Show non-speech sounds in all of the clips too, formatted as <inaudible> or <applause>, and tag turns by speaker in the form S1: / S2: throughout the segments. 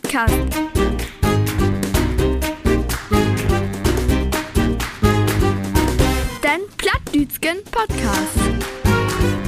S1: Stadtcast. Dein Plattdütschen Podcast.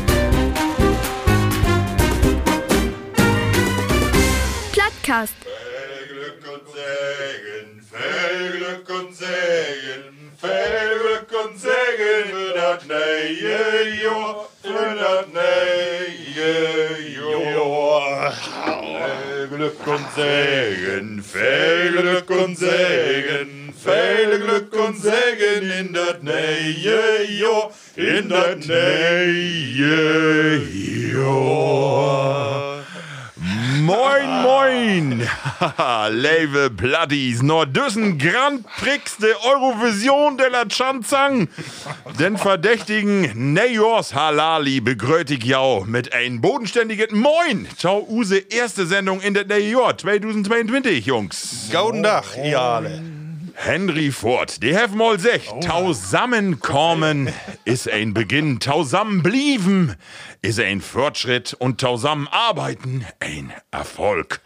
S1: Plattcast.
S2: Viel Glück und Segen, viel Glück und Segen, viel Glück und Segen für das neue Jahr, für das neue Jahr. Viel Glück und Segen, viel Glück und Segen, viel Glück und Segen in das neue Jahr, in das neue Jahr.
S3: Moin, moin! <laughs> Haha, Leve Bloodies, Nordüssen Grand Prix de Eurovision de la Chanzang. Den verdächtigen Nejors Halali begrötig jau mit ein bodenständigen Moin. Ciao, use erste Sendung in der Nejor 2022, Jungs.
S2: Guten Tag, ihr alle.
S3: Henry Ford, die have mal sech. Tausammenkommen ist ein Beginn, tausammenblieben ist ein Fortschritt und tausammenarbeiten ein Erfolg.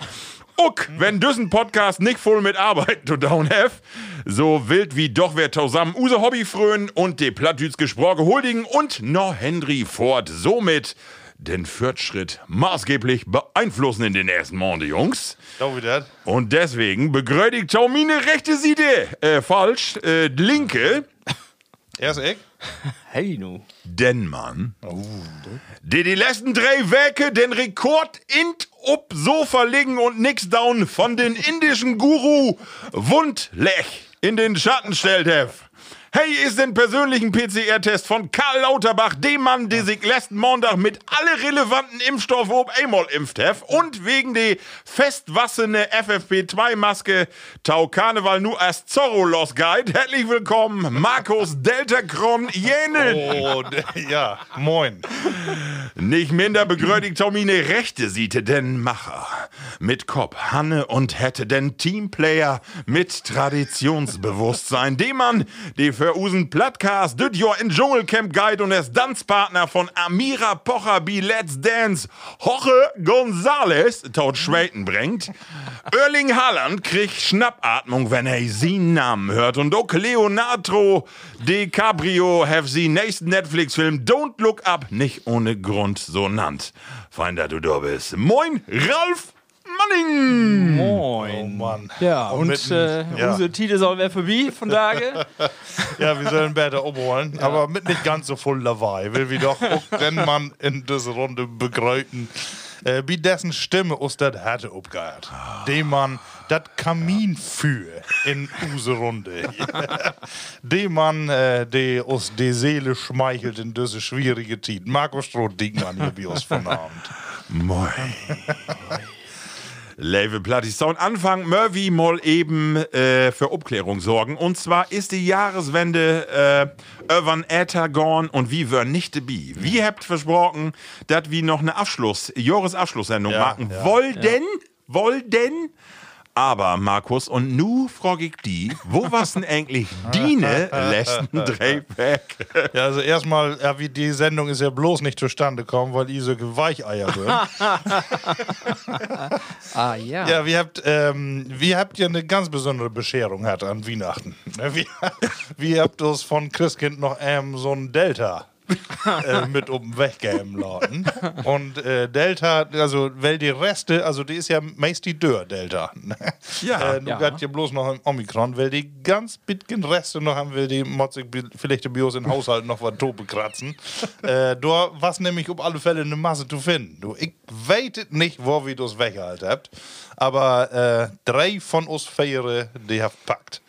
S3: Uck, wenn düssen Podcast nicht voll mit Arbeit to down have, so wild wie doch wer tausammen use Hobby frönen und de Plattdüts gesprochen huldigen und no Henry Ford somit den Fortschritt maßgeblich beeinflussen in den ersten Monde, Jungs.
S2: Schau wieder.
S3: Und deswegen begründigt Taumine rechte Seite. Äh, falsch, äh, linke.
S2: Erst ich.
S4: Hey nu.
S3: Den Mann, der die letzten drei Werke den Rekord in ob Sofa legen und nix down von den indischen Guru Wundlech in den Schatten stellt, Hef. Hey, ist den persönlichen PCR-Test von Karl Lauterbach, dem Mann, der sich letzten Montag mit alle relevanten Impfstoffe ob einmal impft hef und wegen der festwassene FFP2-Maske Tau Karneval nu as Zorro los Guide. Herzlich willkommen, Markus Deltacron Jenen.
S2: Oh, <laughs> ja, moin.
S3: Nicht minder begründigt Tomine rechte siete den Macher. Mit Kopf, Hanne und hätte den Teamplayer mit Traditionsbewusstsein. Dem Mann, die für usen Plattcast, Düdjor in Dschungelcamp Guide und als Tanzpartner von Amira Pocher be Let's Dance, Jorge Gonzales, Tod Schwelten bringt. Erling Haaland kriegt Schnappatmung, wenn er seinen Namen hört. Und auch Leonardo DiCaprio have sie nächsten Netflix-Film Don't Look Up nicht ohne Grund so nannt. Fein, da du da bist. Moin, Ralf Manning!
S4: Moin.
S2: Oh Mann.
S4: Ja, und
S2: mitten,
S4: äh,
S2: ja.
S4: unsere Titel sollen wir vorbei, von daher.
S2: Ja, wir sollen besser umholen, aber mit nicht ganz so voll Lawaai. Will wir doch auch <laughs> Rennmann in diese Runde begrüßen. Äh, wie dessen Stimme aus der Härte abgehört. Dem Mann das Kamin für in use
S4: <laughs>
S2: Runde. Dem Mann, äh, der aus der Seele schmeichelt in diese schwierige Zeit. Marco Stroh-Diekmann hier bei uns von Abend.
S3: Moin. Level Platy Sound. Anfang Murphy mal eben äh, für Aufklärung sorgen. Und zwar ist die Jahreswende äh, Irvan Äther gone und wie wir nicht dabei. Wie habt versprochen, dass wir noch eine Abschluss, Jahresabschlusssendung
S2: Ja,
S3: machen
S2: ja.
S3: wollten, wollten. Aber Markus, und nu frag ich die, wo was denn
S2: <laughs>
S3: eigentlich Dine letzten Drehback?
S2: Ja, also erstmal, ja, wie die Sendung ist ja bloß nicht zustande gekommen, weil Isöke Weicheier wird.
S4: <laughs> Ah ja.
S2: Ja, wir habt, ähm, wir habt ja eine ganz besondere Bescherung hat an Weihnachten. <laughs> Wir, wir habt uns von Christkind noch ähm, so ein Delta äh, mit oben weggeben lassen. Und äh, Delta, also, weil die Reste, also die ist ja meist die Dörr Delta.
S3: Ja.
S2: Äh, du
S4: Ja.
S2: ja bloß noch im Omikron, weil die ganz bitgen Reste noch haben, will die Motzig bi- vielleicht die Bios in den Haushalt noch was Tope kratzen. äh, du was nämlich um alle Fälle eine Masse zu finden. Du, ich weitet nicht, wo wir das weggehalten habt, aber äh, drei von uns Feiere, die habt packt.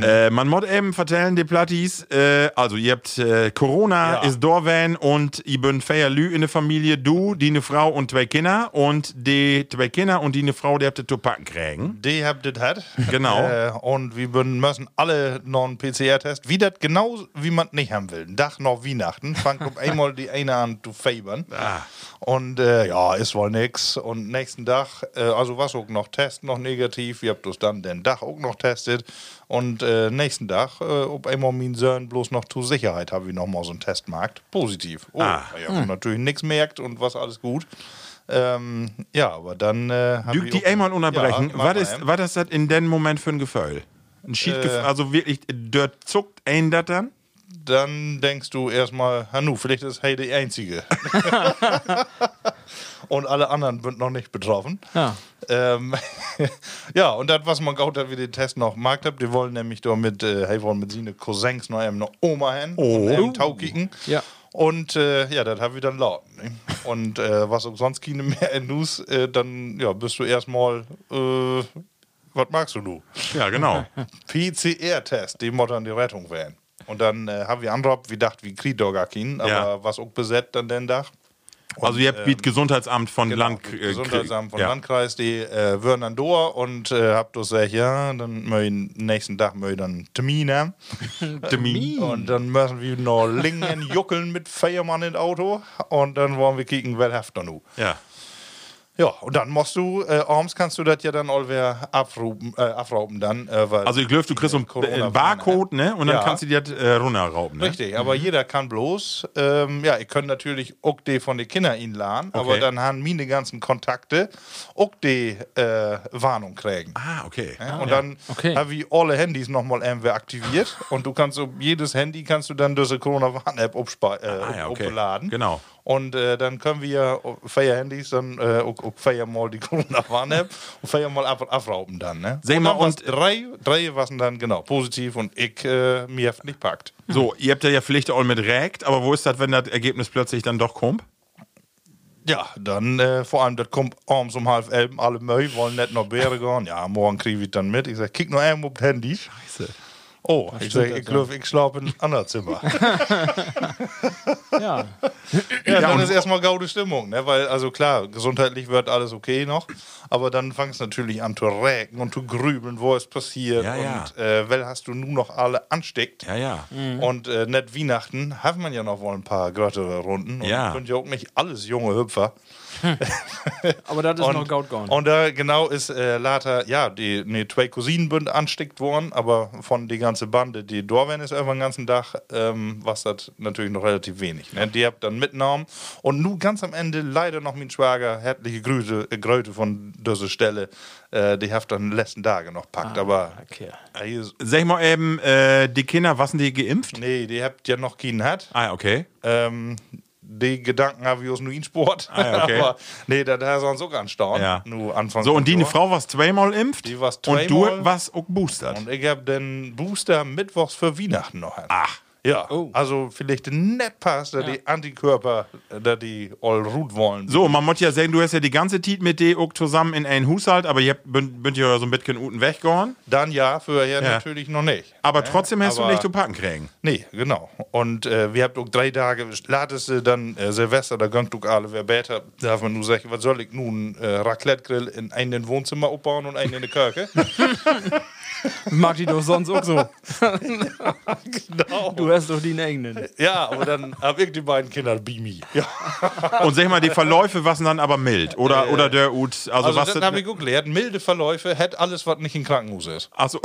S3: Äh, man muss eben vertellen, die Plattis, äh, also ihr habt äh, Corona,
S2: Ja.
S3: ist Dorwan und ich bin Feierlü in der Familie, du, die eine Frau und zwei Kinder und die zwei Kinder und die eine Frau, die habt ihr zu packen kriegen.
S2: Die habt das hat.
S3: Genau.
S2: Äh, und wir bin- müssen alle noch einen PCR-Test. Wie das genau, wie man nicht haben will. Ein Dach noch Weihnachten. Fangt um einmal die eine an zu fabern.
S3: Ah.
S2: Und äh, ja, ist wohl nix. Und nächsten Tag, äh, also was auch noch, Test noch negativ. Ihr habt das dann den Dach auch noch testet. Und äh, nächsten Tag, äh, ob einmal mein Sohn bloß noch zur Sicherheit habe ich noch mal so einen Testmarkt. Positiv. Oh,
S3: Ah.
S2: ja, natürlich nichts merkt und was alles gut. Äh, Ähm, ja, aber dann. Äh, haben
S3: Düg
S2: wir
S3: die
S2: auch-
S3: einmal unterbrechen.
S2: Ja,
S3: was,
S2: mach
S3: ist,
S2: mal.
S3: was ist das in dem Moment für ein Gefühl? Ein Schiedgefühl,
S2: Äh.
S3: also wirklich, der zuckt ein das dann?
S2: dann denkst du erstmal, Hanu, vielleicht ist Hey die
S4: <laughs>
S2: Einzige. und alle anderen sind noch nicht betroffen.
S4: Ja.
S2: Ähm, <laughs> ja, und das, was man gaut hat, wie den Test noch gemacht habt, die wollen nämlich doch mit, äh, hey, wollen mit sine Cousins noch eben noch Oma hin und eben Tau kicken.
S4: Oh. Ja.
S2: Und äh, ja, das hab ich dann laut. Ne? Und äh, was auch sonst keine mehr in News, äh, dann ja, bist du erstmal, äh, was magst du, du?
S3: Ja,
S2: <laughs>
S3: genau.
S2: PCR-Test, die muss dann die Rettung werden. Und dann äh, haben wir angerufen, wie dacht, wie kriegt doch gar keinen, aber
S3: Ja.
S2: was auch besetzt dann den Dach.
S3: also ihr habt wie das Gesundheitsamt von Land...
S2: ähm, Genau,
S3: äh,
S2: das Gesundheitsamt von
S3: ja.
S2: Landkreis, die äh, würden dann da und äh, hab das gesagt, ja, dann mögen nächsten Tag mögen dann Termine. äh,
S3: Termin.
S2: <laughs> Und dann müssen wir noch Lingen juckeln mit Feiermann in Auto und dann wollen wir kicken, wer haft da nu.
S3: Ja.
S2: Ja, und dann musst du, äh, abends kannst du das ja dann all wer abrufen, äh, abrauben dann, äh, weil
S3: Also ich glaube, du kriegst so einen
S2: Corona-
S3: äh, Barcode, ne? Und dann
S2: Ja.
S3: kannst du dir das äh, runterrauben, ne?
S2: Richtig, aber jeder kann bloß. Ähm, ja, ihr könnt natürlich auch die von den Kindern ihn laden, aber dann haben meine ganzen Kontakte auch die äh, Warnung kriegen.
S3: Ah, okay.
S2: Ja, und dann
S4: Okay.
S2: habe ich alle Handys nochmal
S3: <laughs>
S2: irgendwie aktiviert und du kannst so jedes Handy kannst du dann diese Corona-Warn-App upspa- äh,
S3: Ah, ja,
S2: up-
S3: okay.
S2: upladen.
S3: Genau.
S2: Und äh, dann können wir äh, feier Handys dann äh, auch, auch feier mal die <laughs> Corona-Warn-App und feier mal ab, abrauben dann. Ne?
S3: Sag mal,
S2: dann was
S3: und-
S2: drei, drei waren dann genau positiv und ich äh, mir habt nicht packt.
S3: So, ihr habt ja ja Pflicht all mit Rekt, aber wo ist das, wenn das Ergebnis plötzlich dann doch kommt?
S2: Ja, dann äh, vor allem, das kommt abends um halb elf, alle Möi wollen nicht noch Beere gehen. Ja, morgen kriege ich dann mit. Ich sage, kick nur einmal auf das Handy.
S3: Scheiße.
S2: Oh, ich sage, ich glaube, ich schlafe in ein
S3: <laughs>
S2: anderes Zimmer.
S4: Ja.
S2: ja, dann ist erstmal gaude Stimmung, ne? Weil, also klar, gesundheitlich wird alles okay noch, aber dann fangst du natürlich an zu räken und zu grübeln, wo es passiert
S3: Ja, ja.
S2: und äh, weil hast du nun noch alle ansteckt.
S3: Ja, ja.
S2: Und äh, nicht Weihnachten haben man ja noch wohl ein paar gröttere Runden. Und
S3: Ja.
S2: Könnt ja auch nicht alles junge Hüpfer.
S4: Aber das ist noch gaut gone.
S2: Und da genau ist äh, later, ja, die nee, zwei Cousinen sind ansteckt worden, aber von die ganze Bande, die Dorwen ist über den ganzen Tag, ähm, was das natürlich noch relativ wenig. Ne? Die habt dann mitgenommen und nun ganz am Ende leider noch mein Schwager, herzliche Grüße, äh, Gröte von dieser Stelle, äh, die habt dann letzten Tage noch packt,
S3: Ah,
S2: aber
S4: okay.
S2: äh, hier ist-
S3: Sag mal eben, äh, die Kinder, was sind die geimpft?
S2: nee, die habt ja noch keinen hat.
S3: Ah, okay.
S2: Ähm, die Gedanken habe ich aus nur in Sport.
S3: Ah, ja, okay.
S2: <laughs> aber nee, da hat sonst auch anstaunen.
S3: Ja.
S2: Nur Anfang
S3: So, und die eine
S2: Februar.
S3: Frau warst zweimal impft?
S2: Die war's
S3: Und du
S2: zweimal.
S3: warst auch boostert.
S2: Und ich habe den Booster mittwochs für Weihnachten noch. Einen.
S3: Ach.
S2: Ja,
S4: Oh.
S2: also vielleicht nicht passt, da die Antikörper, äh, da die all root wollen.
S3: So, man muss ja sagen, du hast ja die ganze Zeit mit dir auch zusammen in einen Haushalt, aber ihr habt- bünd bünd ja so ein bisschen unten weggehauen.
S2: Dann ja, für ja,
S3: Ja.
S2: natürlich noch nicht.
S3: Aber
S2: Ne?
S3: trotzdem hast
S2: Aber-
S3: du nicht zu packen kriegen.
S2: Nee, genau. Und äh, wir habt auch drei Tage, ladest du dann äh, Silvester, da gönnt du alle, wer beta, darf man nur sagen, was soll ich nun, äh, Raclette-Grill in einen Wohnzimmer aufbauen und einen in der Kirche?
S4: Mag die doch sonst <laughs> auch so. Du hast doch die eigenen.
S2: ja, aber dann hab ich die beiden Kinder, Bimi. Ja.
S3: Und sag mal, die Verläufe waren dann aber mild. Oder, oder der Ut. Also,
S2: Äh, Also,
S3: was.
S2: dann habe ich geklärt, milde Verläufe, hätte alles, was nicht in Krankenhaus ist.
S3: <laughs> Achso.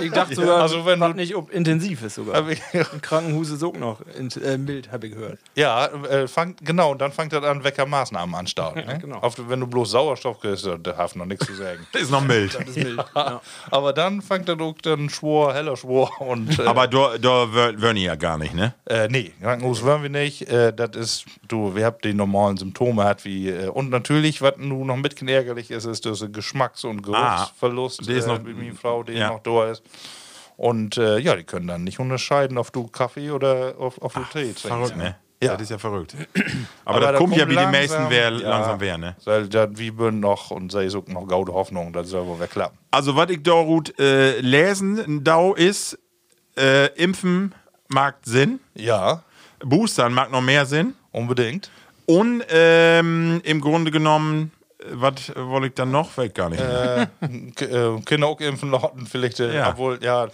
S4: Ich, ich dachte sogar,
S2: also wenn
S4: was
S2: du-
S4: nicht ob intensiv ist sogar.
S2: Hab ich-
S4: Im Krankenhus ist auch noch in, äh, mild, habe ich gehört.
S2: Ja, äh, fangt, genau, und dann fangt das an, Wecker Maßnahmen anstauen. Ne?
S4: genau.
S2: Auf, wenn du bloß Sauerstoff kriegst, da darf noch nichts zu sagen.
S3: Ist noch mild.
S4: Das ist mild. <laughs> Ja.
S2: Aber dann fangt dann auch dann Schwur, heller Schwur und. Äh,
S3: Aber da, da wär- wären die ja gar nicht, ne?
S2: äh, nee, Krankenhaus wollen wir nicht. Äh, das ist, du, wir habt die normalen Symptome, hat wie. Äh, und natürlich, was nun noch mit ärgerlich ist, ist das Geschmacks- und Geruchsverlust.
S3: Ah, die ist noch-
S2: äh, bei meiner Frau, die
S3: ja.
S2: noch da ist. Und äh, ja, die können dann nicht unterscheiden, ob du Kaffee oder auf, auf du Tee trinkst.
S3: Verrückt, ne?
S2: Ja.
S3: Das ist ja
S2: <clears throat>
S3: verrückt. Aber,
S2: Aber
S3: das
S2: da
S3: kommt ja, wie die
S2: langsam-
S3: meisten wär,
S2: ja.
S3: langsam wären, ne?
S2: Weil dann wie bin noch und sei so noch gaude Hoffnung, das soll wohl klappen.
S3: Also, was ich da gut äh, lesen, Dau ist, äh, impfen macht Sinn.
S2: Ja,
S3: Boostern mag noch mehr Sinn.
S2: unbedingt.
S3: Und ähm, im Grunde genommen, äh, was wollte ich dann noch? Fällt gar nicht. mehr.
S2: äh, K- äh, Kinder auch impfen lassen, vielleicht, äh,
S3: Ja.
S2: obwohl, ja.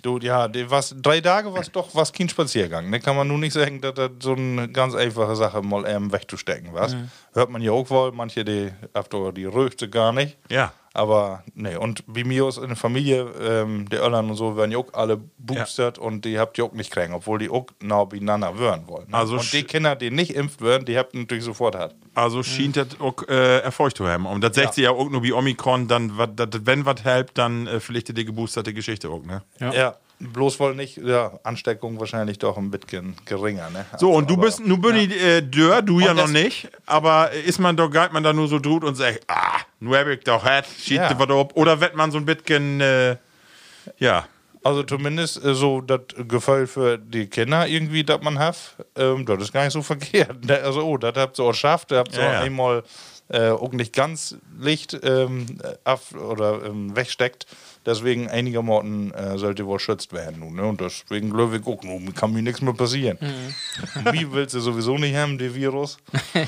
S2: Du, ja, die, was, drei Tage war es doch was kein Spaziergang. Ne? Kann man nur nicht sagen, dass das so eine ganz einfache Sache mal ähm, wegzustecken war. Hört man ja auch wohl, manche die, auf die röchte gar nicht.
S3: Ja.
S2: Aber nee, und bei mir ist in der Familie, ähm, die Öllern und so, werden ja auch alle boostert und die habt ihr auch nicht kriegen, obwohl die auch nah beieinander werden wollen. ne?
S3: Also
S2: und die
S3: sch-
S2: Kinder, die nicht impft werden, die habt ihr natürlich sofort halt. hat.
S3: Also schien das auch äh, Erfolg zu haben. Und das sagt sie ja auch nur wie Omikron, dann, wat- dat- wenn was hilft, dann äh, vielleicht die geboosterte Geschichte auch, ne?
S4: Ja.
S2: Ja. bloß wohl nicht, ja, Ansteckung wahrscheinlich doch ein bisschen geringer, ne?
S3: So,
S2: Also,
S3: und du
S2: aber-
S3: bist, nu bin ich äh, dör, du ja
S2: Und
S3: noch
S2: das-
S3: nicht, aber ist man doch, galt man da nur so drut und sagt, ah, nu hab ich doch hat, schiet
S2: Ja.
S3: ja. was ob. Oder wird man so ein bisschen, äh, ja,
S2: Also zumindest äh, so das Gefühl für die Kinder irgendwie, das man hat, ähm, das ist gar nicht so <laughs> verkehrt. Ne? Also, oh, das habt ihr auch geschafft, da habt ihr
S3: Ja,
S2: auch
S3: ja.
S2: einmal äh, auch nicht ganz Licht ähm, äh, ab oder ähm, wegsteckt. Deswegen einige Morten äh, sollte wohl schützt werden nun, ne? Und deswegen glaube ich auch, nun kann mir nichts mehr passieren.
S3: Mhm.
S2: Wie willst du sowieso nicht haben, den Virus?
S3: <laughs>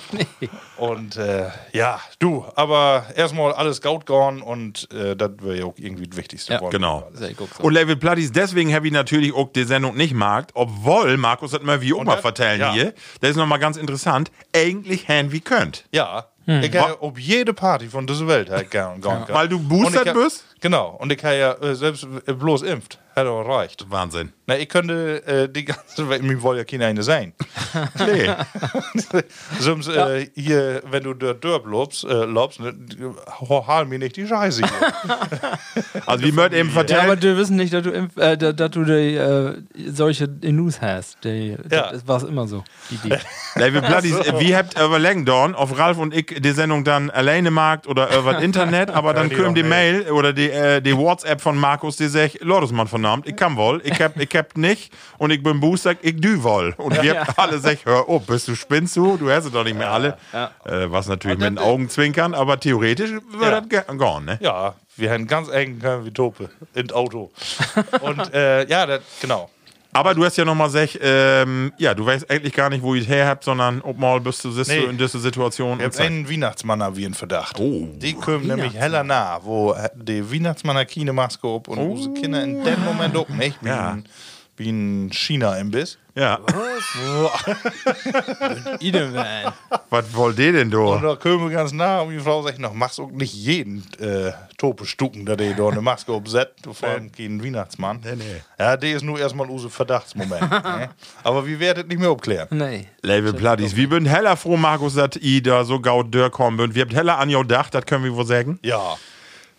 S2: Und äh, ja, du, aber erstmal alles gaut gone und äh, das wäre ja auch irgendwie das Wichtigste.
S4: Ja,
S2: wollen wir
S3: genau.
S2: alles.
S4: Sehr gut.
S3: Und Level Platties, deswegen habe ich natürlich auch die Sendung nicht magt, obwohl Markus hat mal wie Oma
S2: das-
S3: vertellen
S2: ja.
S3: hier. Das ist nochmal ganz interessant. Eigentlich hand wie könnt.
S2: Ja. Ich kann ja ob jede Party von dieser Welt halt gern gehen.
S3: Hm. Weil du boostert
S2: Und ich kann-
S3: bist?
S2: Genau. Und ich kann ja äh, selbst äh, bloß impft. Hat auch reicht.
S3: Wahnsinn.
S2: Na, ich könnte äh, die ganze Welt, mir wollen ja keine eine sein. <laughs>
S3: Nee.
S2: Sonst, äh, hier, wenn du dort dort lobst, äh, lobst ne, hol mir nicht die Scheiße hier.
S3: <laughs> Also wie Mört eben
S4: Ja, aber
S3: vertellen.
S4: du wissen nicht, dass du, impf- äh, dass dass du die, äh, solche News hast. Die,
S2: Ja.
S4: Das war immer so. Die, die. <laughs>
S3: Level Platties, äh, wie habt ihr über Langdorn auf Ralf und ich die Sendung dann alleine magt oder über das Internet, aber dann
S2: die
S3: kommt die
S2: doch nicht.
S3: Mail oder die, äh, die WhatsApp von Markus, die sagt, Lordesmann vernamt, ich kann wohl, ich hab, ich hab nicht und ich bin Booster, ich dü wohl. Und wir alle sagt, hör oh, bist du, spinnst du? Du hast es doch nicht mehr alle. Äh, was natürlich mit den Augenzwinkern, aber theoretisch wird
S2: Ja.
S3: das ge- gone, ne?
S2: Ja, wir haben ganz engen Körn wie Tope. In
S3: <laughs>
S2: Auto. Und äh, ja, das, genau.
S3: Aber du hast ja nochmal sech, ähm, ja, du weißt eigentlich gar nicht, wo ihr es her habt, sondern ob mal bist du, sitzt
S2: Nee.
S3: du in dieser Situation.
S2: Ich
S3: und
S2: habe
S3: zack.
S2: einen Weihnachtsmann hab ich in Verdacht.
S3: Oh.
S2: Die kommen nämlich heller nah, wo äh, die Weihnachtsmann hat keine Maske ob und unsere Kinder in dem Moment auch nicht. Wie
S3: Ja.
S2: ein, wie ein China-Imbiss.
S3: Ja,
S4: Ideman.
S3: was wollt ihr denn,
S2: Und
S3: du?
S2: da kommen wir ganz nah und die Frau sagt noch, mach's auch nicht jeden äh, Tope stucken, da die da eine Maske obsetzt, vor allem keinen Weihnachtsmann.
S3: Nee, nee.
S2: Ja, die ist nur erstmal unser Verdachtsmoment. ne? Aber wir werden nicht mehr abklären.
S4: Nee.
S3: Label Platties, wir bin heller froh, Markus, dass ihr da so gaut dör kommen bünd. Wir habt heller an jou Dach, das können wir wohl sagen.
S2: Ja.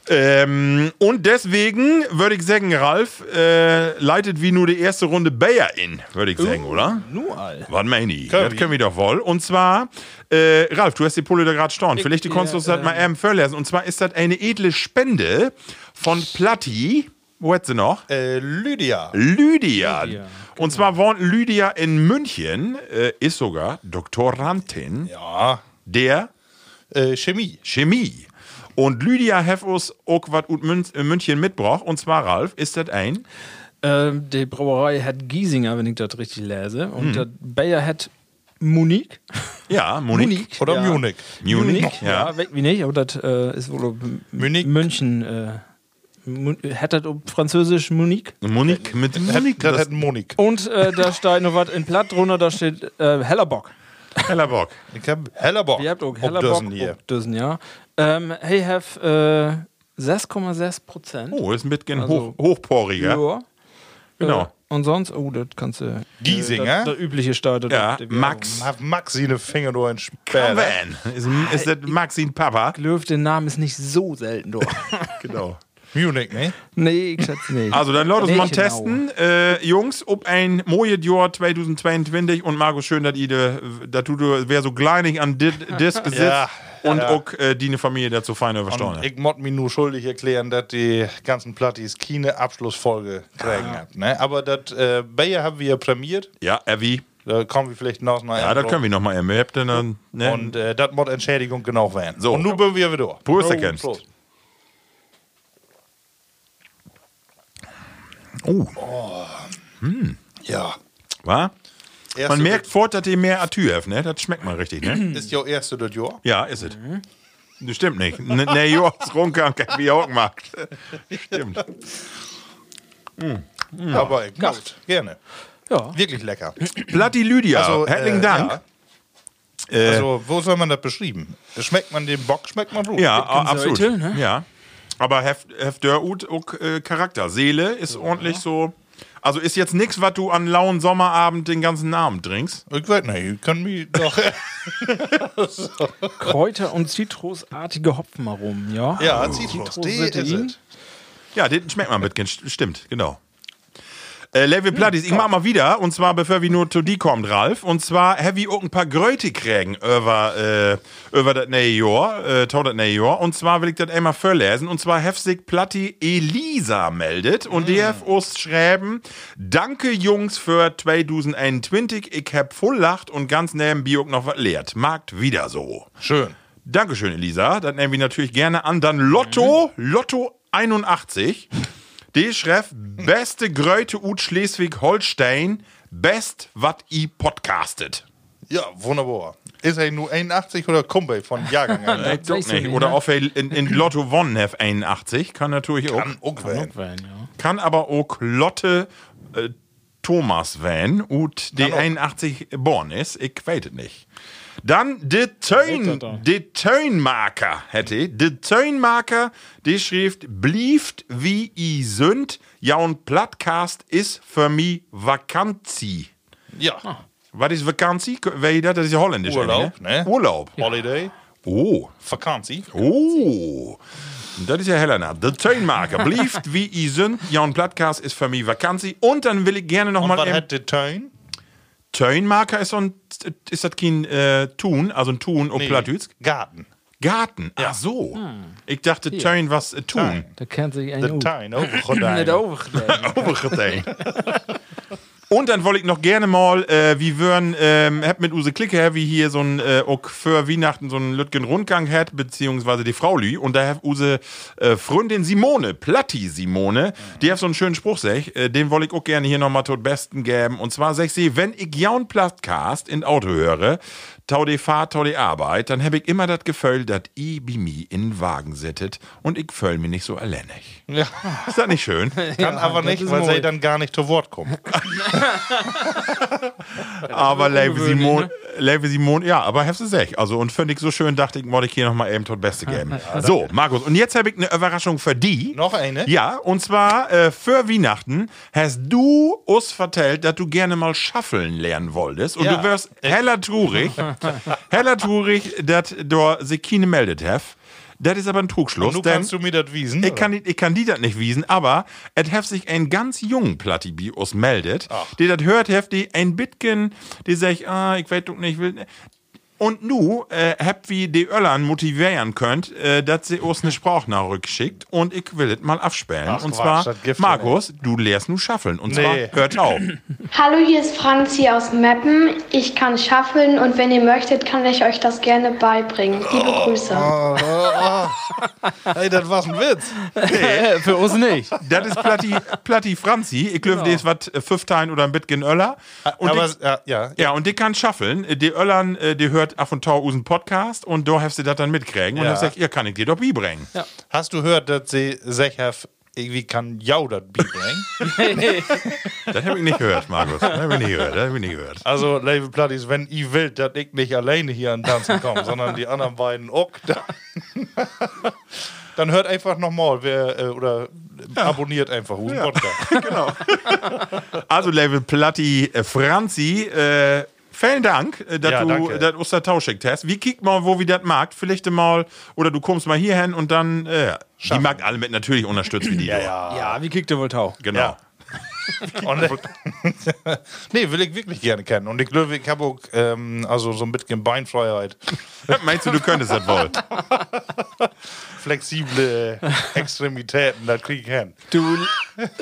S3: Ähm, und deswegen würde ich sagen, Ralf, äh, leitet wie nur die erste Runde Bayer in, würde ich sagen, oder?
S4: Nur all.
S3: Was meine ich?
S2: Können
S3: Das
S2: wir.
S3: können wir doch wohl. Und zwar, äh, Ralf, du hast die Pulle da gerade staunt. Vielleicht
S4: ja,
S3: kannst du uns das halt mal eben vorlesen. Und zwar ist das eine edle Spende von Platti. Wo hat sie noch?
S2: Äh, Lydia.
S3: Lydia.
S4: Lydia,
S3: Und zwar wohnt Lydia in München, äh, ist sogar Doktorandin
S2: Ja.
S3: der
S2: Äh, Chemie.
S3: Chemie. Und Lydia hat uns auch was ut Mün- äh, München mitbracht. Und zwar, Ralf, ist das ein?
S4: Ähm, die Brauerei hat Giesinger, wenn ich das richtig lese. Und das Bayer hat Munich.
S3: Ja, Monique.
S2: Oder
S4: ja.
S2: Munich.
S3: Munich,
S4: ja.
S3: ja.
S4: Weg wie nicht, aber das äh, ist wohl M-
S2: Munich.
S4: München. Äh, Mun- hat das auf Französisch Munich?
S3: Monique mit Monique.
S2: Das
S3: Das
S2: hat Monik.
S4: Und äh, da steht noch was in Platt drunter, da steht äh, Hellerbock.
S3: Hellerbock.
S2: Ich hab Hellerbock.
S4: Ihr habt auch
S2: Ob
S4: Hellerbock.
S2: Dösen hier.
S4: ob Dösen, ja. Ähm, hey, have äh, 6,6 Prozent.
S3: Oh, ist ein bisschen
S4: Also-
S3: hoch, hochporiger.
S4: Ja.
S3: Genau.
S4: Äh, und sonst, oh, das kannst du.
S2: Giesinger?
S4: Äh, das, das übliche Start. das-
S3: Ja,
S4: das-
S3: Max.
S2: Hab Maxi eine Finger durch den Sperr.
S3: Van. Ist, ist das Maxin Papa?
S4: Löw, der Name ist nicht so selten, doch.
S3: Genau.
S2: Munich, ne?
S4: nee, ich schätze nicht.
S3: Also dann lautet
S4: Nee,
S3: man
S4: genau.
S3: testen, äh, Jungs, ob ein Mojet Jahr 2022 und Markus schön, dass ihr, dass du, wer so kleinig an dis
S2: <laughs>
S3: Disk sitzt
S2: Ja,
S3: und
S2: ja.
S3: auch äh, die Familie dazu fein
S2: Und
S3: übersteuert.
S2: ich mod mir nur schuldig erklären, dass die ganzen Plattis keine Abschlussfolge kriegen
S4: Ah.
S2: hat. Ne? Aber das äh, Bayer haben wir ja prämiert.
S3: Ja, Evi.
S2: Da kommen wir vielleicht noch mal.
S3: Ja, das können wir nochmal eben. Ihr habt denn dann, ne?
S2: Und äh, das mod Entschädigung genau werden.
S3: So.
S2: Und nun bin wir wieder.
S3: Prost,
S2: Oh,
S3: ergänzt. oh,
S2: Ja.
S3: wa?
S2: Erste,
S3: Man merkt fort, dass ihr mehr Atü habt, ne? Das schmeckt mal richtig, ne?
S2: das Ist ja erste das Jahr.
S3: ja, ist es. Das stimmt nicht. Ne, ne Jahr ist runter, wie auch gemacht. Stimmt.
S2: Aber ich macht gerne.
S4: Ja.
S2: Wirklich lecker.
S3: Platti Lydia,
S2: Also, äh,
S3: herzlichen Dank.
S2: ja.
S3: Äh,
S2: Also, wo soll man das beschrieben? Schmeckt man den Bock, schmeckt man Blut.
S3: Ja, a-
S4: Seite,
S3: absolut.
S4: ne?
S3: Ja. Aber heft, heft der Ut auch äh, Charakter. Seele ist ordentlich so. Also ist jetzt nichts, was du an lauen Sommerabend den ganzen Abend trinkst.
S2: Ich weiß nicht, ich kann mich <laughs> doch.
S4: Kräuter und zitrusartige Hopfenaromen, ja?
S2: Ja, Zitrus, die
S4: Zitrus-
S2: is it.
S3: Ja, den schmeckt man mit. St- Stimmt, genau. Äh, Level Plattis, ich mach mal wieder, und zwar bevor wir nur zu die kommt, Ralf, und zwar heavy auch ein paar Gröte kriegen über, äh, über das neue Jahr, äh, tau das neue Jahr, und zwar will ich das einmal vorlesen, und zwar heftig Platti Elisa meldet, und die hef uns schreiben, danke Jungs für 2021, ich hab voll lacht und ganz neben Biok noch was lehrt, magt wieder so.
S2: Schön.
S3: Dankeschön, Elisa. Das nehmen wir natürlich gerne an. Dann Lotto,
S4: Mhm.
S3: Lotto 81. Die schreef, beste Gröte ut Schleswig-Holstein, best wat i podcastet.
S2: Ja, wunderbar. Ist er nur 81 oder Kumpel von Jahrgang? <laughs> an?
S4: doch nicht, ne?
S3: Oder auf in, in Lotto One hef 81. Kann natürlich
S2: Kann
S3: auch.
S2: auch werden.
S4: Irgendwann, ja.
S3: Kann aber auch Lotte äh, Thomas Van, ut die
S2: Kann auch.
S3: 81 born ist. Ich weiß es nicht. Dann de Tön,
S4: Weiter da.
S3: de Tönmarker hätte ich. De Tönmarker, die schrift, blieft wie i sünd, ja und Plattcast is für mi Vakanzi.
S2: Ja.
S3: Was ist Vakanzi? Wer ihr das? Das ist ja holländisch.
S2: Urlaub,
S3: eigentlich,
S2: ne?
S3: Urlaub.
S2: Holiday,
S3: Oh,
S2: Vakantie.
S3: oh. Das ist ja Helena. De Tönmarker, blieft wie i sünd, ja und Plattcast is für mi Vakanzi. Und dann will ich gerne
S2: Und
S3: nochmal
S2: was hat der Tön?
S3: Tönmarker ist so ein, ist das kein äh, Tun, also ein Tun, ob
S2: Nee,
S3: Plattdütsch?
S2: Garten.
S3: Garten. Ah, Ach so. Ich dachte, Tön was äh, tun.
S4: Da kennt sich ein
S2: Der Tön, <laughs> oh,
S3: <laughs>
S2: Gordijn.
S4: Overgelegen.
S3: Overgetei. Und dann wollte ich noch gerne mal, äh, wie würden, ähm, hab mit Use Klicke, wie hier so ein äh, auch für Weihnachten so einen Lütgen Rundgang hat, beziehungsweise die Frau Lü. Und da hat Use äh, Freundin Simone, Platti Simone, die hat so einen schönen Spruch, sech, äh, den wollte ich auch gerne hier nochmal tot besten geben. Und zwar sech sie, wenn ich jaun Plattcast in Auto höre, tau de Fahrt, tau de Arbeit, dann hab ich immer das Gefühl, dat i bi mi in Wagen sittet und ich föll mir nicht so alleinig.
S2: Ja.
S3: Ist das nicht schön?
S2: Kann aber
S4: das
S2: nicht,
S4: ist
S2: weil
S4: mooi.
S2: sie dann gar nicht zu Wort kommen.
S3: Aber Level
S4: ungewöhnlich,
S3: Simon,
S4: ne?
S3: Level Simon, ja, aber heftig sech. Also, und fand ich so schön, dachte ich, wollte ich hier nochmal eben tot Beste geben. so, Markus, und jetzt habe ich eine Überraschung für die.
S2: Noch eine?
S3: Ja, und zwar äh, für Weihnachten hast du uns vertellt, dass du gerne mal schaffeln lernen wolltest. Und
S2: Ja.
S3: du wirst heller
S2: <laughs>
S3: trurig, heller trurig, dass du Sekine meldet hast. Das ist aber ein Trugschluss.
S2: Nun
S3: denn-
S2: kannst du mir das wiesen.
S3: ich kann, die- ich kann die das nicht wiesen, aber es heft sich ein ganz jungen Platibi aus meldet, die das hört, heft die ein Bitken, die sagt, ah, ich weiß doch nicht, will. Und nu äh, hab wie die Öllern motivieren könnt, äh, dass sie uns eine Sprachnachricht schickt und ich will es mal abspielen.
S2: Ach,
S3: und
S2: Quatsch,
S3: zwar,
S2: das Gift,
S3: Markus, du lehrst nu schaffeln. Und
S2: Nee.
S3: zwar, hört auf.
S5: Hallo, hier ist Franzi aus Meppen. Ich kann schaffeln und wenn ihr möchtet, kann ich euch das gerne beibringen. Liebe Grüße.
S2: Ey, das war ein Witz.
S4: Äh, Für uns nicht.
S3: das ist Platti, Platti Franzi. Ich glaube, die ist was äh, Fünftein oder ein Bitgen Öller. Und
S2: aber,
S3: ich-
S2: ja, ja.
S3: Ah, Ja, und die kann schaffeln. Die Öllern, äh, die hört ab und Tau usen Podcast und da hast du das dann mitkriegen. Und
S2: Ja.
S3: dann sagt, ihr kann ich dir doch bibringen. Ja.
S2: Hast du gehört, dass sie sich hef- irgendwie kann Jau das Bier bringen?
S3: Das habe ich nicht gehört, Markus. Das habe ich nicht gehört. Das hab ich nicht gehört.
S2: Also, liebe Plattis, wenn ihr wollt, dass ich nicht alleine hier an Tanzen komme, sondern die anderen beiden auch, dann, <laughs> dann hört einfach nochmal, wer äh, oder abonniert einfach unseren Podcast.
S3: Also, Level Platti äh, Franzi, äh, vielen Dank, äh, dass
S2: Ja,
S3: du
S2: danke.
S3: das uns da Tau schickt hast. Wie kickt mal, wo wir das mag? Vielleicht mal, oder du kommst mal hierhin und dann, äh, die mag alle mit natürlich unterstützt wie die. ja,
S4: Ja, wie kriegt der wohl Tau?
S3: Genau.
S2: Ja. Und, <laughs> nee, will ich wirklich gerne kennen. Und ich glaube, ich habe auch ähm, also so ein bisschen Beinfreiheit,
S3: <laughs> Meinst du, du könntest das wohl?
S2: flexible Extremitäten, das kriege ich hin.
S4: Du,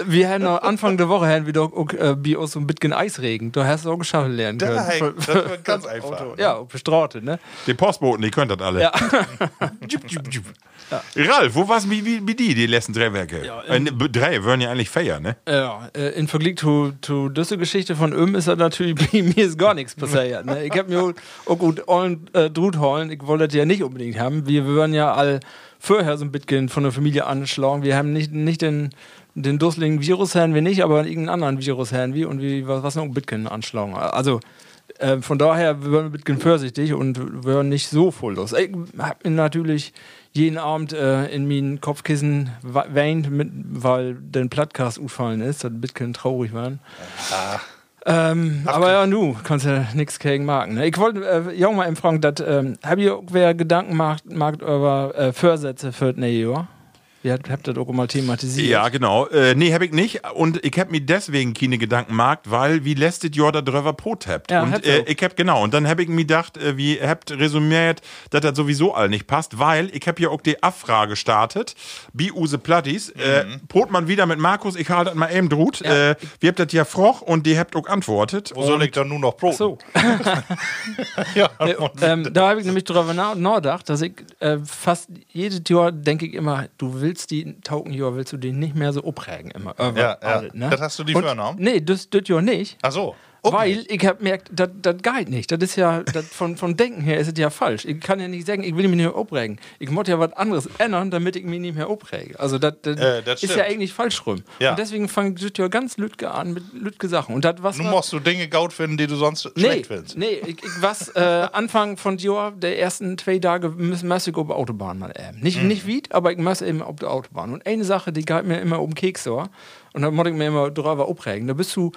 S4: wir haben noch Anfang der Woche haben wir doch auch, äh, bei uns so ein bisschen Eisregen. Du hast es auch geschafft lernen
S2: Das,
S4: können.
S2: wird ganz einfach.
S4: Ja, und bestraute, ne?
S3: Die Postboten, die könnt das alle.
S4: Ja.
S3: <laughs> Jup, jup, jup. Ralf, wo war's wie, wie, wie die, die letzten drei Werke? äh, ne, b- drei würden ja eigentlich feiern, ne?
S4: Ja, äh, in Vergleich zu, zu dieser Geschichte von Öm ist das natürlich, <laughs> bei mir ist gar nichts passiert. Ne? Ich habe mir auch gut allen äh, Drutholen, ich wollte das ja nicht unbedingt haben. Wir würden ja all vorher so ein bisschen von der Familie anschlagen. Wir haben nicht, nicht den, den dusseligen Virus haben wir nicht, aber irgendeinen anderen Virus haben wir und wir, was, was noch ein bisschen anschlagen. Also äh, von daher wir würden wir ein bisschen vorsichtig und wir würden nicht so voll los. Ich habe mir natürlich jeden Abend äh, in meinen Kopfkissen wa- weint, mit, weil den Plattcast ufallen ist, dass Bitcoin traurig waren. Ähm, aber ja, nu, kannst ja nix gegen machen. Ne? Ich wollte äh, ja auch mal fragen, dass, ähm, habt ihr irgendwer Gedanken gemacht, macht über äh, Vorsätze für das neue Jahr? Ihr habt, habt das auch mal thematisiert.
S3: Ja, genau. Äh, nee, hab ich nicht. Und ich hab mir deswegen keine Gedanken gemacht, weil wie lästet ihr da drüber protept?
S4: Ja,
S3: und
S4: habt
S3: äh,
S4: ihr auch.
S3: ich hab genau. Und dann hab ich mir gedacht, äh, wie habt resümiert, dass das sowieso all nicht passt, weil ich hab ja auch die Abfrage gestartet. Bi Use Plattis. Äh,
S2: Mhm.
S3: Brot man wieder mit Markus, ich halte das mal eben drut. Äh, wir habt das ja froch und die habt auch antwortet.
S2: Wo soll ich dann nur noch Brot?
S4: So.
S2: Ja, <laughs>
S4: Äh,
S2: und
S4: ähm, da habe ich nämlich drüber na- nachgedacht, dass ich äh, fast jedes Jahr denke ich immer, du willst die Token-Jahr, willst du den nicht mehr so upprägen immer. Äh,
S2: Ja, ja.
S4: alles, ne?
S2: Das hast du die
S4: Und-
S2: vorgenommen?
S4: Nee, das, das Jahr nicht.
S2: Ach so. Okay.
S4: Weil ich habe merkt, das geht nicht. Das ist ja, das von, vom Denken her ist es ja falsch. Ich kann ja nicht sagen, ich will mich nicht mehr aufregen. Ich muss ja was anderes ändern, damit ich mich nicht mehr aufrege. Also das, das,
S2: Äh, das
S4: ist ja
S2: stimmt.
S4: eigentlich falsch rum.
S2: Ja.
S4: Und deswegen fange ich das Jahr ganz lütge an mit lütge Sachen. Und das was
S2: Nun
S4: war-
S2: musst du Dinge gaut finden, die du sonst
S4: Nee,
S2: schlecht findest.
S4: nee, ich, ich was äh, Anfang von Jahr, der ersten zwei Tage, müssen muss ich über Autobahn mal eben. Nicht, nicht weit, aber ich muss eben auf der Autobahn. Und eine Sache, die galt mir immer um Keks, so. und da muss ich mir immer drüber aufregen. Da bist du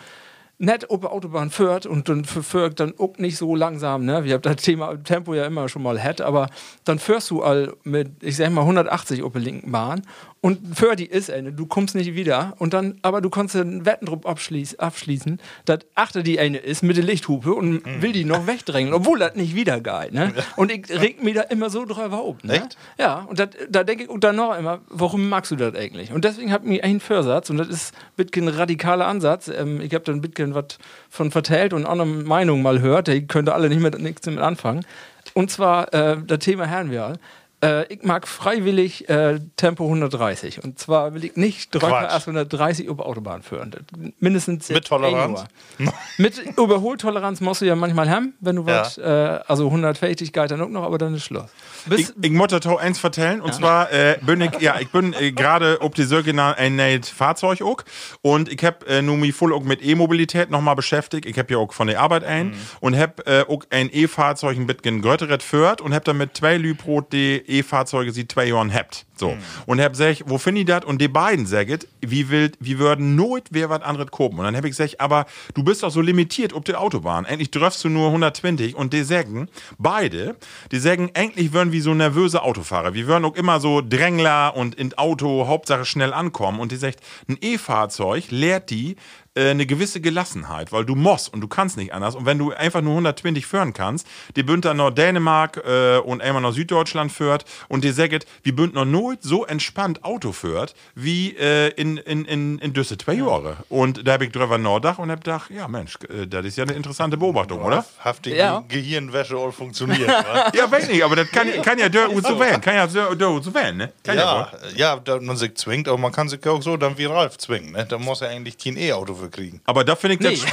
S4: nett auf der Autobahn fährt und dann f- fährt dann auch nicht so langsam, ne? Wir haben das Thema Tempo ja immer schon mal hat, aber dann fährst du all mit, ich sag mal, 180 auf der linken Bahn und für die ist eine, du kommst nicht wieder und dann, aber du kannst einen Wettendruck abschließ, abschließen, dass achter die eine ist mit der Lichthupe und will die noch wegdrängen, obwohl das nicht wieder geht, ne? Und ich reg mich da immer so drüber auf, ne?
S2: Echt?
S4: Ja, und dat, da denke ich und dann noch immer, warum magst du das eigentlich? Und deswegen habe ich mir einen Vorsatz, und das ist Bitcoin radikaler Ansatz. Ähm, ich habe dann Bitcoin was von vertellt und auch eine Meinung mal gehört, die könnte alle nicht mit nichts damit anfangen. Und zwar äh, das Thema Herrenwahl. Äh, ich mag freiwillig äh, Tempo 130. Und zwar will ich nicht
S2: Quatsch.
S4: Drücker erst 130 über Autobahn führen. Das- Mindestens
S2: Mit Toleranz?
S4: ein Uhr. <laughs> Mit Überholtoleranz musst du ja manchmal haben, wenn du
S2: Ja.
S4: was, äh, also 140 geht dann auch noch, aber dann ist Schluss. Bis,
S3: Ich, ich muss dazu eins vertellen, und zwar äh, bin ich, ja, ich bin äh, gerade ob die Sörge ein neues Fahrzeug auch und ich habe äh, nun mich voll auch mit E-Mobilität nochmal beschäftigt. Ich habe ja auch von der Arbeit ein und habe äh, auch ein E-Fahrzeug ein bisschen Götteret führt und habe damit zwei Lübrot die E-Fahrzeuge sie zwei Jahren habt. So. Und habe gesagt, wo finde ich das? Und die beiden sagen, wie will, wie würden nooit wer was anderes kopen. Und dann habe ich gesagt, aber du bist doch so limitiert ob der Autobahn. Endlich dürfst du nur 120 und die sagen, beide, die sagen, eigentlich würden wir so nervöse Autofahrer. Wir würden auch immer so Drängler und in Auto, Hauptsache schnell ankommen. Und die sagt, ein E-Fahrzeug lehrt die, äh, eine gewisse Gelassenheit, weil du musst und du kannst nicht anders. Und wenn du einfach nur 120 führen kannst, die bünd dann noch Dänemark äh, und einmal noch Süddeutschland führt und die sagt, wie bünd noch nooit so entspannt Auto führt, wie äh, in, in, in, in Düsseldorf. Jahre. Und da habe ich drüber nachgedacht und habe gedacht, ja Mensch, äh, das ist ja eine interessante Beobachtung, oder?
S2: Haftige
S4: Ja.
S2: Gehirnwäsche all funktioniert. wa?
S3: Ja, weiß nicht, aber das kann, kann ja Dörr gut so werden. Kann ja Dörr Dörr gut so werden, ne? Kann wohl.
S2: ja, ja, da man sich zwingt, aber man kann sich auch so dann wie Ralf zwingen. Ne? Da muss er eigentlich kein E-Auto für kriegen.
S3: Aber da finde ich
S4: Nee.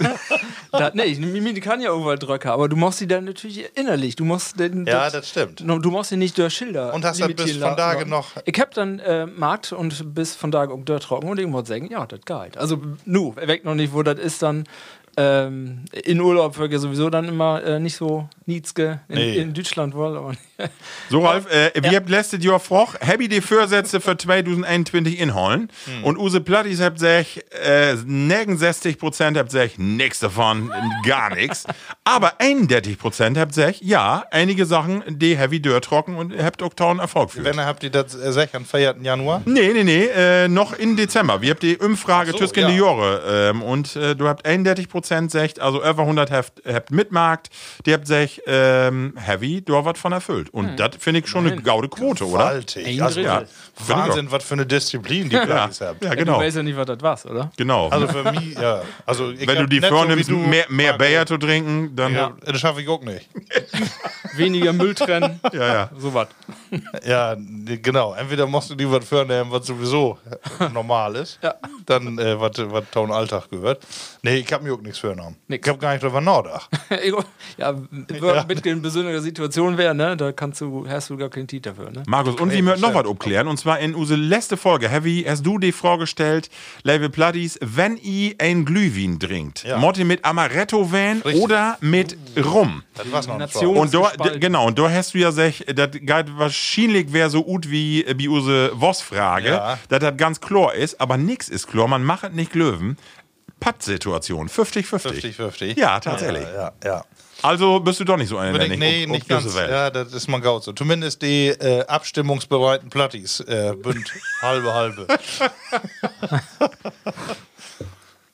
S3: das
S4: <laughs> da, nee, ich, mir mir kann ja irgendwann Dröcker, aber du machst sie dann natürlich innerlich. Du machst den,
S2: Ja, das stimmt.
S4: No, Du machst sie nicht durch Schilder.
S2: Und hast dann bis
S4: limitieren
S2: von
S4: lassen.
S2: Tage noch-
S4: Ich hab dann äh, Markt und bis von Tage um Dörr trocken und ich muss sagen, ja, das geht. Also, nu, weg noch nicht, wo das ist, dann. Ähm, in Urlaub wird ja sowieso dann immer äh, nicht so Nietzsche in,
S2: Nee.
S4: in Deutschland wohl, aber <laughs>
S3: So, Ralf, äh, wir habt letztes Jahr froch, happy die Vorsätze für 2021 inholen. Und Use Plattis habt sech, äh, 69% habt sech, nix davon, gar nix. Aber 31% habt sech, ja, einige Sachen, die heavy dörr trocken und habt auch tauren Erfolg für.
S2: Wenn er habt ihr das äh, sech am 4. Januar?
S3: Nee, nee, nee, äh, noch in Dezember. Wir habt die Umfrage
S2: Ach so,
S3: so, Tüsken die
S2: ja.
S3: Jore. Ähm, und äh, du habt 31% secht, also über 100 habt, habt mitmarkt. Die habt sech, ähm, heavy, du hast was von erfüllt. Und
S2: Hm.
S3: das finde ich schon eine gaude Quote, oder?
S2: Gewaltig.
S4: Ein
S2: Also,
S4: Drittel.
S2: ja. Wahnsinn, was für eine Disziplin die
S3: Ja,
S2: Plugins habt.
S3: ja
S4: du
S3: genau.
S4: weißt ja nicht, was das war, oder?
S3: genau.
S2: Also für mich, ja. Also ich
S3: Wenn
S2: hab
S3: du die
S2: nicht
S3: vornimmst,
S2: wie du-
S3: mehr, mehr
S2: Marco,
S3: Bayer zu trinken, dann.
S2: Ja, das schaffe ich auch nicht.
S4: Weniger
S2: <laughs>
S4: Müll trennen,
S3: ja. ja.
S4: so was.
S2: Ja, nee, genau. Entweder musst du dir was vornehmen, was
S4: <laughs>
S2: sowieso normal ist.
S4: Ja.
S2: Dann, äh, was was Town Alltag gehört. Nee, ich hab mir auch nichts vorgenommen.
S4: Nix.
S2: Ich hab gar nicht drüber
S4: <laughs>
S2: nachgedacht.
S4: ja,
S2: Ja.
S4: ja. mit in besonderer Situation wäre, ne, da kannst du, hast du gar keinen Titel dafür, ne?
S3: Markus, und wir möchten noch was abklären. Und zwar in unsere letzte Folge. Heavy, hast du die Frage gestellt, Level Platties, wenn ihr ein Glühwein trinkt,
S2: Ja.
S3: Motti mit Amaretto-Wein
S2: Richtig.
S3: oder mit Rum?
S2: Das war's noch nicht.
S4: Nation-
S2: wahr.
S3: Und dort,
S4: Falten.
S3: genau, und da hast du ja sech, das geht wahrscheinlich wäre so gut wie äh, bei unsere Voss-Frage,
S2: Ja.
S3: dass das ganz klar ist, aber nix ist klar, man macht nicht Glöwen. Patt-Situation, 50-50.
S2: 50-50.
S3: Ja, tatsächlich.
S2: Ja, ja. ja.
S3: Also bist du doch nicht so einer,
S2: Würde
S3: der
S2: ich,
S3: nicht um,
S2: nee,
S3: ob-
S2: nicht
S3: obduse Welt.
S2: ganz. Ja, das ist man gaut so. Zumindest die äh, abstimmungsbereiten Plattis äh,
S3: <laughs>
S2: bünd halbe halbe.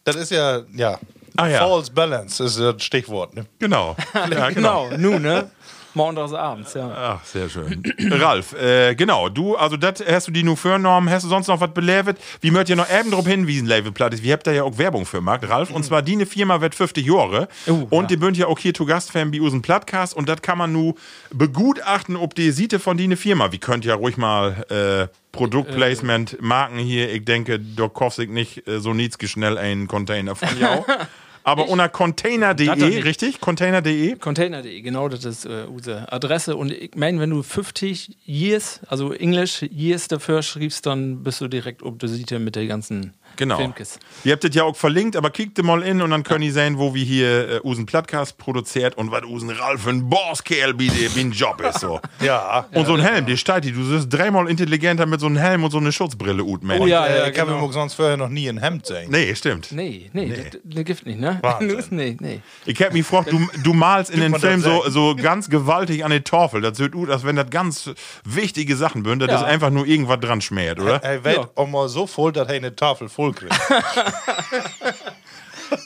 S2: das ist ja, ja.
S3: Ah, ja.
S2: False Balance ist das Stichwort. Ne? <laughs>
S3: Genau. ja,
S4: Genau, nun, ne? Montags abends, ja.
S3: Ach, sehr schön. Ralf, äh, genau, du, also das hast du die nur für Norm, hast du sonst noch was belevet? Wie möcht ihr noch eben drauf hinwiesen, Labelplatt ist? Wir habt da ja auch Werbung für gemacht, Ralf, und zwar die ne Firma wird 50 Jahre
S4: Oh,
S3: und
S4: ja.
S3: die bünd ja auch hier zu Gastfan bei unseren Plattcast und das kann man nu begutachten, ob die Siete von die ne Firma, wie könnt ja ruhig mal äh,
S4: Äh.
S3: Produktplacement, Marken hier, ich denke, da kaufst ich nicht äh, so nichts schnell einen Container von
S4: <laughs>
S3: ja. Aber unter
S4: Das doch
S3: container.de,
S4: nicht.
S3: richtig? Container.de?
S4: Container.de, genau, das ist äh, unsere Adresse. Und ich meine, wenn du 50 Years, also Englisch Years dafür schriebst, dann bist du direkt ob du siehst ja mit der ganzen
S3: Genau.
S4: Filmkiste.
S3: Ihr habt das ja auch verlinkt, aber kickt ihr mal in und dann könnt ihr sehen, wo wir hier äh, Usen Plattcast produziert und was Usen Ralf ein Bosskerl wie der wie ein Job ist
S4: <laughs>
S3: so.
S2: Ja.
S3: Und so ein Helm, der steigt die, du siehst dreimal intelligenter mit so einem Helm und so eine Schutzbrille ut, Mensch.
S4: Oh ja.
S2: äh, ich habe
S4: genau.
S2: mir sonst vorher noch nie ein Hemd sehen.
S3: Nee, stimmt.
S4: Nee, nee, Das, das gibt nicht, ne?
S2: Wahnsinn.
S4: Das- <laughs> nee, nee.
S3: Ich hab mich gefragt, du, du malst in den
S2: man das
S3: Film so,
S2: sehen?
S3: so ganz gewaltig an die Torfel. Das sieht ut, als wenn das ganz wichtige Sachen bünden, das
S4: Ja.
S3: ist einfach nur irgendwas dran schmäht, oder?
S2: Er wird
S4: Ja.
S2: auch mal so voll, dass er eine Tafel voll kriegt.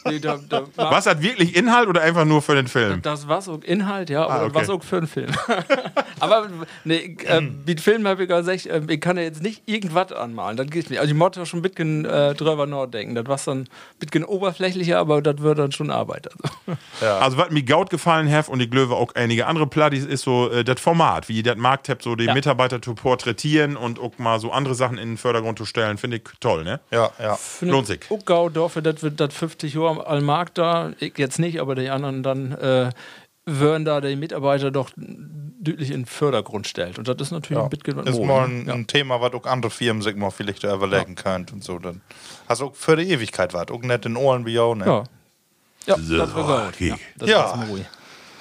S4: nee da, da,
S3: Was hat wirklich Inhalt oder einfach nur für den Film?
S4: Das war so Inhalt, ja,
S3: Ah,
S4: oder
S3: okay.
S4: was auch für einen Film. <laughs> aber nee, äh,
S2: Mm.
S4: mit Film habe ich gesagt, äh, ich kann ja jetzt nicht irgendwas anmalen, das geht nicht. Also ich muss ja schon ein bisschen äh, drüber nachdenken. Das war dann ein bisschen oberflächlicher, aber das wird dann schon Arbeit. Also. <laughs>
S3: Also, was mir gaut gefallen hat und ich glaube auch einige andere Plattis, ist so äh, das Format, wie ihr das Markt habt, so die
S4: Ja.
S3: Mitarbeiter zu porträtieren und auch mal so andere Sachen in den Vordergrund zu stellen, finde ich toll, ne?
S2: ja, ja.
S3: Lohnt sich.
S4: Uckau, dafür, dass wir das 50 Jahre am- am Markt da, ich jetzt nicht, aber die anderen dann, äh, würden da die Mitarbeiter doch deutlich in den Vordergrund stellt. Und das ist natürlich
S2: ja.
S4: ein bisschen ne?
S2: Ist
S4: Moden.
S2: mal ein, ein Thema, was auch andere Firmen sich mal vielleicht überlegen können und so. Dann hast du auch für die Ewigkeit was. Auch nicht in Ohren wie auch, ne?
S4: Ja. Ja, das war gut.
S3: okay.
S4: Ja, das
S2: Ja.
S4: war's, Muri.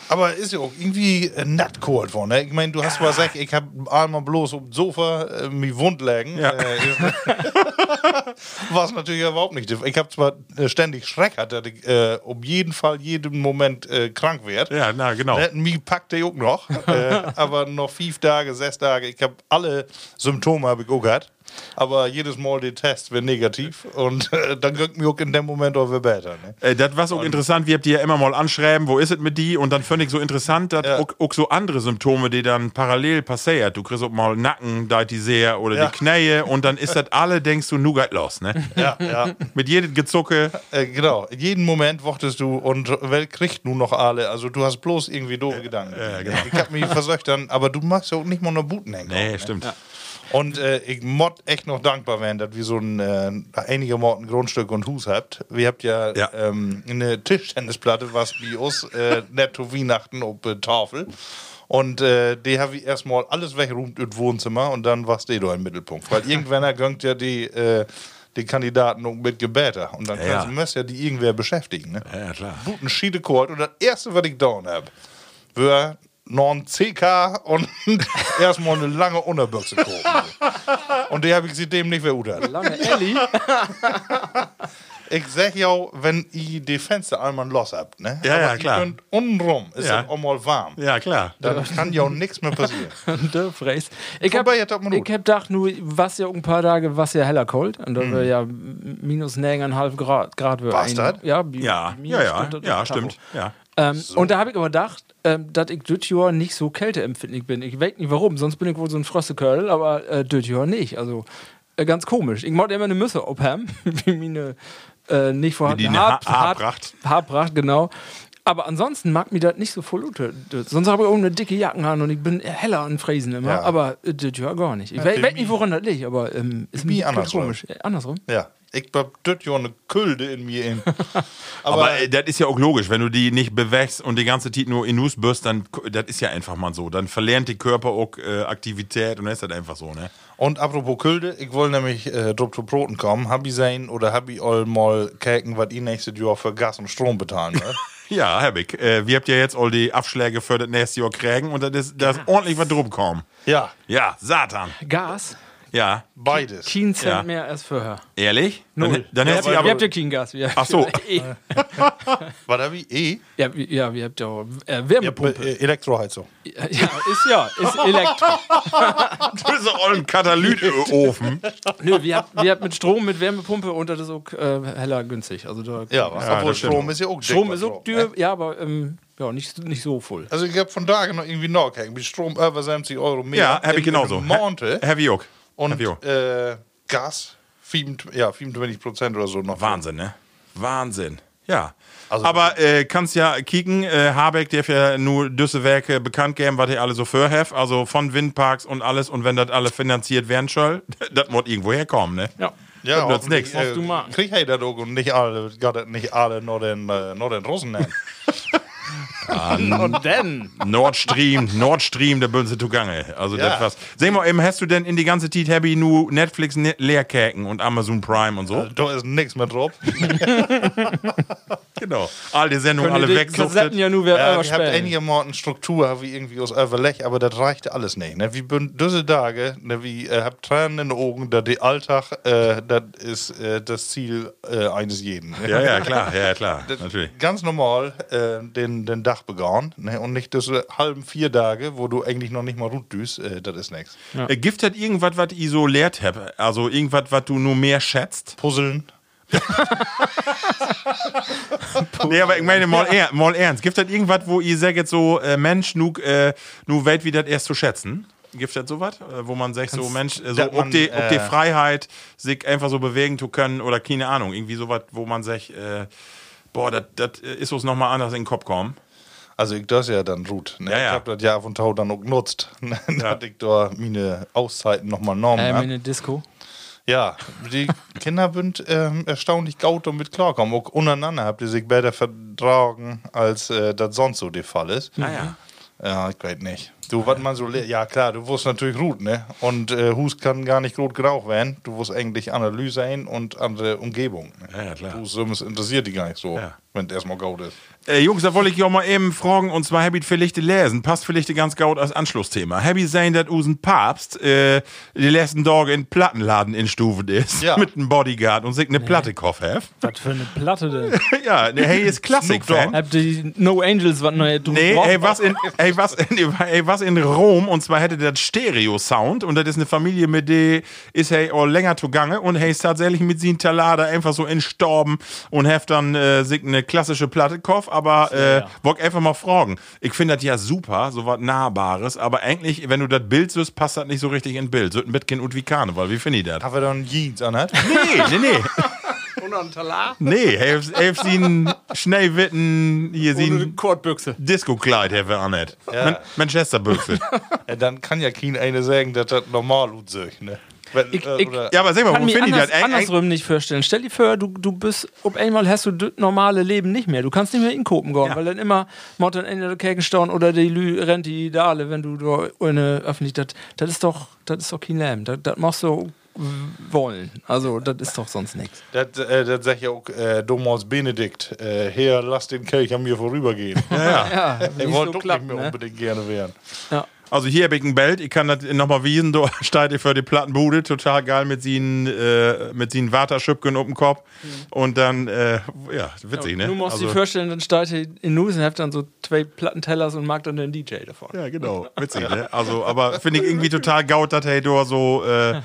S2: Aber ist ja auch irgendwie äh, nett cold worden. Ne? Ich meine, du hast mal gesagt, ich habe einmal bloß auf dem Sofa äh, mich wund legen.
S3: Ja.
S2: Äh, <laughs> Was natürlich überhaupt nicht. Ich habe zwar äh, ständig Schreck, hatte, dass ich äh, um jeden Fall, jeden Moment äh, krank werde.
S3: Ja, na genau.
S2: Ne, Mich packt der
S3: <laughs>
S2: Juck noch. äh, aber noch fünf Tage, sechs Tage. Ich habe alle Symptome habe ich auch gehabt. Aber jedes Mal den Test wäre negativ. Und äh, dann ging mir auch in dem Moment auch wieder besser. Ne?
S3: Äh, das war auch interessant, wir habt die ja immer mal anschreiben, wo ist es mit die? Und dann fand ich so interessant, dass
S2: Ja.
S3: auch, auch so andere Symptome, die dann parallel passiert. Du kriegst auch mal Nacken, da die sehr oder
S2: Ja.
S3: die Knähe und dann ist das alle, denkst du, nu geht los, ne?
S2: Ja, ja.
S3: mit jedem Gezucke.
S2: Äh, genau, jeden Moment wochtest du und Welt kriegt nun noch alle. Also du hast bloß irgendwie doofe Gedanken. Ich hab mich versucht dann, aber du magst ja auch nicht mal nur Buten hängen.
S3: genau. Nee, stimmt.
S2: Und äh, ich mod echt noch dankbar werden, dass wir so ein äh, einige Morten Grundstück und Hus habt. Wir habt ja,
S3: Ja.
S2: Ähm, eine Tischtennisplatte, was wie uns
S3: <laughs>
S2: äh, netto Weihnachten ob äh, Tafel. Und äh, die habe ich erstmal alles weggeräumt im Wohnzimmer und dann warst du da im Mittelpunkt. Weil irgendwann
S3: <laughs>
S2: gönnt ja die, äh, die Kandidaten auch mit Gebäter. Und dann
S3: Ja.
S2: kannst, musst ja die irgendwer beschäftigen. Ne?
S3: Ja, klar.
S2: guten Schiedekord. Und das erste, was ich down habe, wäre non CK und <laughs> erstmal eine lange Unterbüchse gucken.
S3: <laughs>
S2: und die habe ich seitdem nicht mehr unter.
S4: Lange
S2: <laughs>
S4: Elli.
S2: Ich sag ja, wenn ihr die Fenster einmal los habt, ne?
S3: Ja, ja,
S2: ihr
S3: klar.
S2: könnt untenrum, ist
S3: Ja.
S2: das auch mal warm.
S3: Ja, klar.
S2: Dann kann ja auch nichts mehr
S3: <laughs>
S2: passieren.
S4: <laughs> Der Freis. Ne, Ich hab,
S2: Vorbei, jetzt hat man
S4: ich hab
S2: gut.
S4: gedacht, nur was ja auch ein paar Tage, was ja heller kalt. Und dann war ja m- minus 9,5 Grad, Grad wird.
S2: Was das?
S4: ein- Ja, bi-
S3: Ja, ja,
S4: minus
S3: ja,
S4: Grad, das
S3: ja,
S4: ist Karo.
S3: stimmt. Ja.
S4: Ähm, Und da habe ich aber gedacht, ähm, dass ich das Jahr nicht so kälteempfindlich bin. Ich weiß nicht warum, sonst bin ich wohl so ein Fröstekörl, aber äh, das Jahr nicht. Also äh, ganz komisch. Ich mochte immer eine Müsse abhaben, <laughs> wie meine äh, nicht
S3: Wie
S4: vorhandene
S3: die eine
S4: Haar,
S3: Ha- Haarpracht.
S4: Haarpracht, genau. Aber ansonsten mag mir das nicht so voll ut. Sonst habe ich irgendeine dicke Jacken an und ich bin heller an Fräsen immer.
S2: Ja.
S4: Aber äh, das Jahr gar nicht. Ich weiß,
S2: bei
S4: weiß
S2: mir-
S4: nicht, woran das liegt, aber ähm, ist
S2: Bei
S4: ein
S2: mir
S4: bisschen
S2: andersrum.
S4: komisch. Äh, andersrum?
S2: Ja. Ich hab das ja eine Külde in
S3: <laughs>
S2: mir. In.
S3: Aber, äh, das ist ja auch logisch, wenn du die nicht bewegst und die ganze Zeit nur Inus bist, dann k- das ist ja einfach mal so. Dann verlernt die Körper auch äh, Aktivität und dann ist das einfach so, ne?
S2: Und apropos Külde, ich wollte nämlich äh, drauf zu
S3: <laughs>
S2: Broten kommen. Hab ich sein oder hab ich all mal käken, was ihr nächstes Jahr für Gas und Strom bezahlen müsst?
S3: Ja, hab ich. Äh, wir habt ja jetzt all die Abschläge für das nächste Jahr kriegen und das ist, da ist ordentlich was drum kommen.
S2: Ja,
S3: Ja, Satan.
S4: Gas,
S3: Ja,
S2: beudes.
S4: keinen Cent
S3: Ja.
S4: mehr als vorher.
S3: ehrlich?
S4: Null.
S3: Dann, dann
S4: ihr
S3: hättest du
S4: habt, ihr
S3: aber.
S4: habt ja keinen Gas. Wir,
S3: Ach
S4: <laughs>
S3: so.
S4: ja,
S2: War da wie E?
S4: wir- ja, wir habt ja auch, äh,
S2: Ja,
S4: Wärmepumpe.
S2: äh, Elektroheizung.
S4: Ja, ist ja,
S2: <laughs>
S4: ist Elektro.
S3: <laughs> Diese ollen Katalytofen.
S4: Nö, wir habt, wir habt mit Strom, mit Wärmepumpe und das ist auch äh, heller günstig. Also da,
S2: Ja, was?
S3: Ja,
S2: Obwohl
S3: das stimmt.
S2: Strom ist ja auch dick,
S4: Strom
S2: was
S4: ist auch
S2: ne?
S4: dürr, ja, aber ähm, ja, nicht, nicht so voll.
S2: Also ich hab von da noch irgendwie noch mit Strom über 70 Euro mehr.
S3: Ja, hab
S2: im-
S3: ich genauso.
S2: im Monte
S3: Heavy Oak.
S2: und
S3: Heavy Oak.
S2: äh, Gas 27, ja, 27 Prozent oder so noch.
S3: Wahnsinn, ne? Wahnsinn. Ja.
S2: Also-
S3: Aber äh, kannst ja kicken, äh, Habeck darf ja nur Düsseldorf äh, bekannt geben, was ihr alle so für habt, also von Windparks und alles und wenn das alle finanziert werden soll, <laughs> das muss irgendwo herkommen, ne?
S4: Ja.
S2: Ja, äh,
S3: Das nützt nix.
S4: Auf du Marken.
S2: Krieg ich das auch und nicht alle, gar das nicht alle nur den, äh, nur den Russen <laughs> nennen.
S4: Und dann?
S3: Nord Stream, Nord Stream, der Bönse zugange. Also
S2: Ja.
S3: das was. Sag mal, eben, hast du denn in die ganze Zeit Happy nur Netflix ne leerkäken und Amazon Prime und so?
S2: da ist nichts mehr drauf.
S3: Genau. All die Sendungen alle
S4: die Kassetten
S3: wegsuchtet.
S4: ja nur wer
S2: Ja,
S4: äh,
S2: ich habe einigermaßen Struktur, wie irgendwie aus Överlech, aber das reichte alles nicht. Ne? Wie bin diese Tage, ne, wie äh, hab Tränen in den Augen, da der Alltag, äh, das ist äh, das Ziel äh, eines jeden.
S3: Ja, ja, klar, ja,
S2: <laughs>
S3: klar, natürlich.
S2: Ganz normal äh, den, den Dach begauen ne? und nicht diese halben vier Tage, wo du eigentlich noch nicht mal Rut düst, äh, das ist nichts.
S3: Äh, Gift hat irgendwas, was ihr so lehrt habt. Also irgendwas, was du nur mehr schätzt.
S2: Puzzeln. Oh.
S3: Nee, aber ich meine, mal, ehr, mal ernst. Gift hat irgendwas, wo ihr sagt jetzt so, äh, Mensch, nu, äh, nu weit wie das erst zu schätzen. Gibt das sowas, äh, wo man sagt, so Mensch, äh, so,
S2: dat
S3: ob,
S2: man,
S3: die, ob die
S2: äh,
S3: Freiheit, sich einfach so bewegen zu können oder keine Ahnung, irgendwie sowas, wo man sagt, äh, boah, das ist uns nochmal anders in den Kopf kommen.
S2: Also ich das ja dann Rut. Ne?
S3: Ja, ja.
S2: Ich habe das ja von Tau dann auch genutzt. <laughs> Ne?
S3: Ja.
S2: Da hatte ich da meine Auszeiten nochmal genommen.
S4: ähm,
S2: hab.
S4: in der Disco.
S2: Ja, die Kinder sind ähm, erstaunlich gut damit klarkommen. Auch untereinander habt ihr sich besser vertragen, als äh, das sonst so der Fall ist.
S3: Naja.
S2: Ja, ich weiß nicht. Du, was man so le- Ja, klar, du wusst natürlich gut, ne? Und äh, Hus kann gar nicht gut grau werden. Du wusst eigentlich Analyse ein und andere Umgebung. Ne?
S3: Ja, ja, klar.
S2: Du, so, das interessiert die gar nicht so,
S3: Ja.
S2: wenn es erstmal gut ist.
S3: Äh, Jungs, da wollte ich ja auch mal eben fragen, und zwar Happy vielleicht lesen. Passt vielleicht ganz gut als Anschlussthema. Happy sein, dass usen Papst äh, die letzten Tage in Plattenladen in Stufen ist. <laughs>
S2: Ja.
S3: Mit einem Bodyguard und sich eine Platte kauf hef.
S4: Was für eine Platte denn?
S3: <laughs> ja, ne, hey, ist Klassik-Fan.
S4: <laughs> Habt ihr die No Angels was neue Druck
S3: Nee,
S4: drauf?
S3: ey, was in, ey, was in, ey, was in Rom, und zwar hätte das Stereo-Sound, und das ist eine Familie, mit der ist hey auch länger zugange, und hey ist tatsächlich mit sin Talada einfach so entstorben und heft dann äh, sich eine klassische Platte Kopf, aber äh,
S4: ja.
S3: wollt einfach mal fragen. Ich finde das ja super, so was Nahbares, aber eigentlich, wenn du das Bild siehst, passt das nicht so richtig in Bild. So ein Bitkin und wie Karneval, wie finde ich das?
S2: Haben wir dann Jeans
S3: <laughs>
S2: anhat?
S3: Nee, nee, nee. Nee, helf, helf sie einen Schnellwitten, hier sie
S4: Ohne
S3: einen
S4: Kordbüchse.
S3: Disco-Kleid, Herr Vernet. Man Manchester-Büchse.
S2: ja, dann kann ja kein eine sagen, dass das normal gut ist, ne? Wenn,
S4: Ich-
S2: äh,
S4: ich-
S2: oder-
S3: ja, aber sag mal,
S4: Kann
S3: wo
S4: mir
S3: finde ich
S4: anders,
S3: das? Ey, ey,
S4: andersrum nicht vorstellen. Stell dir vor, du, du bist, ob einmal hast du das normale Leben nicht mehr. Du kannst nicht mehr in Kopen gehen, weil dann immer Mountain Angel Kirkenstaun oder die Lü rennt die Dale, wenn du da ohne öffentlich, das das ist doch, das ist doch kein Lärm. Das das machst du wollen. Also, das ist doch sonst nichts.
S2: Das, äh, das sag ich auch äh, Domaus Benedikt. Äh, Herr, lass den Kelch an mir vorübergehen. <laughs>
S3: ja, ja. <laughs>
S4: Ja,
S2: er
S4: nicht
S2: wollte
S4: so
S2: doch
S4: klappen,
S2: nicht mehr
S4: ne?
S2: unbedingt gerne werden.
S3: Also hier habe ich ein Bild, ich kann das nochmal wiesen, <laughs> da steht ihr für die Plattenbude, total geil mit seinen, äh, mit seinen Waterschöpken auf dem Kopf.
S4: Mhm.
S3: Und dann, äh, ja, witzig, ne?
S4: Du musst dir
S3: also,
S4: vorstellen, dann startet in Nusenheft dann so zwei Plattentellers und mag dann den DJ davon.
S3: ja, genau, witzig, ne?
S4: <laughs>
S3: Also, aber finde ich irgendwie total gaut, dass hey, da so, äh,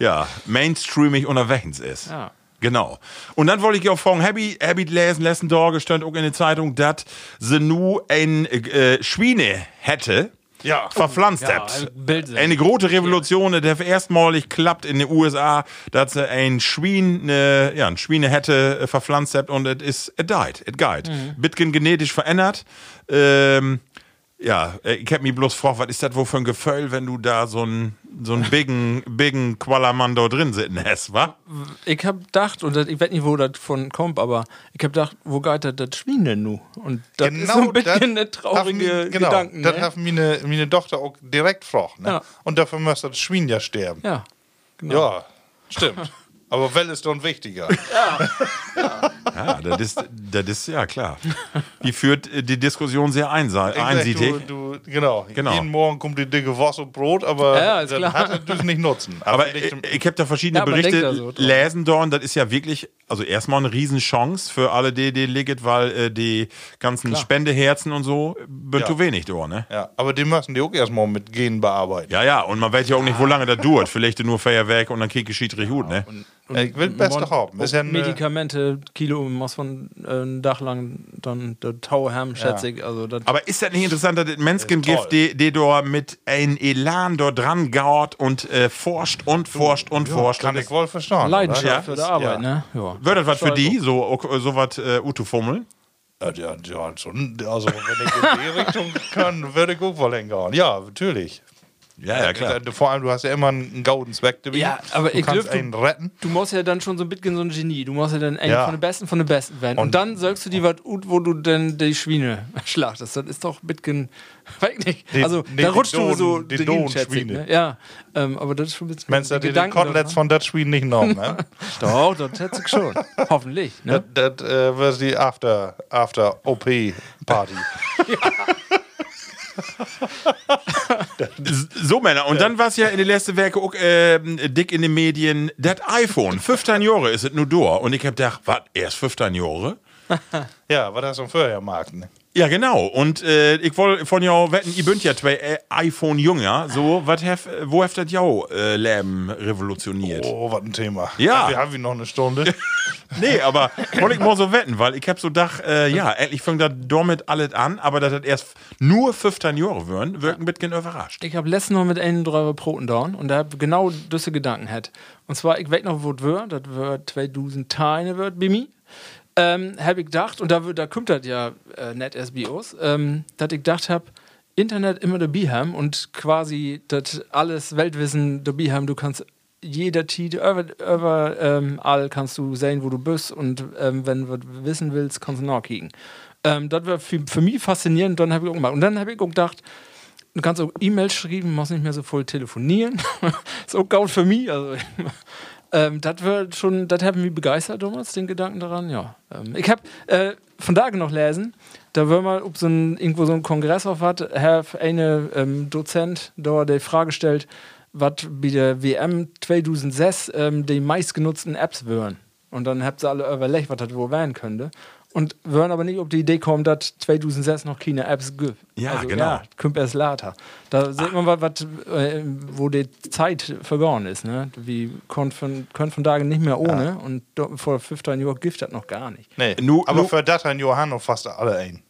S3: ja, mainstreamig unterwegs ist.
S4: Ja.
S3: Genau. Und dann wollte ich auch fragen, Happy, Happy lesen, letzten Tage stand auch in der Zeitung, dass sie nu ein äh, Schweine hätte.
S2: Ja.
S3: verpflanzt
S4: Ja,
S3: habt.
S4: ein Bild.
S3: Eine große Revolution, der erstmalig klappt in den USA, dass sie ein Schwein, äh, ja, ein Schweine hätte äh, verpflanzt habt und es ist, it died, it died.
S4: Mhm.
S3: Bitgen genetisch verändert. Ähm, ja, äh, ich hab mich bloß gefragt, was ist das wohl für ein Gefüll, wenn du da so ein so ein <laughs> biggen, biggen Qualaman da drin sitzen hast, wa?
S4: Ich hab gedacht, und das, ich weiß nicht, wo das von kommt, aber ich hab gedacht, wo geht das, das Schwein denn nu? Und das ist
S2: Genau,
S4: so ein bisschen eine traurige
S2: haben- genau,
S4: Gedanken.
S2: Das
S4: ne?
S2: hat meine, meine Tochter auch direkt gefragt. Ne?
S4: Ja.
S2: Und dafür müsste das Schwein ja sterben.
S4: ja. genau.
S3: <laughs> Ah,
S2: Ja, stimmt. aber Well ist dann wichtiger.
S3: Ja, das ist, das ist ja klar. Die führt äh, die Diskussion sehr einsa-
S2: Ich sag,
S3: einseitig.
S2: Du, du, genau.
S3: Genau.
S2: Jeden Morgen kommt die dicke Wurst und Brot, aber
S4: Ja, ist
S2: das
S4: klar.
S2: hat er natürlich nicht nutzen.
S3: Aber
S2: nicht
S3: ich,
S2: zum-
S3: ich habe da verschiedene
S4: Ja, man denkt
S3: Berichte
S4: da so dran.
S3: lesen dorn. Das ist ja wirklich, also erstmal eine Riesenchance für alle, die, die ligget, weil äh, die ganzen Spendeherzen und so äh, wird
S2: Ja.
S3: zu wenig dort, ne?
S2: ja, aber die müssen die auch erstmal mit Genen bearbeiten.
S3: Ja, ja, und man weiß ja auch nicht, wo lange das dauert. Vielleicht nur Feuerwerk und dann kriegt geschieht richtig gut, ne?
S2: Äh, ich will das Beste
S4: Mon-
S2: haben. Ist ja eine-
S4: Medikamente, Kilo, muss von äh, ein Dach lang dann der Tau haben, schätze ich. Also, das
S3: Aber ist das nicht interessant, dass das Menschengift,
S2: Äh,
S3: die, die dort mit einem Elan dort dran gaut und äh, forscht und forscht und forscht.
S2: kann
S3: und
S2: ich wohl verstehen.
S3: Ja.
S4: Leidenschaft für die Arbeit,
S2: ja.
S4: ne? Ja.
S3: Wird das was für die, so, ok- so was äh, Utu-Fummeln?
S2: oder? Ja, ja, ja, schon. Also, wenn ich in die Richtung
S4: <laughs>
S2: kann, würde ich auch wohl hingehen. Ja, natürlich.
S3: Ja, ja, klar.
S2: Äh, Vor allem, du hast ja immer einen gauden Zweck. dabei.
S4: Ja, aber
S2: du
S4: ich
S2: kannst
S4: glaub, du-
S2: einen retten.
S4: Du musst ja dann schon so ein bisschen so ein Genie. Du musst ja dann einen
S2: Ja.
S4: von den Besten von den Besten werden. Und,
S2: Und- Oh.
S4: dann sagst du dir was gut, wo du denn die Schweine schlachtest. Das ist doch ein bisschen, <laughs> weiß nicht.
S2: Die-
S4: also
S2: nee,
S4: da
S2: die
S4: rutscht du
S2: Dohnen-
S4: so
S2: die
S4: drin,
S2: Dohnen
S4: schätze ich,
S2: Schweine.
S4: Ne? Ja, ähm, aber das ist schon ein bisschen...
S2: Wenn du dir den Koteletts
S4: davon-
S2: von das Schwein nicht genommen
S4: <laughs>
S2: ne?
S4: Doch, das schätze ich schon. <laughs> Hoffentlich.
S2: Das,
S4: Ne?
S2: das äh, wird die After, After OP Party.
S3: S- So, Männer, und dann war es ja in den letzten Werken auch ähm, dick in den Medien, das iPhone, 15 Jahre ist es nur da. Und ich habe gedacht, was, erst 15 Jahre?
S2: ja, was hast du denn vorher gemacht? Ne?
S3: Ja, genau. Und äh, ich wollte von jou wetten, ihr bünd ja zwei äh, iPhone-Jünger. So, wat hef, wo heft das jou äh, Leben revolutioniert?
S2: Oh, was ein Thema.
S3: Ja.
S2: Wir haben wir noch
S3: <laughs>
S2: eine Stunde.
S3: Nee, aber wollte ich mal so wetten, weil ich hab so gedacht, äh, ja, endlich fängt das damit alles an, aber dass das erst nur 15 Jahre würden, wirken ein bisschen überrascht.
S4: Ich habe letztens noch mit einem drüber Broten down und da habe genau diese Gedanken hat. Und zwar, ich weiß noch, wo es wird, das wird 2000 Tage wird bei mir. Ähm, habe ich gedacht, und da, wird- da kommt das ja äh, net SBOs, ähm, dass ich gedacht habe, Internet immer dabei haben und quasi das alles Weltwissen dabei haben, du kannst jeder Titel, überall ähm, all kannst du sehen, wo du bist und ähm, wenn du was wissen willst, kannst du nachkicken. Ähm, das war für, für mich faszinierend, dann habe ich auch gemacht. Und dann habe ich auch gedacht, Du kannst auch E-Mails schreiben, musst nicht mehr so voll telefonieren. <laughs> ist auch gut für mich. Also, <laughs> ähm, das wird schon, das hat mich begeistert damals, den Gedanken daran, ja. Ähm, ich habe äh, von da noch lesen, da war mal, ob so ein, irgendwo so ein Kongress auf hat, Herr eine ähm, Dozent da die Frage stellt, was bei der WM 2006 ähm, die meistgenutzten Apps wären. Und dann habt ihr alle überlegt, was das wohl werden könnte. Und würden aber nicht auf die Idee kommen, dass 2006 noch keine Apps gibt. Also,
S3: Ja, genau.
S4: Kommt erst later. Da sieht man, was, was, äh, wo die Zeit verloren ist. Ne? Wir können von, können von Tagen nicht mehr ohne und do, vor 15 Jahren gift das noch gar nicht.
S2: Nee.
S3: Nu-
S2: Aber
S3: nu-
S2: für das haben Johann fast alle ein.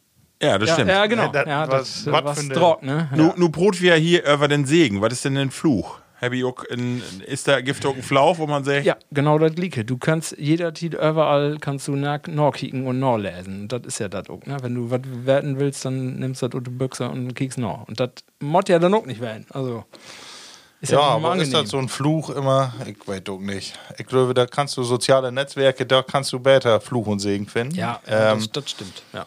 S3: Ja, das
S4: Ja,
S3: stimmt.
S4: ja,
S2: Ja,
S4: genau.
S2: das
S4: Ja,
S2: was-
S4: das war
S2: was
S4: was
S2: für eine-
S4: Drock, ne?
S3: Nu, nu brot wir hier über den Segen. Was ist denn ein Fluch? Happy Oak, in, ist da Gift auch ein Flauch, wo man sagt,
S4: Ja, genau das Gleiche. Du kannst jeder Titel überall kannst du nach nach kicken und nach lesen. Das ist ja das auch. Ne? Wenn du was werten willst, dann nimmst du das unter Büchse und kickst nach. Und das mott ja dann auch nicht werden. Also ist
S2: Ja,
S4: auch
S2: aber
S4: immer
S2: ist das so ein Fluch immer? Ich weiß doch nicht. Ich glaube, da kannst du soziale Netzwerke, da kannst du besser Fluch und Segen finden.
S4: Ja,
S2: ähm,
S4: das, das stimmt. Ja.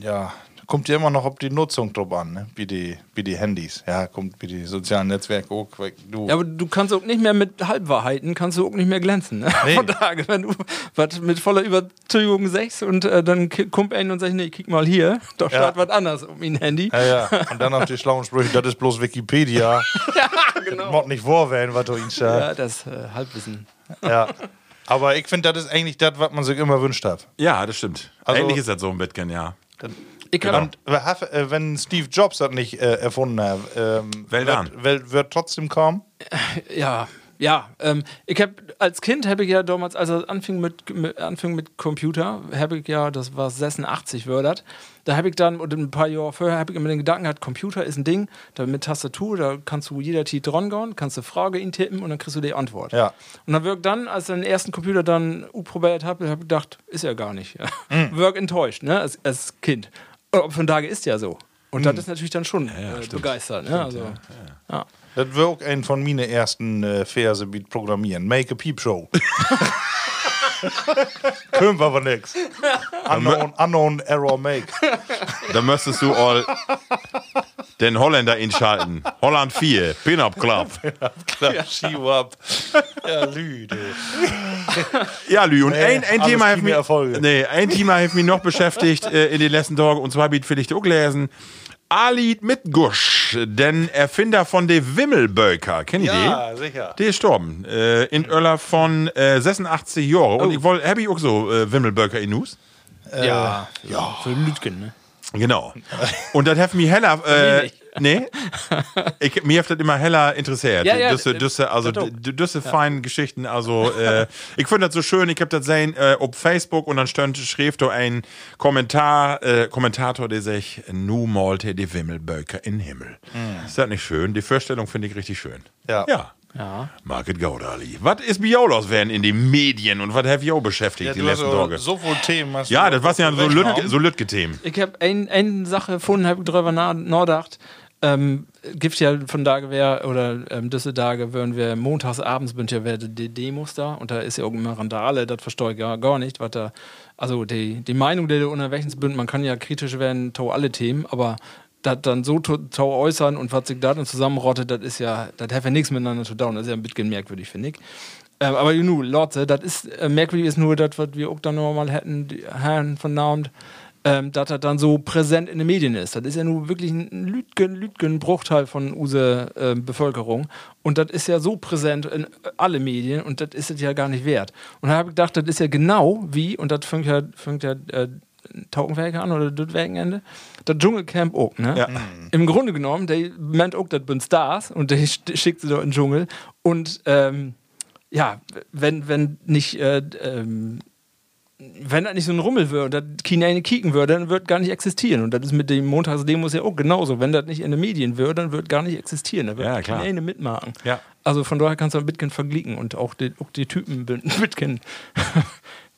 S2: ja. Kommt ja immer noch auf die Nutzung drauf an, ne? wie, die, wie die Handys. Ja, kommt wie die sozialen Netzwerke auch. weil Du,
S4: Ja, aber du kannst auch nicht mehr mit Halbwahrheiten, kannst du auch nicht mehr glänzen. Ne?
S2: Nee.
S4: <laughs> Von daher, wenn du was mit voller Überzeugung sagst und äh, dann ki- kommt ein und sagt, nee, kick mal hier, <laughs> doch
S2: Ja.
S4: statt was anderes um ihn Handy.
S2: ja, ja. Und dann auf die schlauen Sprüche, das ist bloß
S4: <laughs>
S2: Wikipedia.
S4: genau.
S2: Das Mod nicht vorwählen, was du ihn sagst.
S4: Ja, das äh, Halbwissen.
S2: Ja. Aber ich finde, das ist eigentlich das, was man sich immer wünscht hat.
S3: ja, das stimmt.
S2: Also-
S3: Eigentlich ist das so ein bisschen, ja.
S4: Ich kann
S2: Und wer hat- äh, wenn Steve Jobs das nicht äh, erfunden hat, ähm,
S3: Well done.
S2: wird, wird, wird trotzdem kommen.
S4: Ja, ja. Ähm, ich habe als Kind habe ich ja damals, als es anfing mit, mit anfing mit Computer, habe ich ja, das war 86 Wördert, da habe ich dann und ein paar Jahre vorher habe ich immer den Gedanken gehabt, Computer ist ein Ding, da mit Tastatur, da kannst du jeder Titel dran gehen, kannst du Frage ihn tippen und dann kriegst du die Antwort.
S2: Ja.
S4: Und dann wirkt dann, als ich den ersten Computer dann probiert habe, habe ich gedacht, ist ja gar nicht. Wirk enttäuscht, ne, als, als Kind. Und von daher ist ja so. Und das ist natürlich dann schon äh, begeistert. Ne? Also, ja.
S2: Das war auch ein von meinen ersten äh, Verse mit Programmieren. Make a Peep Show. <laughs> Können wir aber nix. <laughs> Unknown, unknown Error Make.
S4: <laughs>
S3: Da müsstest du all. den Holländer inschalten. Holland 4, Pin-Up Club.
S2: Klar, Skiwab. Ja, Lüde.
S3: Ja, Lü, und ein, ein
S2: Äh, alles
S3: Thema hat
S2: Team
S3: mich,
S2: Erfolge.
S3: nee, ein Thema hat mich noch
S2: <laughs>
S3: beschäftigt äh, in den letzten Tagen, und zwar bietet vielleicht auch lesen. Alid Mitgusch, den Erfinder von der Wimmelböker, kennen
S2: Ja,
S3: die?
S2: Ah, sicher.
S3: Der ist gestorben, äh, in Öller von äh, 86 Jahren.
S2: Oh.
S3: Und ich wollte, hab ich auch so äh, Wimmelböker in News?
S4: ja. Äh, ja. Für Lütgen, ne?
S2: <laughs>
S3: Genau. Und das hat mich heller. Äh, nee? Ich, mir hat das immer heller interessiert.
S4: Ja, ja,
S3: Düsse,
S4: d-
S3: Düsse, also
S4: das auch.
S3: d- Düsse feinen Geschichten. Also, äh, ich finde das so schön. Ich habe das sehen äh, auf Facebook und dann stand, schrieb da ein Kommentar, äh, Kommentator, der sich, nu malte die Wimmelböker in Himmel. Ist das nicht schön? Die Vorstellung finde ich richtig schön.
S2: Mhm. Ja.
S3: Ja.
S4: Ja.
S3: Market Gaudali. Was ist Biolos werden in den Medien und was have you beschäftigt
S2: Ja,
S3: die
S2: du hast
S3: letzten
S2: so,
S3: Tage?
S2: so wohl Themen. hast
S3: ja,
S2: du-
S3: das war ja so Lütke- so Lütke-Themen.
S4: Ich habe eine ein Sache gefunden, habe drüber na- nachgedacht. Ähm, gibt ja von da wär, oder ähm, diese Tage, wenn wir montags abends sind, ja werden die Demos da und da ist ja irgendeine Randale, das verstehe ich gar, gar nicht, was da, also die, die Meinung, die da unterwegs sind, man kann ja kritisch werden, tau alle Themen, aber das dann so to- tau äußern und was sich da dann zusammenrottet, das ist ja, das hat ja nichts miteinander zu tun, das ist ja ein bisschen merkwürdig, finde ich. Ähm, aber you know, Lotze, das ist, äh, merkwürdig ist nur das, was wir auch dann nochmal hätten, die Herren von Namen, ähm, dass das dann so präsent in den Medien ist. Das ist ja nun wirklich ein Lütgen, Lütgen Bruchteil von unsere äh, Bevölkerung. Und das ist ja so präsent in alle Medien und das ist es ja gar nicht wert. Und da habe ich gedacht, das ist ja genau wie, und das fängt ja, fängt ja äh, Taukenwerke an oder das Werkenende, das Dschungelcamp auch, ne?
S3: Ja.
S4: Im Grunde genommen, der meint auch, das sind Stars und der <laughs> sch- schickt sie dort in den Dschungel. Und ähm, ja, wenn, wenn nicht äh, ähm, wenn das nicht so ein Rummel wäre und das China eine kicken würde, dann wird gar nicht existieren. Und das ist mit den Montagsdemos ja auch genauso. Wenn das nicht in den Medien wäre, dann wird gar nicht existieren. Da wird
S3: Ja,
S4: ja,
S3: klar.
S4: eine mitmachen.
S3: Ja.
S4: Also von daher kannst du ein bisschen verglicken und auch die, auch die Typen bin- <laughs> mitkennen.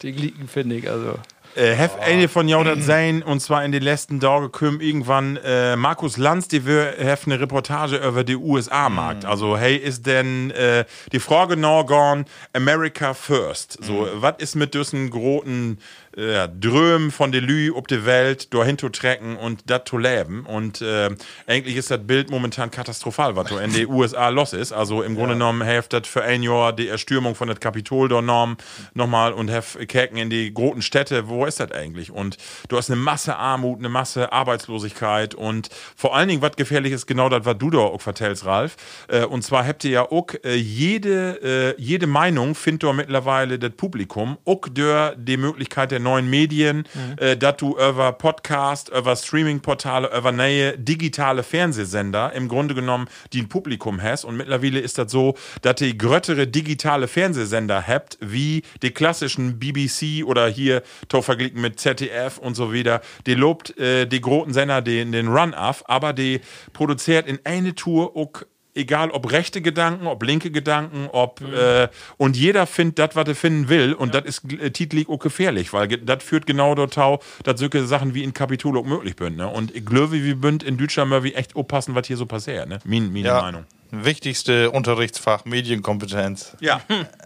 S4: die glicken, finde ich. Also.
S3: Äh, Hef eine von Jaudert sein, und zwar in den letzten Tagen kümm irgendwann äh, Markus Lanz, die wir hef eine Reportage über die USA-Markt. Also, hey, ist denn äh, die Frage Norgon America first? So, was ist mit diesen großen äh, Drömen von der Lü ob die Welt dahin zu trecken und dat zu leben? Und äh, eigentlich ist das Bild momentan katastrophal, was so in den USA los ist. Also, im Grunde genommen heft das für ein Jahr die Erstürmung von das Kapitol dort genommen, nochmal und hef Kerken in die großen Städte, wo ist das eigentlich? Und du hast eine Masse Armut, eine Masse Arbeitslosigkeit und vor allen Dingen, was gefährlich ist, genau das, was du da auch vertellst, Ralf. Äh, und zwar habt ihr ja auch äh, jede, äh, jede Meinung, findet ihr mittlerweile das Publikum, auch durch die Möglichkeit der neuen Medien, äh, dass du über Podcast, über Streaming-Portale, über neue digitale Fernsehsender im Grunde genommen, die ein Publikum hast. Und mittlerweile ist das so, dass ihr gröttere digitale Fernsehsender habt, wie die klassischen BBC oder hier to verglichen mit ZDF und so wieder. Die lobt äh, die großen Sender den, den Run auf, aber die produziert in eine Tour auch egal ob rechte Gedanken, ob linke Gedanken, ob äh, und jeder findet das, was er finden will und das ist äh, titelig auch gefährlich, weil das führt genau dort tau, dass solche Sachen wie in Kapitol auch möglich sind. Ne? Und ich glaube, wir bünd in Deutschland mal wie echt aufpassen, was hier so passiert. Ne? Min, meine
S2: Ja.
S3: Meinung.
S2: Wichtigste Unterrichtsfach, Medienkompetenz.
S3: Ja.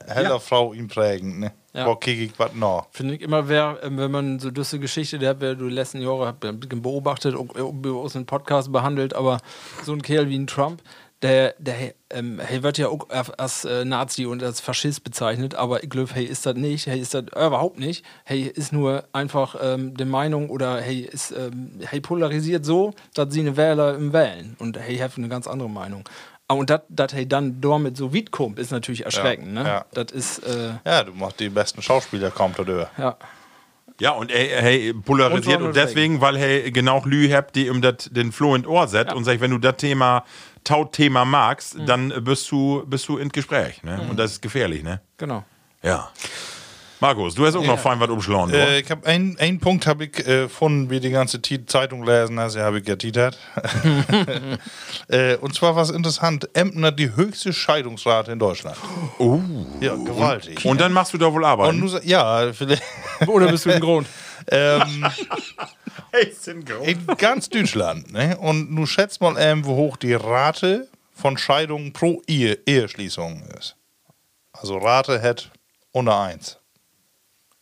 S2: Heller Frau ihn prägend, ne?
S4: Ja.
S2: Boah, kick ich was nach.
S4: Finde ich immer, wer, ähm, wenn man so düsse Geschichte, der hat wer du die letzten Jahre hab ein bisschen beobachtet, auch äh, aus dem Podcast behandelt, aber so ein Kerl wie ein Trump, der, der ähm, hey, wird ja auch af- als äh, Nazi und als Faschist bezeichnet, aber ich glaube, hey, ist das nicht, hey, ist das überhaupt nicht, hey, ist nur einfach ähm, der Meinung oder hey, ist, ähm, hey, polarisiert so, dass sie eine Wähler im Wählen und hey, ich habe eine ganz andere Meinung. Ah, Und dass hey dann damit so weit kommt, ist natürlich erschreckend, ne?
S2: ja.
S4: Das ist, äh,
S2: Ja, du machst die besten Schauspieler, kommt oder?
S4: ja.
S3: Ja, und hey, hey polarisiert
S4: Und
S3: und,
S4: Ronald
S3: deswegen, weil hey genau Lü habt, die ihm dat, den Floh in Ohr set und sagt, wenn du das Thema, Tautthema magst, dann äh, bist du, bist du ins Gespräch. Ne? Und das ist gefährlich, ne?
S4: Genau.
S3: Ja. Markus, du hast auch noch fein was umschlauen. oder?
S2: Äh, ich habe einen Punkt habe ich äh, gefunden, wie die ganze Ti- Zeitung lesen hast, ja, habe ich
S3: <laughs>
S2: ja titert. äh, und zwar was interessant, Emden hat die höchste Scheidungsrate in Deutschland.
S3: Oh.
S2: Ja, gewaltig.
S3: Und dann machst du da wohl
S2: Und
S3: Arbeit.
S2: nun sa- ja, vielleicht
S4: <laughs> Oder bist du im Grund?
S2: ähm, in ganz Deutschland. Ne? Und nun schätzt mal, ähm, wie hoch die Rate von Scheidungen pro Ehe Eheschließung ist. Also Rate hat unter 1.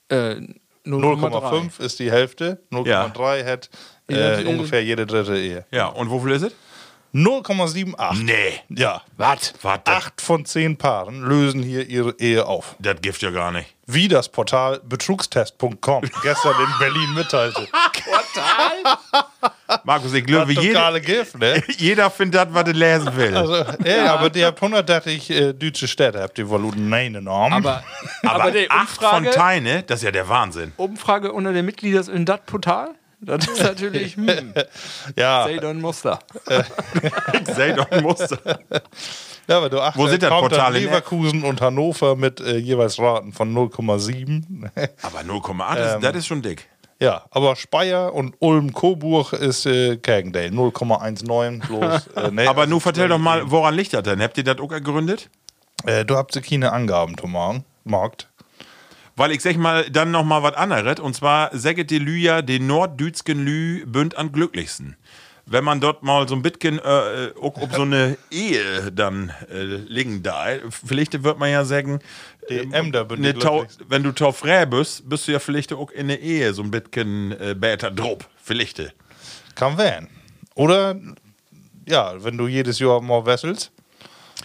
S4: Äh, 0,5.
S2: 0,5 ist die Hälfte, 0,3 hat
S4: Ja,
S2: äh,
S4: die-
S2: ungefähr jede dritte Ehe.
S3: Ja, und wofür ist es?
S2: 0,78.
S3: Nee.
S2: Ja.
S3: Was? Was? Das,
S2: Acht von zehn Paaren lösen hier ihre Ehe auf.
S3: das gibt ja gar nicht.
S2: Wie das Portal
S3: <laughs>
S2: betrugstest.com gestern in Berlin mitteilte.
S3: Markus, ich glaube,
S2: Das
S3: jeder,
S2: totale
S3: <laughs>
S2: Gift, ne?
S3: jeder findet das, was er lesen will.
S2: Also, ey, aber die habt 130 äh, deutsche Städte, habt ihr wohl nein enorm. <laughs>
S4: Aber,
S3: aber
S4: aber die
S3: acht von
S4: Umfrage,
S3: Teine, das ist ja der Wahnsinn.
S4: Umfrage unter den Mitgliedern in dat Portal, das ist
S2: <laughs>
S4: natürlich hm,
S2: ja,
S4: Seid ein Muster.
S3: Seldon musste.
S2: ja, aber du achtest,
S3: Wo sind ne? das
S2: kommt
S3: Portal
S2: dann
S3: in-
S2: Leverkusen und Hannover mit äh, jeweils Raten von 0,7.
S3: Aber 0,8,
S2: Ähm,
S3: das- das ist schon dick.
S2: <laughs> ja, aber Speyer und Ulm-Coburg ist äh, Kergendale, 0,19 bloß.
S3: <laughs>
S2: Äh, nee,
S3: Aber
S2: also
S3: nun vertell
S2: zwei-
S3: doch mal, woran liegt das denn? Habt ihr das auch ergründet?
S2: Äh, du habt keine Angaben, Thomas. Markt.
S3: Weil ich sag mal, dann noch mal was anderes. Und zwar säget die Lü ja den Norddütschen Lü bünd an glücklichsten. Wenn man dort mal so ein bisschen äh, äh, auch ob so
S2: <laughs>
S3: eine Ehe dann äh, liegen da, vielleicht wird man ja sagen,
S2: Die Ämter bünd die
S3: ne Tau-
S2: glücklichsten.
S3: wenn du taufrä bist, bist du ja vielleicht auch in der Ehe so ein bisschen äh, besser drupp, vielleicht.
S2: Kann werden. Oder, ja, wenn du jedes Jahr mal wesselst,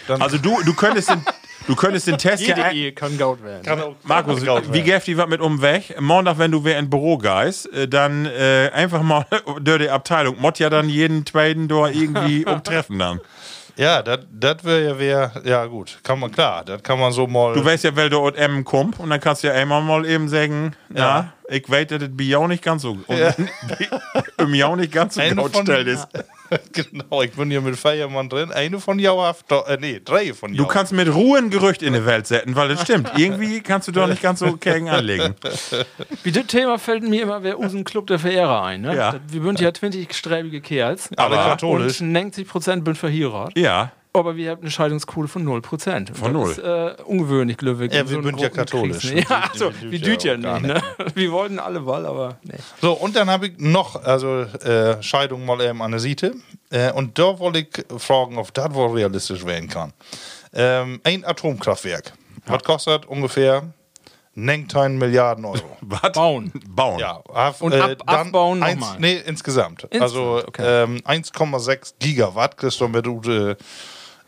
S2: dann
S3: Also du, du könntest den, du könntest den Test ja
S2: äh,
S4: Jede Ehe kann gaut werden.
S2: kann auch-
S3: Markus,
S2: kann auch
S3: wie gäf die was mit um weg? Montag, wenn du wer in Büro geist, äh, dann äh, einfach mal <laughs> durch die Abteilung. Mott ja dann jeden zweiten Door
S2: <laughs>
S3: irgendwie umtreffen dann.
S2: Ja, das wäre ja wär, ja gut, kann man klar, das kann man so mal.
S3: Du weißt ja, wer dort M kommt und dann kannst du ja einmal mal eben sagen, na, ich weiß, dass das Bier auch nicht ganz so und <laughs> im Jahr nicht ganz so
S2: Eine
S3: gut
S2: von-
S3: stellt ist.
S2: <laughs> genau, ich bin hier mit Feiermann drin. Eine von Jauhaft, äh, nee, drei von
S3: Du
S2: Jau.
S3: kannst mit Ruhe ein Gerücht in die Welt setzen, weil das
S2: <laughs>
S3: stimmt. Irgendwie kannst du doch nicht ganz so gegen anlegen.
S4: Wie das Thema fällt mir immer wer Usen Club der Verehrer ein. Ne?
S3: Ja.
S4: Das- Wir sind ja 20 sträbige Kerls.
S2: Alle
S3: aber-
S4: Und
S2: katholisch.
S4: 90% bin verheiratet.
S3: Ja.
S4: Aber wir haben eine Scheidungsquote von 0%.
S3: Von
S4: Das ist äh, ungewöhnlich, Glöwig.
S2: Ja, wir sind ja katholisch.
S4: <laughs> Ja, also,
S2: Wir
S4: wir
S2: sind ja
S4: düt ja
S2: auch gar
S4: nicht. Ne? Wir wollten alle Wahl, aber nee.
S2: So, und dann habe ich noch, also äh, Scheidung mal eben an der Seite. Äh, und da wollte ich fragen, ob das wohl realistisch werden kann. Ähm, ein Atomkraftwerk. Was kostet ungefähr 19 Milliarden Euro?
S3: Was?
S4: Bauen.
S3: Bauen.
S2: Ja, af, äh,
S4: Und ab-
S2: dann
S4: abbauen
S2: eins,
S4: nochmal.
S2: Nee, insgesamt.
S4: Insgesamt,
S2: also
S4: okay.
S2: ähm, 1,6 Gigawatt kriegst du mit Ute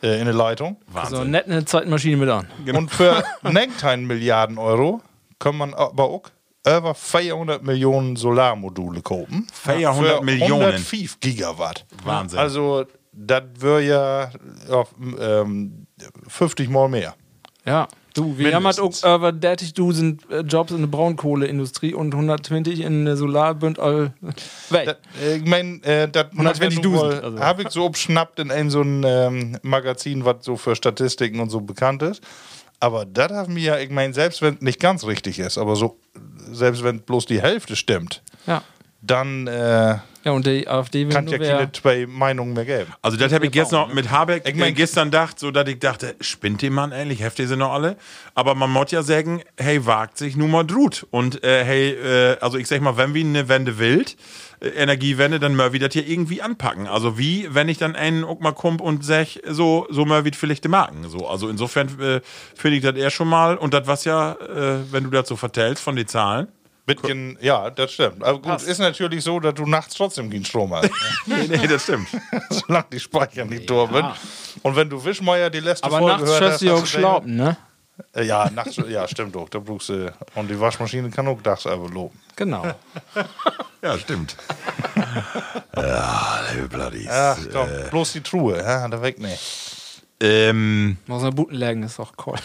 S2: äh, in der Leitung.
S3: Wahnsinn.
S4: So nett eine Zeitmaschine mit an.
S3: Genau. <laughs>
S2: Und für 19 Milliarden Euro kann man aber auch über 400 Millionen Solarmodule kaufen.
S3: 400
S2: für
S3: Millionen.
S2: 105 Gigawatt.
S3: Wahnsinn.
S2: Also, das wäre ja auf, ähm, 50 Mal mehr.
S4: Ja. Du, wir haben halt auch
S2: Mindestens.
S4: über 30.000 äh, Jobs in der Braunkohleindustrie und 120 in der Solarbünd all weg.
S2: Dat, äh, ich meine, äh, das
S4: 120.000, also.
S2: habe ich so abschnappt in ein so ein ähm, Magazin, was so für Statistiken und so bekannt ist. Aber das haben wir ja, ich meine, selbst wenn nicht ganz richtig ist, aber so, selbst wenn bloß die Hälfte stimmt,
S4: Ja.
S2: dann äh,
S4: ja, und die AfD will
S2: kann ja
S4: nur
S2: keine
S4: wer,
S2: zwei Meinungen mehr geben.
S3: Also das habe ich jetzt noch mit Habeck
S2: ne? Ich mein-
S3: äh, gestern gedacht, so dass ich dachte, spinnt der Mann eigentlich, heftig sind noch alle. Aber man muss ja sagen, hey, wagt sich nun mal drut. Und äh, hey, äh, also ich sag mal, wenn wir eine Wende wild, äh, Energiewende, dann Murphy das hier irgendwie anpacken. Also wie, wenn ich dann einen auch mal kommt und sag, so, so Murphy vielleicht die Marken. So. Also insofern äh, finde ich das eher schon mal. Und das was ja, äh, wenn du das so vertellst von den Zahlen. <laughs>
S2: Bisschen, ja, das stimmt. Aber gut, ist natürlich so, dass du nachts trotzdem keinen Strom hast. ne?
S3: Nee, nee, das stimmt.
S2: <laughs> Solange die Speicher nicht durch sind. Und wenn du Wischmeier die letzte
S4: Aber
S2: Folge
S4: nachts
S2: gehört
S4: schöpfst
S2: hast,
S4: du
S2: hast
S4: auch
S2: du gedacht,
S4: Schlauben, ne?
S2: Äh, Ja, nachts, ja, stimmt doch. Da brauchst du. Und die Waschmaschine kann auch nachts aber loben.
S4: Genau.
S3: Ja, stimmt. <laughs> ja, liebe Bloodies.
S2: Ach komm, bloß die Truhe, ja, da weg nicht.
S3: Ähm,
S4: Aus einer Butenlagen ist auch cool.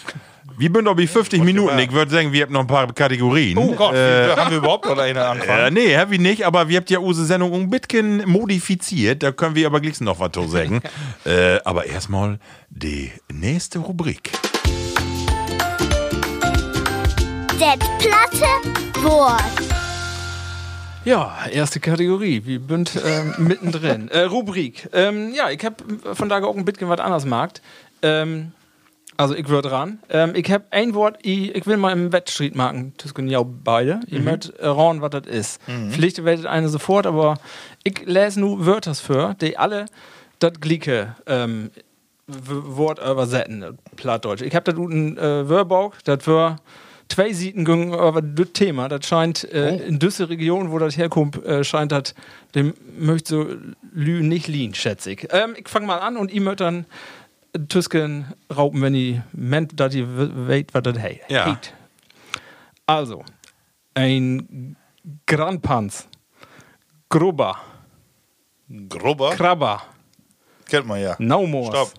S3: Wir sind doch bei 50 Minuten. Ich würde sagen, wir haben noch ein paar Kategorien.
S2: Oh Gott, wie- haben wir überhaupt noch eine
S3: Äh,
S2: anfangen?
S3: nee, hab ich nicht, aber wir habt ja unsere Sendung ein bisschen modifiziert. Da können wir aber gleich noch was zu <laughs> sagen. äh, aber erstmal die nächste Rubrik.
S6: Das platte Wort.
S4: Ja, erste Kategorie. Wir sind ähm, <laughs> mittendrin. Äh, Rubrik. Ähm, ja, ich habe von daher auch ein bisschen was anderes markt. Ähm, also ich würde ran. Ähm, ich habe ein Wort, ich, ich will mal im Wettstreit marken, Tüsken ja beide. Ihr mögt äh, rauen, was das ist. Pflicht werdet eine sofort, aber ich lese nur Wörter für, die alle das gleiche ähm, äh, W- Wort übersetzen, plattdeutsch. Ich habe da unten äh, Wörbauk, äh, das war Tweisieten gingen aber das Thema. Das scheint äh, in düsse Region, wo das herkommt, äh, scheint das dem möchte so Lü nicht liehen, schätze ich. Ähm, ich fange mal an und ihm wird dann Tüsken rauben, wenn die meint, dass die weit, was das hey,
S3: Ja.
S4: hate. Also, ein Grandpanz, Grubber,
S2: Grubber.
S4: Krabber,
S2: Kennt man ja.
S4: Naumors.
S2: Stopp.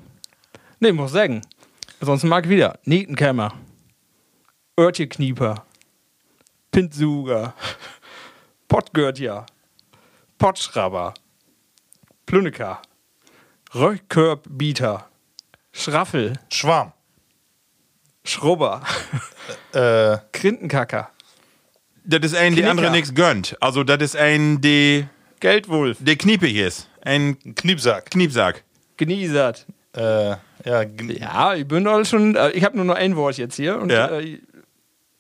S4: Nee, muss sagen. Sonst mag ich wieder. Nietenkämmer. Örtcheknieper. Pintsuger. Pottgörtjer. Pottschrabber. Plünneker. Röchkörbbieter. Schraffel.
S2: Schwarm.
S4: Schrubber.
S2: Äh,
S4: Krintenkacker.
S3: Das ist ein, der
S4: Knicker.
S3: andere nichts gönnt. Also, das ist ein, der
S4: Geldwulf.
S3: der kniepig ist. Ein
S2: ein Kniepsack.
S3: Kniepsack.
S4: Geniesert.
S2: Äh, ja, g-
S4: Ja, ich bin doch schon. äh, Ich habe nur noch ein Wort jetzt hier. Und,
S3: Ja.
S4: äh,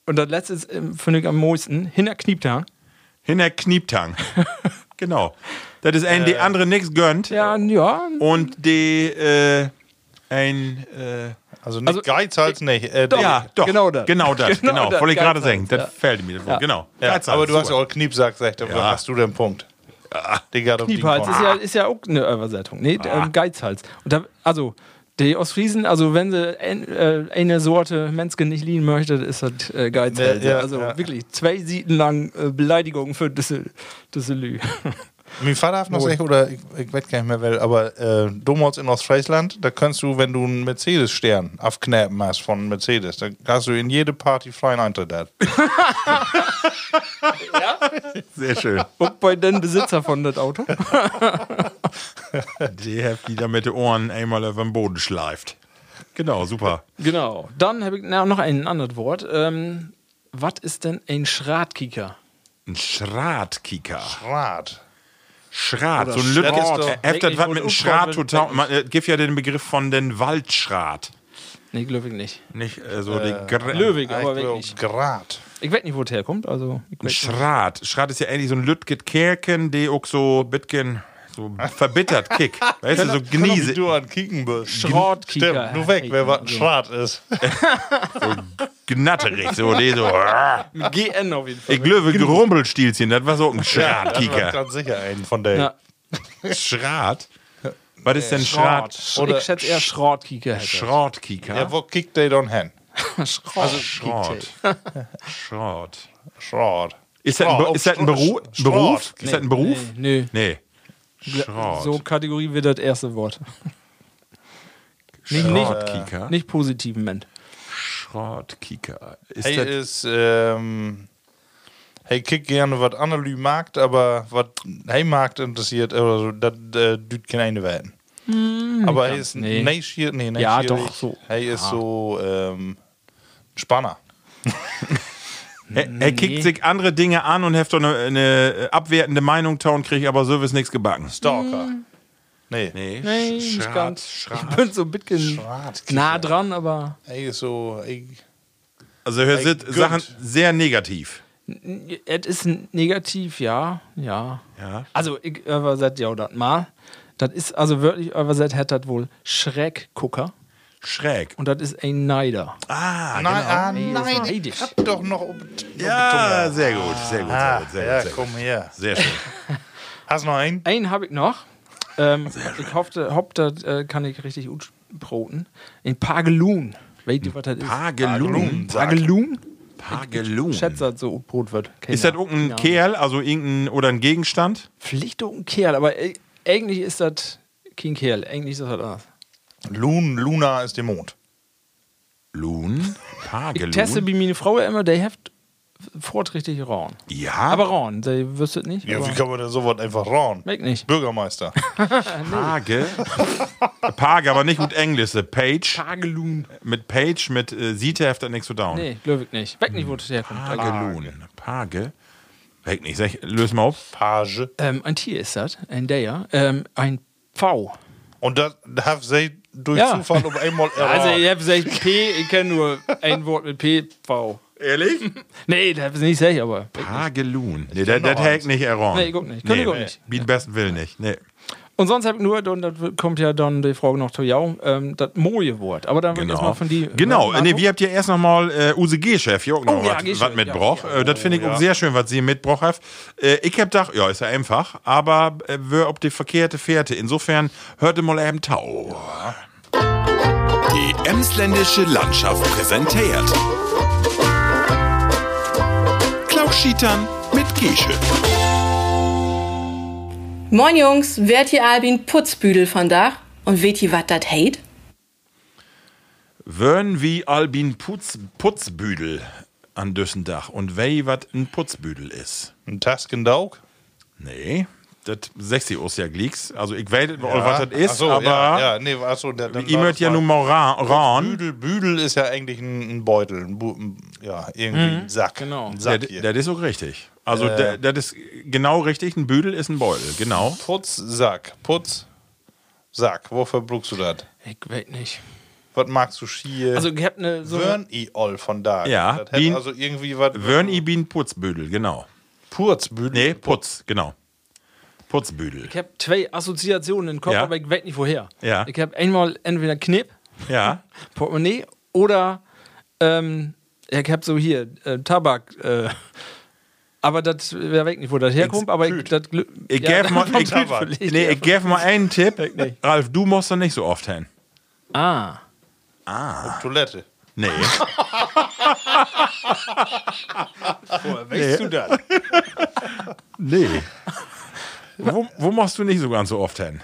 S4: und das letzte ist, ähm, finde ich, am meisten. Hinter Knieptan.
S3: Hinter <laughs> Knieptang. genau. Das ist ein, der andere nichts gönnt.
S4: Ja, ja,
S3: Und der, äh, ein, äh,
S2: also nicht
S4: Also,
S2: Geiz halt nicht. Äh,
S4: doch.
S2: ja,
S3: ja, doch.
S4: genau das.
S3: Genau das.
S4: Genau
S3: Genau,
S4: das.
S3: wollte ich gerade
S4: Geizhals,
S3: sagen. Das
S4: ja.
S3: fällt mir wohl.
S4: Ja.
S3: Genau.
S2: ja,
S3: Geizhals,
S2: aber du hast ja
S3: super.
S2: auch Kniepsack, sagt er.
S3: Ja.
S2: Hast du den Punkt? Digga, du
S4: Kniepals ist ja, ist ja auch eine Übersetzung. Nee,
S2: Ah.
S4: ähm, Geizhals. Und da, also, die Ostfriesen, also wenn sie en, äh, eine Sorte Menske nicht liehen möchte, ist das äh, Geizhals.
S2: Ja, ja,
S4: also
S2: ja.
S4: wirklich zwei Seiten lang äh, Beleidigungen für Düssel- Düsselü. <laughs>
S2: Mein Vater hat noch gesagt, oder ich, ich weiß gar nicht mehr, wel, aber äh, Domols in Ostfriesland, da kannst du, wenn du einen Mercedes-Stern aufknäppen hast von Mercedes, dann hast du in jede Party freien Eintritt. da.
S4: <laughs>
S3: Sehr schön.
S4: Und bei den Besitzer von
S2: <laughs>
S4: das Auto.
S3: Die hat die da mit den Ohren einmal auf den Boden schleift. Genau, super.
S4: genau. Dann habe ich na, noch ein anderes Wort. Ähm, was ist denn ein Schratkicker?
S3: Ein Schratkicker.
S2: Rat.
S3: Schrat. So
S4: Oder
S3: ein
S4: Schrat
S3: Lütges.
S4: ist doch-
S3: Heft das
S4: Eigentlich
S3: was
S4: wohl
S3: mit einem
S4: Unkraut,
S3: Schrat
S4: wenn-
S3: total. Man, äh, gibt ja den Begriff von den Waldschrat.
S4: Nee, glaube ich nicht.
S3: Nicht äh, so die Gr-
S4: Löwig,
S2: Ich glaub,
S4: aber wirklich.
S2: Grat.
S4: Ich weiß nicht, wo es herkommt. Also, ich weiß nicht.
S3: Schrat. Schrat ist ja eigentlich so ein Lütget Kerken, die auch so Bitken so verbittert
S4: <laughs>
S3: Kick. Weißt du, so
S2: Genieße.
S3: Gniese.
S2: Wie du an Kicken bist.
S4: Schrottkicker.
S2: Stimmt, nur weg, wer was Schrat ist.
S3: Gnatterig. So, die so. <laughs> ah.
S4: Mit GN auf jeden Fall.
S3: Ich löwe Gerumpelstilzchen. Das war so ein Schratkicker.
S2: <laughs> ganz sicher einen von der.
S4: Ja.
S3: Schrat? Was ist
S2: Äh,
S3: denn Schrat?
S2: Oder
S4: ich schätze eher Schrottkicker hätte. <laughs>
S2: Ja,
S3: Schratkicker?
S2: wo kickt they don't hen? Also
S3: Schrat. Schrat.
S2: Schrat.
S3: Ist das ein, Be- ist das ein Beru
S2: Schrat.
S3: Beruf? Ist das ein Beruf?
S4: Nö.
S3: Nee.
S4: So
S3: Schrat.
S4: Kategorie wird das erste Wort. Nicht, nicht,
S3: Schratkicker.
S4: Äh, nicht positiven Ment.
S3: Schratkicker. Ist
S2: Hey äh,
S3: das
S2: ist, ähm, hey kick gerne, was Annelü mag, aber was hey mag interessiert, oder so, das äh, düt keine eine werden. aber hey ist
S4: nee.
S2: nee. neugierig, nee,
S4: Ja,
S2: neugierig.
S4: doch, so.
S2: Hey ist so, ähm, Spanner.
S3: Er, er kickt sich andere Dinge an und heft doch eine, eine abwertende Meinung tauen, kriegt aber Service nichts gebacken.
S2: Stalker. ah. Nee.
S3: Nee,
S4: nicht
S3: Schrat,
S4: ganz. Ich
S3: Schrat.
S4: bin so ein bisschen
S2: Schratkicker.
S4: nah dran, aber
S2: Hey ist so, hey,
S3: Also hier
S2: Ey,
S3: sind
S2: gut.
S3: Sachen sehr negativ.
S4: es ist n- negativ, ja. Ja.
S3: Ja.
S4: Also, ich übersetze ja das mal. Das ist, also wörtlich übersetzt, hat das wohl Schräggucker
S3: Schräg.
S4: und das ist ein Neider.
S3: Ah,
S2: nein, ah,
S4: Nee, das ist
S2: nein,
S4: neidisch.
S2: ich hab doch noch, ob-
S3: ja, sehr gut, sehr gut, sehr
S2: ah,
S3: gut, sehr
S2: ja,
S3: gut. Sehr, gut.
S2: komm her.
S3: sehr schön.
S2: Hast noch einen?
S4: Einen habe ich noch. Ähm, ich hoffe, hopp, das äh, kann ich richtig gut broten. In Pagelun. Weißt du, was das ist?
S3: Pagelun.
S4: Pagelun?
S3: Pagelun.
S4: Schätze, dass so Brot wird. Keine
S3: Ist das irgendein
S4: Keine Ahnung.
S3: Kerl, also irgendein oder ein Gegenstand?
S4: Vielleicht doch ein Kerl, aber äh, eigentlich ist das kein Kerl. Eigentlich ist das anders.
S2: Lun, Luna ist der Mond.
S3: Lun?
S4: Ich teste
S3: Pagelun?
S4: bei meine Frau immer, der heft fort richtig rauen.
S3: Ja,
S4: Aber rauen, der wüsstet nicht.
S2: Ja, wie
S4: aber
S2: kann man denn sowas einfach rauen?
S4: Weg nicht.
S2: Bürgermeister.
S4: <laughs>
S3: Page. Page, aber nicht gut Englisch. äh, Page.
S4: Pagelun.
S3: Mit Page, mit äh, Siete heft das nichts zu down.
S4: Nee, glaube ich nicht. Weg nicht, wo das herkommt.
S3: Pagelun. Page. Weg nicht. Sag, löse mal auf.
S2: Page.
S4: Ähm, ein Tier ist das, ein Deer, ähm, ein Pfau.
S2: Und das haben sie durch
S4: <laughs> Ja.
S2: Zufall um einmal erraten.
S4: Also, ich hab gesagt P, ich kenne nur ein Wort mit P, V.
S3: Ehrlich?
S4: Nee, das hab ich nicht gesagt, aber.
S3: Pagelun. Nee, das
S2: noch
S3: das hält
S2: eins.
S3: nicht error.
S4: Nee, guck nicht. Könnte guck nicht.
S3: Wie besten Willen nicht. Nee.
S4: Und sonst habe ich nur, und das kommt ja dann die Frage noch zu Jau, ähm, das Moje-Wort. Aber dann genau. erstmal
S3: Genau.
S4: von die.
S3: Genau,
S4: Marco?
S3: nee, wir habt ja erst nochmal äh, Use G-Chef hier auch noch
S4: Oh, ja,
S3: was
S4: G-Chef,
S3: was mit
S4: ja,
S3: Broch.
S4: ja.
S3: Äh, das finde ich
S2: ja.
S3: auch sehr schön, was sie mitbroch habt. Äh, ich hab gedacht, ja, ist ja einfach, aber äh, wär ob die verkehrte Fährte. Insofern hörte mal eben Tau.
S7: Die Emsländische Landschaft präsentiert. Klauschietern mit Giesche.
S8: Moin Jungs, wird hier Albin Putzbüdel von Dach und weht hier wat dat hate?
S3: Wörn wie Albin Putz, Putzbüdel an düssen Dach und wei, was ein Putzbüdel ist.
S2: Ein Taskendauk?
S3: Nee, das sexy ist ja Glicks. Also ich weiß, was das ist,
S2: Ach so,
S3: aber
S2: Ja, ja, nee, achso, der, dann
S3: ihr
S2: war
S3: mögt
S2: das
S3: ja
S2: mal-
S3: nur mal ran. ran.
S2: Büdel, Büdel ist ja eigentlich ein, ein Beutel. Ein Bu ein, ja, irgendwie ein Sack.
S4: genau.
S2: Ein
S3: Der,
S2: Sack hier. Äh.
S3: der ist auch richtig. Also, der, der ist genau richtig. Ein Büdel ist ein Beutel, genau.
S2: Putzsack. Putzsack. Wofür brauchst du das?
S4: Ich weiß nicht.
S2: Was magst du Schier?
S4: Also, ich hab ne, so.
S2: Wörn i all von da.
S3: Ja,
S2: Das hätte
S3: Wien-
S2: also irgendwie was.
S3: Wörn i bin Putzbüdel, genau.
S2: Purzbüdel.
S3: Nee, Putz, genau. Putzbüdel.
S4: Ich habe zwei Assoziationen im Kopf,
S3: Ja.
S4: aber ich weiß nicht woher.
S3: Ja.
S4: Ich habe einmal entweder Knipp,
S3: Ja.
S4: Portemonnaie oder ähm, ich habe so hier äh, Tabak. Äh, aber das wer weiß nicht, wo das herkommt. Aber ich, das Glück.
S3: Ich
S4: <laughs>
S3: geb mal, ich,
S2: Tabak.
S3: <laughs> nee, ich geb mal einen Tipp. Ralf, du musst da nicht so oft hin.
S4: Ah.
S2: Toilette. <laughs>
S3: Nee.
S4: Ah,
S2: Woher weißt du das?
S3: nee. Wo, wo machst du nicht so ganz so oft hin?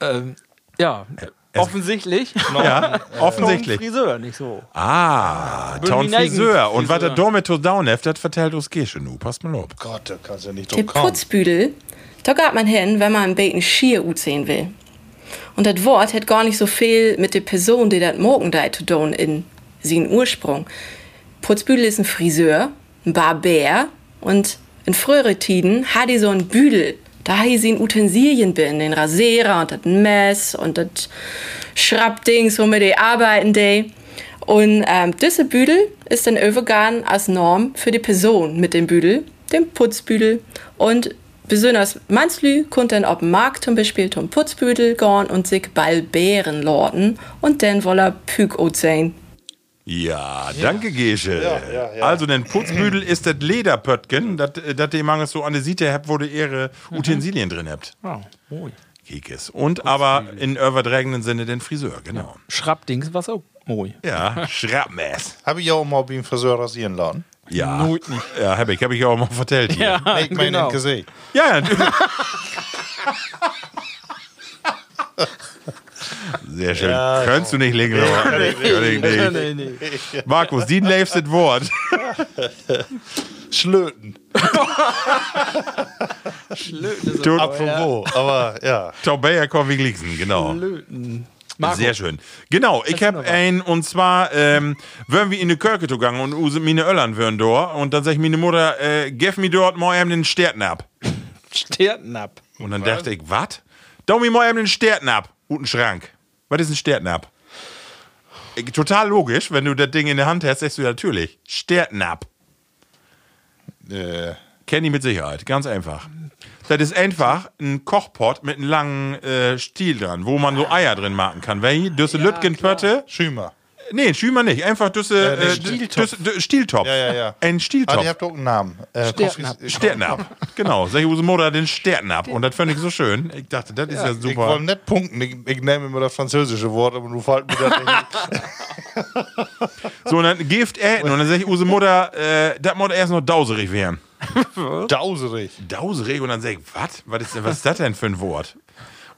S4: Ähm, ja.
S2: <laughs>
S4: Offensichtlich.
S3: Ja, offensichtlich.
S4: Friseur, nicht so.
S3: Ah, Town
S4: neigen,
S3: Friseur. Und was der
S4: Friseur.
S3: Dorme to down hat, das vertellt oh, uns Gesche nu. Passt mal auf.
S2: <laughs> Gott, da kannst du ja nicht
S8: Der
S2: drum kommen.
S8: Putzbüdel, da geht man hin, wenn man ein Beten schier sehen will. Und das Wort hat gar nicht so viel mit der Person, die das Morgendei zu tun in seinen Ursprung. Putzbüdel ist ein Friseur, ein Barber und in früheren Tiden hat die so ein Büdel. Da hat sie Utensilien bin, den Rasierer und das Mess und das Schraubdings, womit die arbeiten die. Und ähm, diese Büdel ist dann übergegangen als Norm für die Person mit dem Büdel, dem Putzbüdel. Und besonders Manslü konnte dann auf dem Markt zum Beispiel zum Putzbüdel gehen und sich Ballbären lorden und dann wolle er Püg sein.
S3: Ja, danke, Gesche. Also, den Putzbüdel ist das Lederpöttgen, das ihr mangels so an der Siete habt, wo ihr ihre Utensilien drin habt.
S2: Ah,
S4: Oh. Moin.
S3: Kekes. Und aber in überdrägenden Sinne den Friseur, genau.
S4: Schrappdings, was auch. Moin.
S3: Ja, <laughs> Schrappmess.
S2: Habe ich ja auch mal beim Friseur rasieren lassen.
S3: Ja. Ja, hab ich, hab ich ja auch mal vertellt hier. Ja,
S2: Nee, ich meine
S4: genau.
S2: genau. gesehen.
S3: ja. du- Sehr schön. Könntest du nicht länger.
S4: Nee,
S3: Nee,
S4: nee, nee.
S3: Markus, die läufst das Wort.
S2: Schlöten.
S3: Tut-
S2: Apropos. Aber ja.
S3: Taubeer Coffee Gleason, genau.
S4: Marco.
S3: Sehr schön. Genau, ich habe ein, und zwar, ähm, wären wir in die Kirche gegangen und use meine Öllern wären dort. Und dann sag ich meine Mutter, äh, gef mir dort mal eben den Sterten ab.
S4: Sternab. ab.
S3: Und dann dachte ich, wat? Da mir mal eben den Sterten ab. Guten Schrank. Was ist ein Sterten ab? Äh, Total logisch, wenn du das Ding in der Hand hast, sagst du natürlich, Sterten ab.
S2: Äh,
S3: Kenn ich mit Sicherheit, ganz einfach. Das ist einfach ein Kochpot mit einem langen äh, Stiel dran, wo man so Eier drin machen kann. Wenn ich Düsse Lütgenpötte.
S2: Schümer.
S3: Nee, Schümer nicht. Einfach Düsse.
S2: nee,
S3: Äh,
S2: Stieltopf.
S3: Düsse- Dü- Stieltopf.
S2: Ja, ja, ja.
S3: Ein
S2: Ah,
S3: Stieltopf.
S2: ihr habt auch einen Namen. Äh,
S4: Sternab.
S2: Konfis-
S3: Sternen ab. genau. Sag ich Use Mutter den Sternen ab. Und das fand ich so schön. Ich dachte, das ist ja
S2: Ich wollte
S3: super.
S2: nicht punkten. Ich, ich nehme immer das französische Wort, aber du fällt mir das
S3: <laughs>
S2: nicht.
S3: So, und dann Gift äten. Und dann sag ich Use Mutter, äh, das muss erst noch dauserig werden.
S2: Dauserig.
S3: Dauserig und dann sag ich, was? Was ist, denn- was ist das denn für ein Wort?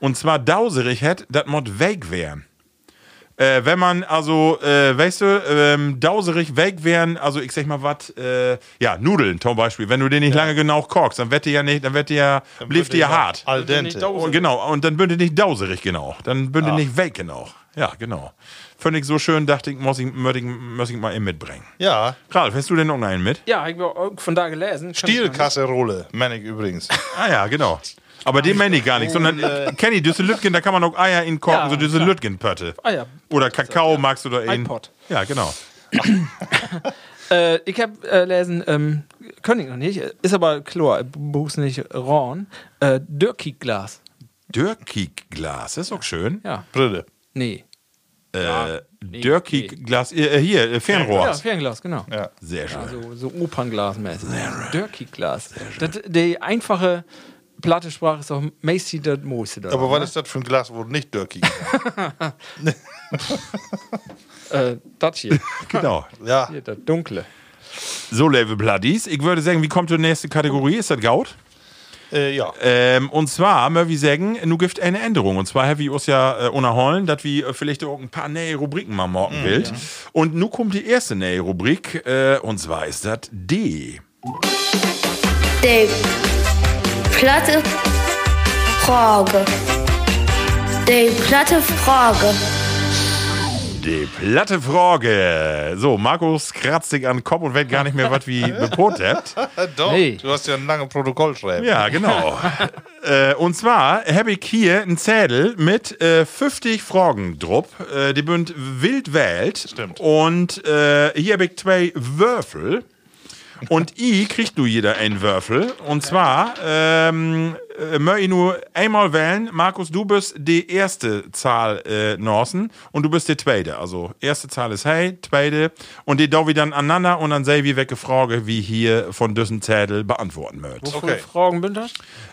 S3: Und zwar dauserig hätte, das Mod weg wären. Äh, wenn man also, äh, weißt du, ähm, dauserig weg wären, also ich sag mal was, äh, ja, Nudeln zum Beispiel, wenn du den nicht lange genau korkst, dann wird die ja nicht, dann wird die ja, blieft die ja hart.
S2: Al dente.
S3: Und genau, und dann bünde nicht dauserig genau, dann bünde nicht weg genau. Ja, genau. Fand ich so schön, dachte ich, muss ich, muss ich, muss ich mal eben mitbringen.
S2: Ja,
S3: Ralf, hast du denn noch einen mit?
S4: Ja, ich habe von da gelesen. Kann ich noch nicht.
S2: Stielkasserole, meine ich übrigens.
S3: Ah ja, genau. Aber den meine ich gar nicht, sondern äh, Kenny, Düsse Lütgen, da kann man auch Eier in Korken,
S4: Ja,
S3: so Düsse
S4: klar.
S3: Lütgen-Pötte.
S4: Ah ja.
S3: Oder Kakao magst du da
S4: Ein
S3: eben.
S4: Pott.
S3: Ja, genau.
S4: Äh, ich habe äh, lesen, ähm, kann ich noch nicht, ist aber Chlor, äh, buch's nicht, Ron, äh, Dürkiglas.
S3: Dörkig-Glas, ist auch schön.
S4: Ja.
S2: Brille.
S4: Nee.
S3: Äh, Dörkig-Glas, äh, hier, äh, Fernrohr.
S4: Ja, Fernglas, genau.
S2: Ja.
S3: Sehr schön.
S4: So, so Opernglasmäßig. Dirty-Glas. Das- Die einfache platte Sprache ist auch Macy das Moose. da.
S2: Aber was ist das für ein Glas, wo nicht Dirkie?
S4: äh, das hier.
S3: Genau.
S2: <laughs> ja.
S4: hier, das Dunkle.
S3: So, Level Bloodies, ich würde sagen, wie kommt die nächste Kategorie? Ist das Gaut?
S2: Äh, ja.
S3: Ähm, und zwar, möchte ich sagen, nu gibt eine Änderung. Und zwar, haben wir uns ja äh, unterholen, dass wir äh, vielleicht auch ein paar neue Rubriken mal morgen wollt. Und nu kommt die erste neue Rubrik, äh, und zwar ist das D.
S9: Die platte Frage. Die platte Frage.
S3: Die platte Frage. So, Markus kratzt sich an den Kopf und weiß gar nicht mehr, was wie bepot habt.
S2: Äh, doch,
S4: Nee.
S2: du hast ja ein langes Protokoll schreiben.
S3: Ja, genau. äh, und zwar habe ich hier einen Zettel mit äh, 50 Fragen drup. Äh, die bünd wild wählt.
S2: Stimmt.
S3: Und äh, hier habe ich zwei Würfel. Und <laughs> i kriegt du jeder einen Würfel. Und zwar ähm, äh, möcht ich nur einmal wählen. Markus, du bist die erste Zahl äh, Norsen und du bist die zweite. Also erste Zahl ist hey, zweite. Und die da wieder aneinander und dann sei wie welche Frage wie hier von dessen Zettel beantworten möcht
S2: Okay.
S4: Fragen, Günther?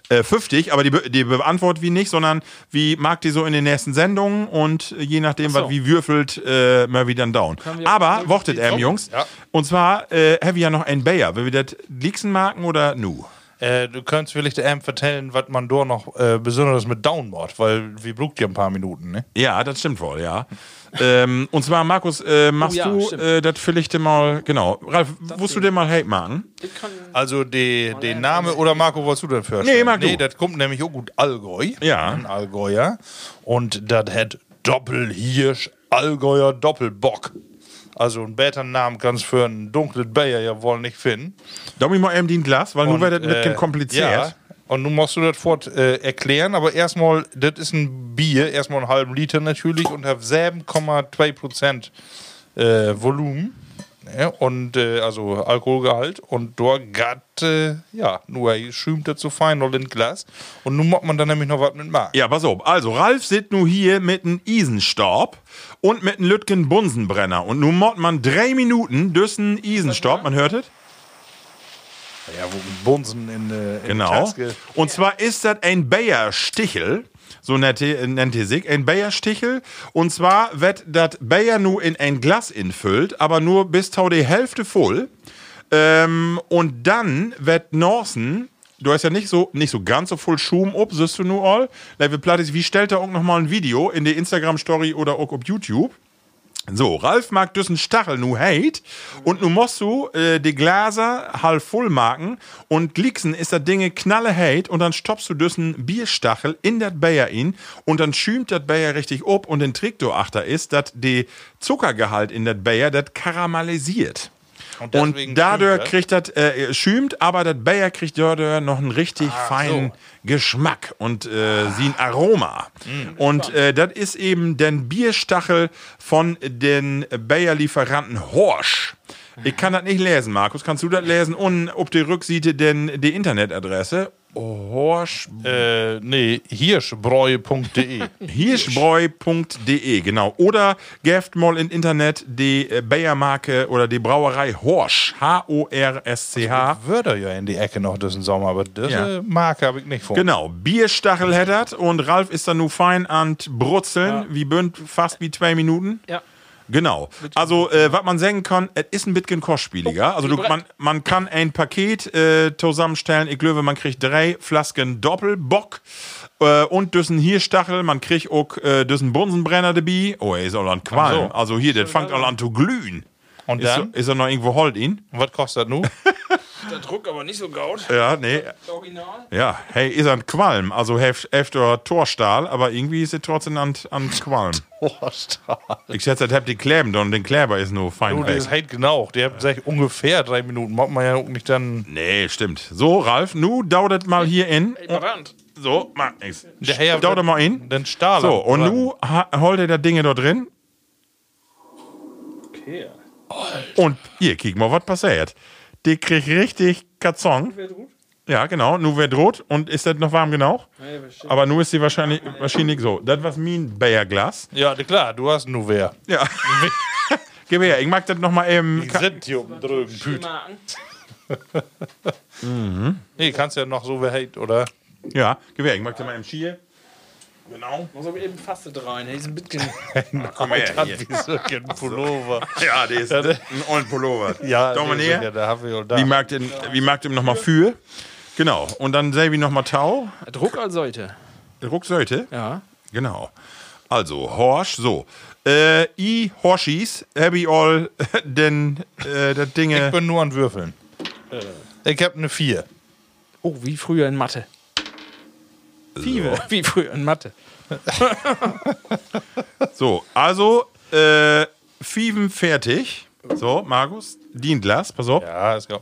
S3: äh, 50, aber die, be- die beantwortet wie nicht, sondern wie mag die so in den nächsten Sendungen und äh, je nachdem, was wie würfelt, äh, mal wieder ein Down.
S4: wir-
S3: Aber wartet er, Jungs.
S2: Ja.
S3: Und zwar äh, haben wir ja noch einen Bayer. Will wir das Leaksen marken oder nu?
S2: Äh, du kannst vielleicht ähm vertellen, was man da noch äh, Besonderes mit Down macht, weil wir braucht ja ein paar Minuten, ne?
S3: Ja, das stimmt wohl, ja. <laughs> ähm, und zwar, Markus, äh, machst
S4: Oh ja,
S3: du
S4: stimmt.
S3: äh, das vielleicht mal, genau. Ralf, wusst du dir mal Hate marken?
S2: Also die- den Name oder Marco, was du denn für?
S3: Nee, Marc, du.
S2: Nee, das kommt nämlich auch gut Allgäu.
S3: Ja.
S2: Ein Allgäuer. Und das hat Doppelhirsch, Allgäuer Doppelbock. Also einen besseren Namen kannst du für einen dunklen Bayer ja wohl nicht finden.
S3: Domi mal eben den Glas, weil nun
S2: Und,
S3: wird das ein bisschen
S2: äh,
S3: kompliziert.
S2: Ja. Und nun musst du das fort äh, erklären, aber erstmal, das ist ein Bier, erstmal einen halben Liter natürlich und hat 7,2% äh, Volumen. Ja, und äh, also Alkoholgehalt und dort gat, äh, ja, nur schümt das so fein noch in Glas. Und nun macht man dann nämlich noch was mit Mark.
S3: Ja, pass auf. Also, Ralf sitzt nur hier mit einem Isenstab und mit einem Lütgen Bunsenbrenner. Und nun mord man drei Minuten durch einen Isenstab. Man hört es?
S2: Ja, wo Bunsen in, äh, in
S3: Genau. Und zwar ist das ein Bayer-Stichel. So nennt die- äh, nennt die sich. Ein Bayer-Stichel. Und zwar wird das Bayer nur in ein Glas infüllt, aber nur bis tau die Hälfte voll. Ähm, und dann wird Norsen, du hast ja nicht so, nicht so ganz so voll Schum ob, siehst du nur all. Level Plattis, wie stellt er auch nochmal ein Video in der Instagram-Story oder auch auf YouTube? So, Ralf mag düssen Stachel nu hate und nu musst du äh, die Glaser halb voll marken und glixen ist das Dinge knalle hate und dann stoppst du düssen Bierstachel in dat Bayer in und dann schümt dat Bayer richtig ob und den Trick du achter ist, dat de Zuckergehalt in dat Bayer dat karamellisiert.
S2: Und,
S3: Und
S2: deswegen
S3: dadurch
S2: schümt das.
S3: kriegt das, äh, schümt, aber das Bayer kriegt dadurch noch einen richtig feinen Geschmack und äh, sie ein Aroma. Und äh, das ist eben der Bierstachel von den Bayer-Lieferanten Horsch. Ich kann das nicht lesen, Markus. Kannst du das lesen? Und ob die Rückseite denn die Internetadresse? Horsch
S2: Äh, nee, hirschbräu.de.
S3: Hirschbräu.de, genau. Oder gäft mal im Internet die äh, Bayer-Marke oder die Brauerei Horsch. H-O-R-S-C-H.
S2: Würde ja in die Ecke noch diesen Sommer, aber diese
S3: Ja.
S2: Marke habe ich nicht vor.
S3: Genau, Bierstachel hättert und Ralf ist dann nur fein an t Brutzeln, wie bünd fast wie zwei Minuten.
S4: Ja.
S3: Genau. Also, äh, was man sagen kann, es ist ein bisschen
S2: Oh,
S3: kostspieliger. Also, du, man, man kann ein Paket äh, zusammenstellen. Ich glaube, man kriegt drei Flasken Doppelbock äh, und düssen hier Stachel. Man kriegt auch äh, düssen Bunsenbrenner dabei. Oh, er ist auch an Qualm.
S2: Ach so.
S3: Also, hier, das fängt auch an zu glühen.
S2: ne? Und
S3: Ist, so,
S2: dann,
S3: ist er noch irgendwo holt ihn?
S2: was kostet das nun?
S4: Der Druck aber nicht so gaut.
S3: Ja, nee.
S4: Original.
S3: Ja, hey, ist ein Qualm. Also hefter Torstahl, aber irgendwie ist es trotzdem an, an Qualm. Ich schätze, das habt ihr Kleben und den Kleber ist nur fein.
S2: Du, der ist halt genau. Der hat sag ich, ungefähr drei Minuten. Macht man ja auch nicht dann.
S3: nee, stimmt. So, Ralf, nu dauert mal hier in.
S4: Brand.
S3: So, macht nichts.
S2: Der Herr-
S3: Dauert mal in.
S2: Den Stahl.
S3: So, und nu ha- holt ihr das Ding da drin. Okay. Und hier, kick mal, was passiert. Die kriegt richtig Katzong. Ja, genau. Nur wird rot und ist das noch warm genau? Aber nur ist sie wahrscheinlich, wahrscheinlich so. Das was mein Bärglas.
S2: Ja, na klar, du hast nur wer.
S3: <laughs> Ja. Gib her, ich mag das nochmal eben.
S2: Die sind hier oben drüben, Püt. Nee, kannst ja noch so wer hate, oder?
S3: Ja, gib her, ich mag das mal im Skier. Genau.
S4: Muss aber eben fast rein. Hey, ist ein <laughs> bisschen.
S3: Komm her. Hier.
S2: Wie so ein Pullover.
S3: Ja, der ist ein ollen Pullover.
S2: Ja,
S3: Komm mal
S2: die sind ja,
S3: näher.
S2: da haben wir und da.
S3: Wie mag den, wie mag dem nochmal für? Genau. Und dann selbi nochmal Tau.
S4: Druck als sollte.
S3: Rucksäute.
S4: Ja.
S3: Genau. Also, Horsch, so. Äh, I Horschis, Happy All, <laughs> denn äh, das
S2: Ich
S3: Dinge.
S2: bin nur an Würfeln. Ich hab eine 4.
S4: Oh, wie früher in Mathe. Fieber. Wie früher in Mathe.
S3: So, also, äh, Fieven fertig. So, Markus, Dienglas, pass auf.
S2: Ja, ist ja.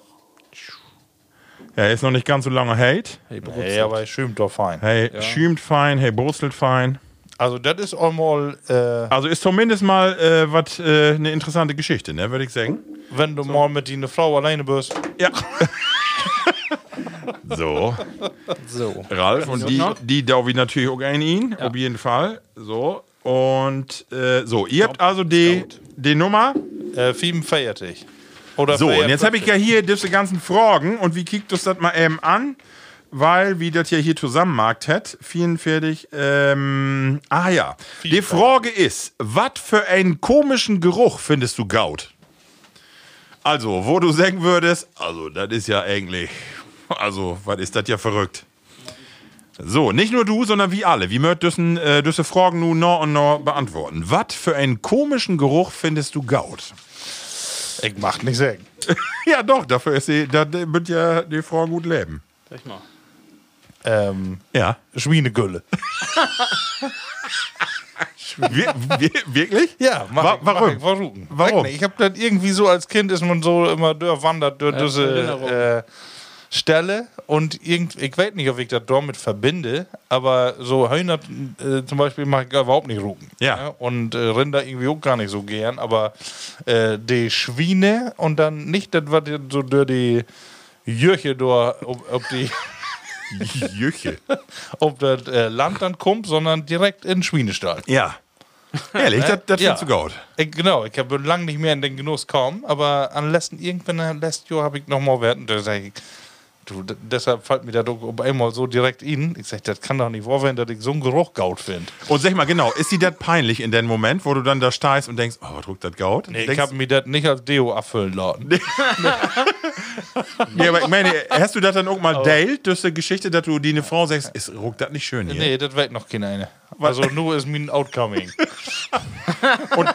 S3: Ja, ist noch nicht ganz so lange Hate.
S4: Hey, Brutzel.
S2: Hey, aber ich schämt doch fein.
S3: Hey, schümt fein, hey, brustelt fein.
S2: Also, das ist einmal, äh,
S3: Also ist zumindest mal äh, was äh, eine interessante Geschichte, ne, würde ich sagen.
S2: wenn du mal mit dir eine Frau alleine bist.
S3: Ja. <laughs> so,
S4: So.
S3: Ralf und die, die Dauvi natürlich auch an ihn, auf jeden Fall. So, und äh, so, ihr habt also die, die Nummer.
S2: Äh, Fieben feiertig. Oder
S3: So, und jetzt habe ich
S2: feiertig.
S3: ja hier diese ganzen Fragen und wie kickt das das mal eben an? Weil, wie das ja hier zusammenmarkt hat, 44, ähm, ah ja. Die Frage ist, was für einen komischen Geruch findest du Gaut? Also, wo du sagen würdest, also, das ist ja eigentlich, also, was ist das ja verrückt? So, nicht nur du, sondern wie alle. Wie mört düssen, äh, düsse Fragen nun no und no beantworten. Was für einen komischen Geruch findest du Gaut?
S2: Ich mach nicht sagen.
S3: <laughs> Ja, doch, dafür ist sie, da wird ja die Frau gut leben.
S4: Sag mal.
S2: Ähm,
S3: Ja.
S2: Schwienegülle.
S3: Wir, wir, wirklich?
S2: Ja, mach
S3: Wa-
S2: ich,
S3: warum?
S2: Mach ich, warum?
S3: Warum?
S2: Weiß nicht, Ich habe das irgendwie so als Kind ist man so immer durch wandert durch
S4: Erinnerung.
S2: diese äh, Stelle und irgend, ich weiß nicht, ob ich das damit verbinde, aber so Hühner äh, zum Beispiel mag ich überhaupt nicht rucken.
S3: Ja.
S2: Und äh, Rinder irgendwie auch gar nicht so gern, aber äh, die Schweine und dann nicht das, was so durch die Jürche durch, ob, ob die <laughs>
S3: Jüche.
S2: ob das äh, Land dann kommt, sondern direkt in den Schweinestall.
S3: Ja. Ehrlich, das, das
S2: Ja.
S3: findest du gut.
S2: Ich, genau, ich habe lange nicht mehr in den Genuss kommen, aber an letzten, irgendwann letztes Jahr habe ich nochmal Wert und da sag ich, du, d- deshalb fällt mir der Druck um einmal so direkt in. Ich sage, das kann doch nicht wahr werden, dass ich so einen Geruch gaut finde.
S3: Und sag mal, genau, ist dir das peinlich in dem Moment, wo du dann da steigst und denkst, oh, was druckt das Gaut?
S2: Nee, ich
S3: Denkst-
S2: habe mir das nicht als Deo abfüllen lassen.
S3: nee, aber ich meine, hast du das dann auch mal Dale, durch die Geschichte, dass du die eine Frau sagst, ist, ruckt das nicht schön hier?
S2: Nee, das wird noch keine eine. Also nur ist mein <laughs> Outcoming.
S3: Und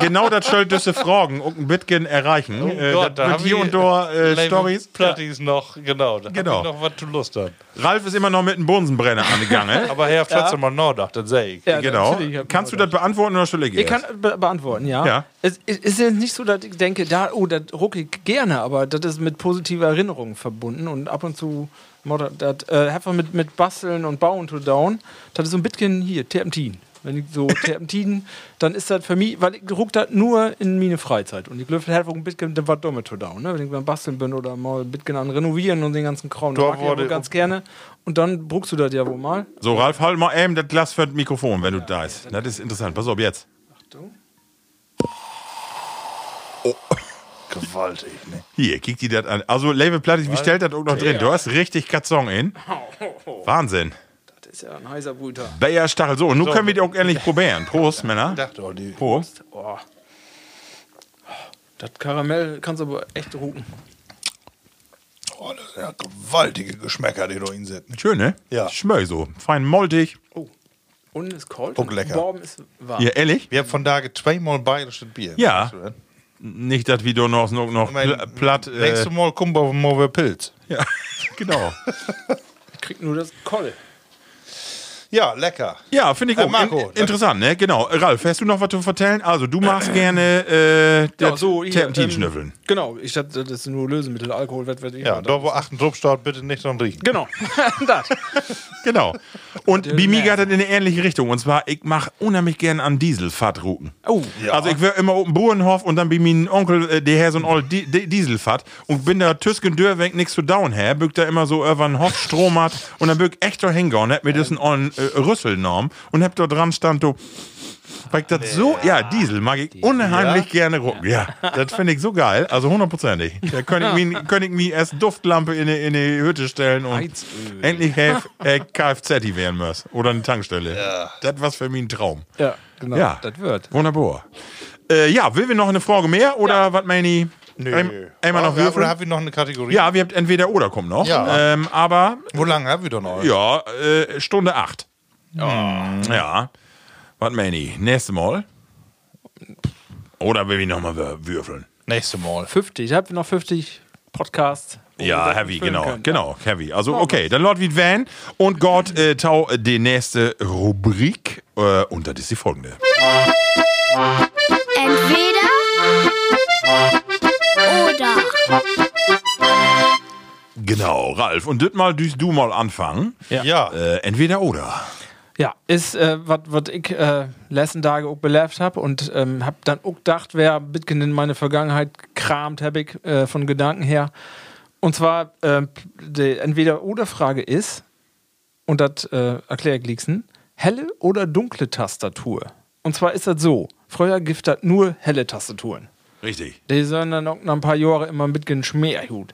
S3: genau das soll diese Fragen auch ein bisschen erreichen.
S2: Oh
S3: äh, das wird
S2: haben
S3: hier
S2: wir
S3: und da äh,
S2: Label
S3: Stories.
S2: Platties noch, genau. Da
S3: Genau.
S2: genau. Ich noch was zu Lust an.
S3: Ralf ist immer noch mit einem Bunsenbrenner
S2: <laughs>
S3: angegangen.
S2: Aber Herr Platzer mal nachdacht, das sehe ich.
S4: Ja,
S3: genau.
S4: natürlich, ich hab
S3: Kannst du
S4: nur
S3: das beantworten oder soll ich
S4: Ich
S3: erst?
S4: kann be beantworten, ja.
S3: Ja.
S4: Es es ist jetzt nicht so, dass ich denke, da, oh, das rucke ich gerne, aber das ist mit positiver Erinnerung verbunden und ab und zu moder- das äh, einfach mit, mit Basteln und Bauen to down. Das ist so ein bisschen hier, Terpentin. Wenn ich so Terpentin, dann ist das für mich, weil ich ruck das nur in meine Freizeit und ich löffel einfach ein bisschen das war dumme to down, ne? wenn ich beim Basteln bin oder mal ein bisschen an Renovieren und den ganzen Kram. Das
S2: Da
S4: mag ich ja
S2: wurde-
S4: wohl ganz gerne und dann bruckst du das ja wohl mal.
S3: So, Ralf, halt mal eben das Glas für das Mikrofon, wenn du da bist. Das ist interessant. Pass auf, jetzt.
S2: Gewaltig, ne?
S3: Hier, kick die das an. Also, Label Platte, wie stellt das auch noch drin? Du hast richtig Katzong in. Wahnsinn.
S4: Das ist ja ein heißer Brüter.
S3: Bayer Stachel. So, und nun können wir die auch endlich probieren. Prost, Männer.
S2: Dachte, oh, die
S3: Prost.
S4: Oh. Das Karamell kannst du aber echt rucken.
S2: Oh, das sind ja gewaltige Geschmäcker, die da hinsetzen.
S3: Schön, ne?
S2: Ja.
S3: Schmöck so. Fein moldig.
S4: Und ist kalt.
S2: Und lecker.
S4: Borben ist warm.
S3: Ja, ehrlich?
S2: Wir haben von da zweimal bayerisches Bier.
S3: Ja.
S2: Weißt du das?
S3: Nicht, dass wir da noch, noch, noch
S2: Ich mein,
S3: pl- platt. Äh,
S2: Nächstes Mal kommen
S3: <laughs>
S2: wir mal wieder Pilz.
S3: ja, genau.
S4: Ich krieg nur das Koll.
S2: Ja, lecker.
S3: Ja, finde ich
S2: Äh,
S3: auch
S2: Marco,
S3: in, interessant, ne? Genau. Ralf, hast du noch was zu vertellen? Also, du machst gerne äh,
S4: Ja, so, hier,
S3: Terpentin
S4: ähm,
S3: schnüffeln.
S4: Genau, ich dachte, das ist nur Lösemittel, Alkohol, was weiß ich.
S2: Ja, da wo achten Druck steht, bitte nicht dran riechen.
S4: Genau, <laughs> das.
S3: Genau. Und bei mir geht das in eine ähnliche Richtung. Und zwar, ich mache unheimlich gern an Dieselfahrtrouten.
S4: Oh.
S2: Ja.
S3: Also ich wäre immer oben Burenhof und dann bin mein Onkel, äh, der Herr so ein old Di Di Dieselfahrt und bin da Tüsken Dörweg nix zu down her, bück da immer so über einen Hof Strom hat und dann bück echt da hingehauen, hab mir diesen ollen äh, Rüssel genommen und hab da dran stand so, weil ich das so, ja Diesel mag ich unheimlich gerne gucken, ja, das finde ich so geil, also hundertprozentig. Da könnte ich mir könnt ich mir erst Duftlampe in die, in die Hütte stellen und
S4: Heizöl.
S3: endlich helf, äh, Kfz die werden muss oder eine Tankstelle. Das war für mich ein Traum.
S4: Ja, genau,
S3: Ja.
S4: das wird.
S3: Wunderbar. Äh, ja, will wir noch eine Frage mehr oder was meine ich? Ein- Einmal noch
S2: ja, Oder
S3: würfeln?
S2: haben wir noch eine Kategorie?
S3: Ja, wir habt entweder oder kommt noch.
S2: Ja.
S3: Ähm, aber
S2: Wo lange haben wir doch noch?
S3: ja, äh, Stunde 8. Ja. Was meine ich? Nächstes Mal? Oder will ich nochmal würfeln?
S2: Nächste Mal.
S4: 50, habt ihr noch 50 Podcasts? wo wir
S3: Ja,
S4: das
S3: heavy,
S4: füllen
S3: genau,
S4: Oh, können?
S3: genau, heavy. Also okay, dann Lord Wiedvan Van und Gott äh, Tau äh, die nächste Rubrik äh, und das ist die folgende.
S6: Entweder oder.
S3: Genau, Ralf. Und das mal düst du mal anfangen.
S4: Ja.
S2: Ja.
S3: Äh, entweder oder.
S4: Ja, ist, äh, was ich äh, letzten Tage auch belebt habe und ähm, habe dann auch gedacht, wer ein bisschen in meine Vergangenheit kramt, habe ich äh, von Gedanken her. Und zwar, äh, die Entweder-Oder-Frage ist, und das äh, erkläre ich liegsten, helle oder dunkle Tastatur. Und zwar ist das so, früher gibt das nur helle Tastaturen.
S3: Richtig.
S4: Die sollen dann auch nach ein paar Jahren immer mit gen Schmierhut.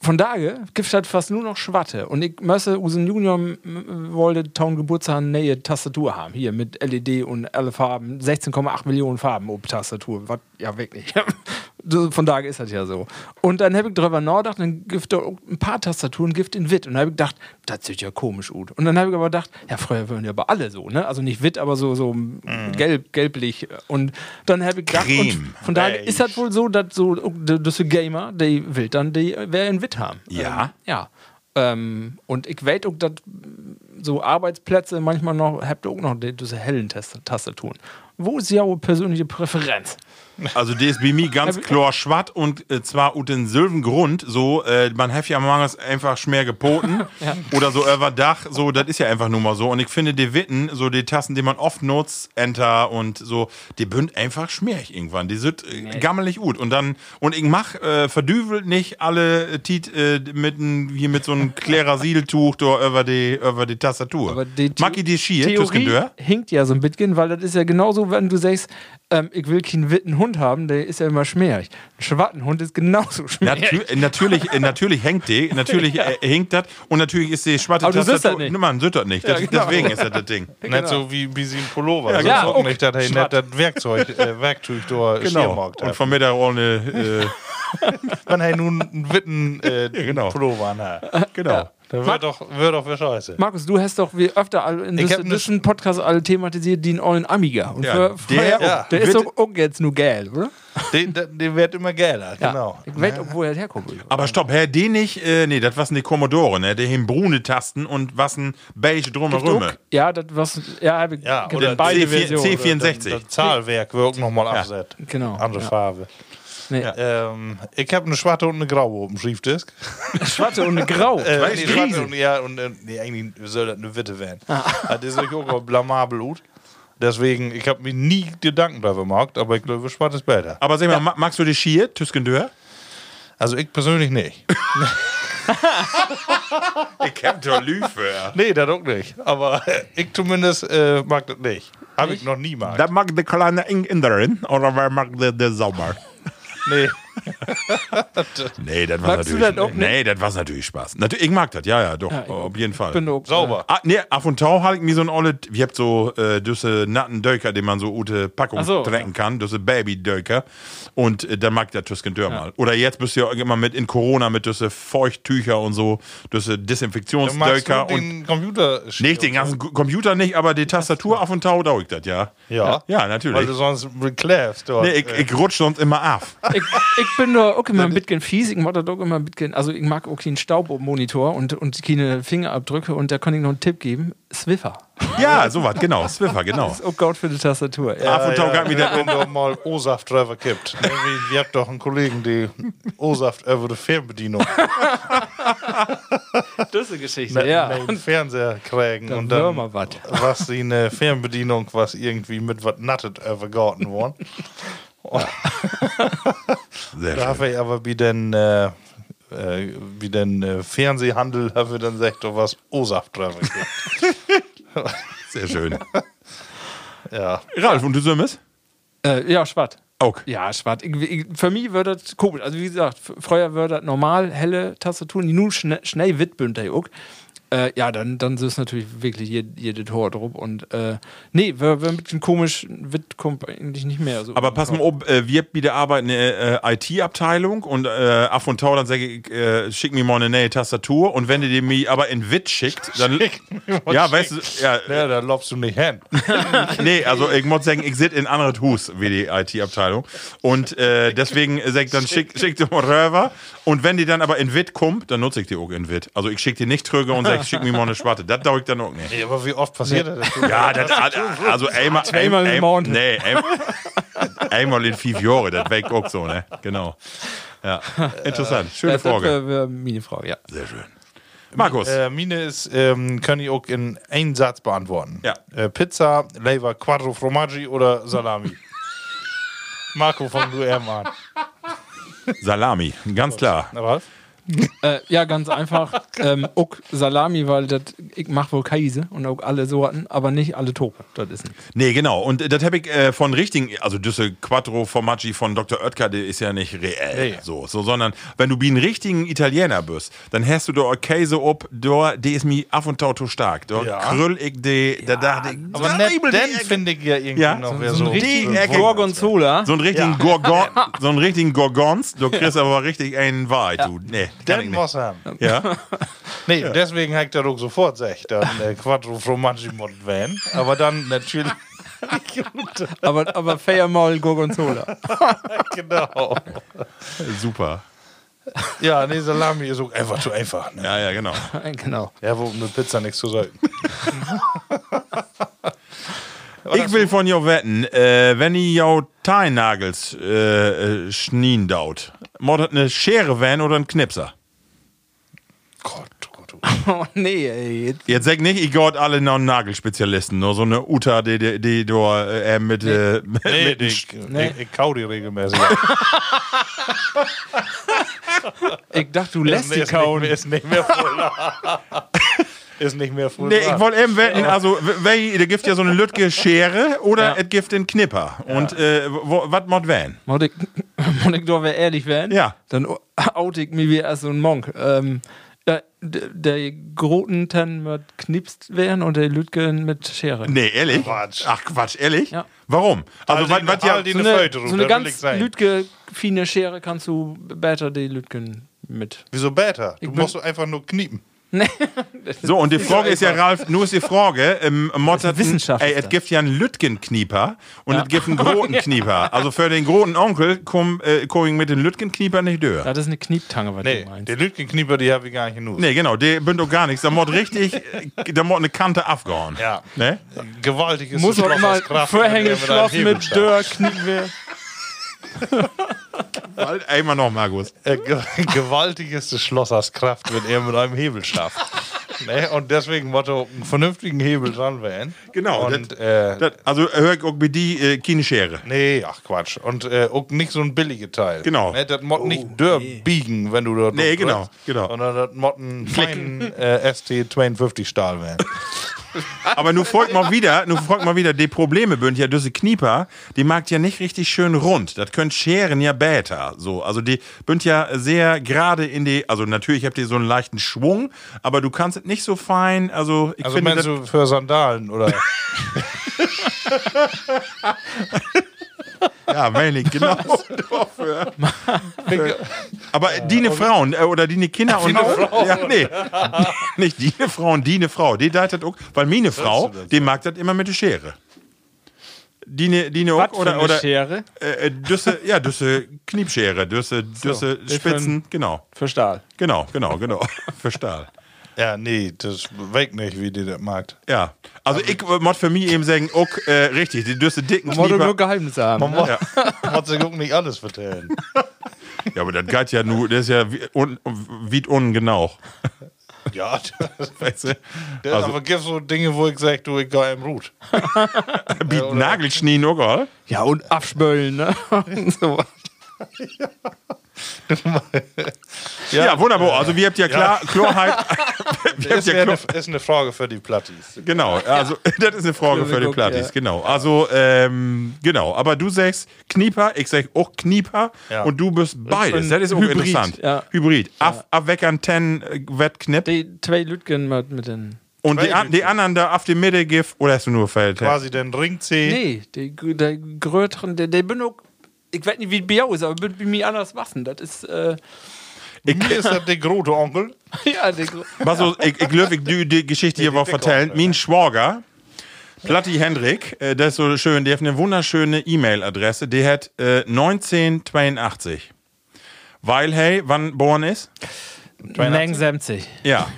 S4: Von daher gibt es fast nur noch Schwatte. Und ich möchte unseren Junior m- m- wollte Town Geburtstag eine neue Tastatur haben. Hier mit LED und alle Farben. 16,8 Millionen Farben ob Tastatur. Was ja wirklich. <laughs> So, Von daher ist das ja so. Und dann habe ich drüber nachgedacht, dann gibt es ein paar Tastaturen gibt in Witt. Und dann habe ich gedacht, das sieht ja komisch aus. Und dann habe ich aber gedacht, ja, früher waren ja aber alle so, ne? Also nicht Witt, aber so, so gelb, gelblich. Und dann habe ich gedacht,
S3: Creme.
S4: und von daher ist das wohl so, dass so diese Gamer, die will dann die äh, wer in Witt haben.
S3: Ja.
S4: Ähm, ja. Ähm, und ich weiß auch, dass so Arbeitsplätze manchmal noch, habt ihr auch noch die- diese hellen Tast- Tastaturen. Wo ist ja eure persönliche Präferenz?
S3: Also die ist bei mir ganz klar schwatt und äh, zwar aus den selben Grund, so äh, man hat ja manches einfach schwer
S4: <laughs>
S3: geboten oder so überdach, so das ist ja einfach nur mal so und ich finde die Witten, so die Tassen, die man oft nutzt, Enter und so, die bünd einfach schmierig irgendwann, die sind äh, gammelig gut und dann und ich mach äh, verdüvelt nicht alle äh, Tiet äh, mit n- hier mit so einem Klerasiltuch da über die über die Tastatur.
S4: Aber die The-
S3: Mag ich die Schier,
S4: Theorie
S3: Tüskendör?
S4: hinkt ja so ein bisschen, weil das ist ja genauso, wenn du sagst, ähm, ich will keinen witten Hund haben, der ist ja immer schmierig. Ein schwatten Hund ist genauso schmierig.
S3: Natü
S4: <laughs>
S3: natürlich, äh, natürlich hängt die, natürlich äh, hängt das und natürlich ist die schwatte
S4: Aber du sitzt das nicht.
S3: Nimm mal, man sitzt das nicht. Das,
S4: <laughs> genau.
S3: Deswegen ist das das Ding.
S2: Nicht so wie, wie sie ein Pullover.
S3: genau. Ja,
S2: Ja,
S4: ja,
S2: genau.
S4: okay.
S2: nicht, dass er
S4: Schwatt.
S2: nicht das Werkzeug, äh, Werkzeug da
S3: <laughs> Genau.
S2: Schiermarkt
S3: Und
S2: hat.
S3: von mir da auch
S4: äh,
S3: eine.
S2: Wenn er nun einen
S3: <laughs>
S2: witten äh,
S3: genau.
S2: Pullover anhat,
S3: Äh, genau.
S2: dann wird doch, wird doch für Scheiße.
S4: Markus, du hast doch wie öfter all- in
S2: Ich
S4: dis-
S2: hab ne
S4: diesem Podcast alle thematisiert, die einen ollen Amiga. Und
S3: Ja,
S4: für, für,
S3: der-
S4: der,
S3: ja.
S4: der ist
S3: Wird-
S4: doch auch jetzt nur Geld, oder?
S2: Den, den, den wird immer geiler,
S4: Ja.
S2: genau.
S4: Ich weiß, obwohl er herkommt.
S3: <laughs> Aber stopp, Herr, den nicht. Äh, nee, das waren die Commodore, ne? Die haben brune Tasten und was ein beige drumherum.
S4: Ja, das was. Ja, hab ich
S2: Ja,
S4: genau,
S2: oder
S4: beide
S3: C4-
S4: Versionen.
S3: C4 64.
S2: Das Zahlwerk wird auch nochmal abset.
S4: genau,
S2: Andere
S4: ja.
S2: Farbe.
S4: Nee.
S2: Ähm, ich habe eine schwarze und eine graue auf dem <laughs> Schriftdisk.
S4: Schwarze und eine Grau.
S2: Äh,
S3: Weiß
S2: nee,
S3: ich.
S2: schwarze und, ja, und äh, nee, eigentlich soll das eine Witte werden. <laughs> Das ist euch auch mal blamabel gut. Deswegen, ich habe mir nie Gedanken darüber gemacht, aber ich glaube, schwarz ist besser.
S3: Aber sag mal, ma- magst du die Schier,
S4: <laughs>
S3: Tüskendör?
S2: Also ich persönlich nicht.
S3: Ich hab doch Lüfe.
S2: <laughs> nee, das auch nicht. Aber ich zumindest äh, mag das nicht. Habe ich noch nie mal.
S3: Das mag die kleine Inderin oder wer mag der der Sauber?
S2: Nee.
S3: Nee, das war
S4: Magst du
S3: natürlich.
S4: das auch nicht?
S3: nee, das war natürlich Spaß. Natürlich, ich mag das, ja, ja, doch, auf jeden Fall.
S4: Bin auch, äh,
S2: Sauber.
S3: Ah, nee, ab und Tau hatte ich mir so ein olle, ich hab so äh, düsse natten Döker, den man so gute Packung
S4: Ach so.
S3: trecken kann, düsse Baby Döker. Und äh, da mag der Tüsken Dörr mal. Oder jetzt bist du ja immer mit in Corona mit düsse Feuchttücher und so, düsse
S2: Dann magst du
S3: Desinfektionsdöker und
S2: den Computer
S3: nicht den ganzen Gu- Computer nicht, aber die Tastatur ab und Tau da ich das, ja.
S2: Ja. Also
S3: Ja, natürlich.
S2: Weil du sonst äh, bekläfst. <laughs>
S3: Nee, ich, ich rutsch sonst immer af.
S4: Ich, ich ich bin doch auch immer ein bisschen fies, ich mag das doch immer ein bisschen, also ich mag auch keinen Staub am Monitor und, und keine Fingerabdrücke und da kann ich noch einen Tipp geben, Swiffer.
S3: Ja, sowas, genau. Swiffer, genau.
S4: Ist auch gut für die Tastatur. Ja.
S3: Af und Tau gab
S2: <laughs>
S3: wieder.
S2: wenn doch mal O-Saft drüber kippt. Ne, wie- Ihr habt doch einen Kollegen, der O-Saft über die Fernbedienung
S4: Düsse Geschichte,
S2: mit
S4: ja.
S2: dem ne, Fernseher kriegen.
S4: Da
S2: und
S4: wär
S2: dann
S4: mal wat.
S2: was sie eine Fernbedienung, was irgendwie mit was nattet übergarten worden.
S3: Sehr
S2: Da
S3: schön.
S2: habe ich aber wie den, äh, äh, wie den äh, Fernsehhandel, habe ich dann gesagt, du was O-Saft drüber gekippt.
S3: Sehr schön.
S2: Ja.
S3: Ralf, und du Sümmes?
S4: Äh, ja, schwarz.
S3: Auch.
S4: Ja, schwarz. Ich- ich- Für mich wird das komisch. Also, wie gesagt, f- früher wird das normal, helle Tastaturen, die nun schne schnell wittbünd, der auch. Äh, ja, dann, dann ist es natürlich wirklich jede, jede Tor drauf. Und äh, nee, wäre wär ein bisschen komisch, Witt kommt eigentlich nicht mehr. So
S3: Aber pass mal ob äh, wir wieder arbeiten eine äh, IT-Abteilung und äh, Af und Tau, dann sage ich, äh, schick mir mal eine neue Tastatur und wenn ihr die mir aber in Wit schickt, dann. ja, weißt du, ja,
S2: Ja, da lobst du nicht hin.
S3: <laughs> nee, also ich muss sagen, ich sitze in anderes Hus wie die IT-Abteilung. Und äh, deswegen sage ich dann, schick, schick die mal rüber. Und wenn die dann aber in Wit kommt, dann nutze ich die auch in Wit. Also ich schicke die nicht drüber und sage, schick mir mal eine Schwarte. Das dauert dann auch nicht.
S2: Nee, aber wie oft passiert das?
S3: Ja, Ah, das,
S2: <laughs>
S3: also einmal,
S4: Zweimal im Monat.
S3: Nee, ein- einmal in fünf Jahren, das weg auch so, ne? Genau. Ja, interessant.
S2: Äh,
S3: Schöne
S4: Äh, das
S3: Frage.
S4: wäre wär meine Frage, ja.
S3: Sehr schön. Markus,
S2: Äh, Mine ist, ähm, kann ich auch in einen Satz beantworten.
S3: Ja.
S2: Äh, Pizza, Leber, Quattro Formaggi oder <laughs> Salami? Marco, fang du eher mal an.
S3: Salami, ganz klar.
S2: Na, Was?
S4: Äh, ja, ganz einfach.
S3: <laughs> Genau.
S4: ähm, auch Salami, weil das, ich mache wohl Käse und auch alle Sorten, aber nicht alle Tope. Das ist nicht.
S3: Nee, genau. Und äh, das habe ich äh, von richtigen, also Düsse Quattro Formaggi von Dr. Oetker, der ist ja nicht reell.
S2: Nee.
S3: So, so, sondern wenn du wie ein richtigen Italiener bist, dann hast du da auch Käse ob, da, die ist mir af und tau zu stark. Da
S2: Ja.
S3: krüll ich die, da dachte ich,
S2: Aber
S3: "Salami,
S2: nicht,
S3: die
S2: den
S3: Ecke."
S2: finde ich ja irgendwie
S3: Ja,
S2: noch
S3: so-
S2: wer
S3: Also so ein
S2: so.
S3: richtig
S2: so-
S3: Ecke.
S4: Gorgonzola.
S3: So einen richtigen
S2: Ja.
S3: Gorgon, so einen richtigen Gorgons, du kriegst aber richtig einen Wahrheit, du. Nee, kann ich
S2: Den
S3: nicht.
S2: muss haben.
S3: Ja,
S2: Nee, deswegen hängt er doch sofort, sag ich dann. Äh, Quattro Formaggi Mod Van. Aber dann <laughs> natürlich.
S4: aber aber Feiermaul Gorgonzola. <laughs>
S2: genau.
S3: super.
S2: Ja, nee, Salami ist auch einfach zu einfach. Ne?
S3: Ja, ja, genau.
S4: genau.
S2: Ja, wo mit Pizza nichts zu sagen.
S3: Ich will von dir wetten, äh, wenn ihr jou Teilnagels äh, äh, schnien daut, mordet eine Schere werden oder ein Knipser?
S2: Gott, Gott, Gott.
S4: Oh <laughs> nee, ey. Jetzt
S3: Jetzt sag nicht, ich gott alle noch einen Nagelspezialisten, nur so eine Uta, die, die, die du äh, mit, äh, <laughs> mit,
S2: Nee,
S3: mit
S2: ich,
S4: Nee.
S2: ich, ich kau die regelmäßig.
S4: Ich dachte, du lässt die
S2: ist,
S4: kauen.
S2: Nicht, ist nicht mehr voll. <laughs> ist nicht mehr voll.
S3: Nee,
S2: dran.
S3: ich wollte eben wetten, also, w- wer- der gibt ja so eine Lütke Schere oder es gibt den Knipper. Und äh, was mod wen?
S4: Muss <laughs> ich, muss ich doch ehrlich werden?
S3: Ja.
S4: Dann o- out ich mich wie erst so ein Monk. Ähm, ja, d- der Groten dann mit knipst werden und der Lütgen mit Schere.
S3: Nee, ehrlich?
S2: Quatsch.
S3: Ach Quatsch, ehrlich?
S4: Ja.
S3: Warum? Also, was
S2: Halt
S3: was
S2: die-
S3: ja.
S2: halt die-
S4: so
S2: eine
S4: eine,
S2: Föte,
S4: so
S2: das will
S4: eine
S2: ich
S4: ganz
S2: sagen.
S4: Lütge fine Schere kannst du besser die Lütgen mit.
S2: Wieso Beta? Du
S4: bin-
S2: musst doch einfach nur kniepen.
S4: Nee.
S3: So, und die Frage ist ja, Ralf, nur ist die Frage, ähm, Mott hat ein,
S4: Wissenschaft
S3: ey,
S4: ist
S3: es
S4: das.
S3: gibt ja einen Lütgenknieper und es gibt einen
S4: <laughs>
S3: Grotenknieper. Also für den großen Onkel komm, äh, komm ich mit den Lütgenknieper nicht durch.
S4: <laughs> Das ist eine Knieptange, was
S2: Nee,
S4: du meinst.
S2: der Lütgenknieper, die habe ich gar nicht genug.
S3: Nee, genau, der bünd doch gar nichts. Da Mott richtig,
S4: <laughs>
S3: äh, da Mott eine Kante abgehauen.
S2: Ja.
S3: Ne?
S2: Gewaltiges
S4: Muss auch immer Vorhänge schlossen mit
S2: Dörr.
S4: Dörr, Kniepe.
S3: Bald einmal noch, Markus.
S2: Äh, ge <laughs> gewaltiges des Schlossers Kraft, wenn er mit einem Hebel
S4: <laughs>
S2: schafft. nee, und deswegen wollte er einen vernünftigen Hebel dran wählen.
S3: Genau,
S2: Und,
S3: das-
S2: äh,
S3: Das, also hör ich auch bei die äh, keine Schere.
S2: Nee, ach Quatsch. Und äh, auch nicht so ein billiges Teil.
S3: Genau.
S2: Ne, das Mod nicht dörr biegen, wenn du dort.
S3: Nee,
S2: drückst,
S3: genau, genau.
S2: Sondern das Mod einen feinen äh, ST52 Stahl
S3: <laughs>
S2: werden.
S3: Aber nun folgt mal wieder, nun folgt mal wieder, die Probleme bünd ja diese Knieper, die mag ja nicht richtig schön rund. Das könnt Scheren ja bäter. So, also die bünd ja sehr gerade in die, also natürlich habt ihr so einen leichten Schwung, aber du kannst es nicht so fein, also ich
S2: Also
S3: finde
S2: meinst
S3: das,
S2: du für Sandalen oder?
S3: <laughs> ja, meine ich, genau. dafür. aber die ne Frauen äh, oder die ne Kinder und ja, nee, nicht die ne Frauen, die ne Frau, die leitet auch, weil meine Frau, die mag das immer mit der Schere. Die ne, die ne
S4: Was
S3: Hook
S4: für
S3: oder,
S4: eine
S3: oder
S4: Schere
S3: äh, äh, Düsse, ja, Düsse, Kniepschere, Düsse, Düsse,
S4: ich
S3: Spitzen,
S4: find-
S3: genau,
S4: für Stahl.
S3: genau, genau, <laughs> genau, für Stahl.
S2: Ja, nee, das weg nicht, wie die das macht.
S3: Ja, also ich mod für mich eben sagen, ok, äh, richtig, die Düsse dicken
S4: Man wollte nur
S3: Knieper.
S4: Geheimnisse haben.
S2: Man muss
S3: Ja.
S2: muss sich auch nicht alles
S3: <laughs>
S2: vertellen.
S3: Ja, aber das geht ja nur, das ist ja wie un, wie ungenau.
S2: Ja, <laughs> das,
S3: Weißt du?
S2: das
S3: Also-
S2: aber gibt so Dinge, wo ich sage, du, ich gehe im
S3: <laughs>
S2: Rut.
S3: Wie oh Nagelschnee nur, gell?
S4: Ja, und abspülen, ne? <laughs> Und so.
S3: Ja, wunderbar. Also wir habt ja klar, Klarheit. <laughs> wir habt
S2: Ist,
S3: ja
S2: ja eine,
S3: klar,
S2: ist eine Frage für die Plattis.
S3: <laughs> genau, also das ist eine Frage für die
S4: Entschuldigung,
S3: Plattis,
S4: ja.
S3: genau. Also, ähm, genau, aber du sagst Knieper, ich sag auch Knieper
S2: Ja.
S3: und du bist beides.
S4: bin
S3: Das ist auch
S4: Hybrid,
S3: interessant.
S4: ja.
S3: Hybrid. Af, Abweckern, ten, äh, wett, knipp.
S4: Die zwei Lütgen mit, mit den.
S3: Und die,
S2: Zwei
S3: an- die anderen da auf die Mitte gif oder hast du nur Feld?
S2: Quasi den Ringzeh.
S4: Nee, die, der Gröteren, der, der bin auch. Ich weiß nicht, wie es bei dir ist, aber ich bin mir anders machen. Das ist. Äh, <laughs>
S2: Mir ist das der große Onkel.
S4: ja, der Gro-
S3: Was so, ich, ich glaube, ich die, die Geschichte hier war vertellen. Mein Schwager, Platti Hendrik, äh, das ist so schön, der hat eine wunderschöne E-Mail-Adresse, die hat äh, 1982. Weil, hey, wann geboren ist?
S4: 79.
S3: Ja.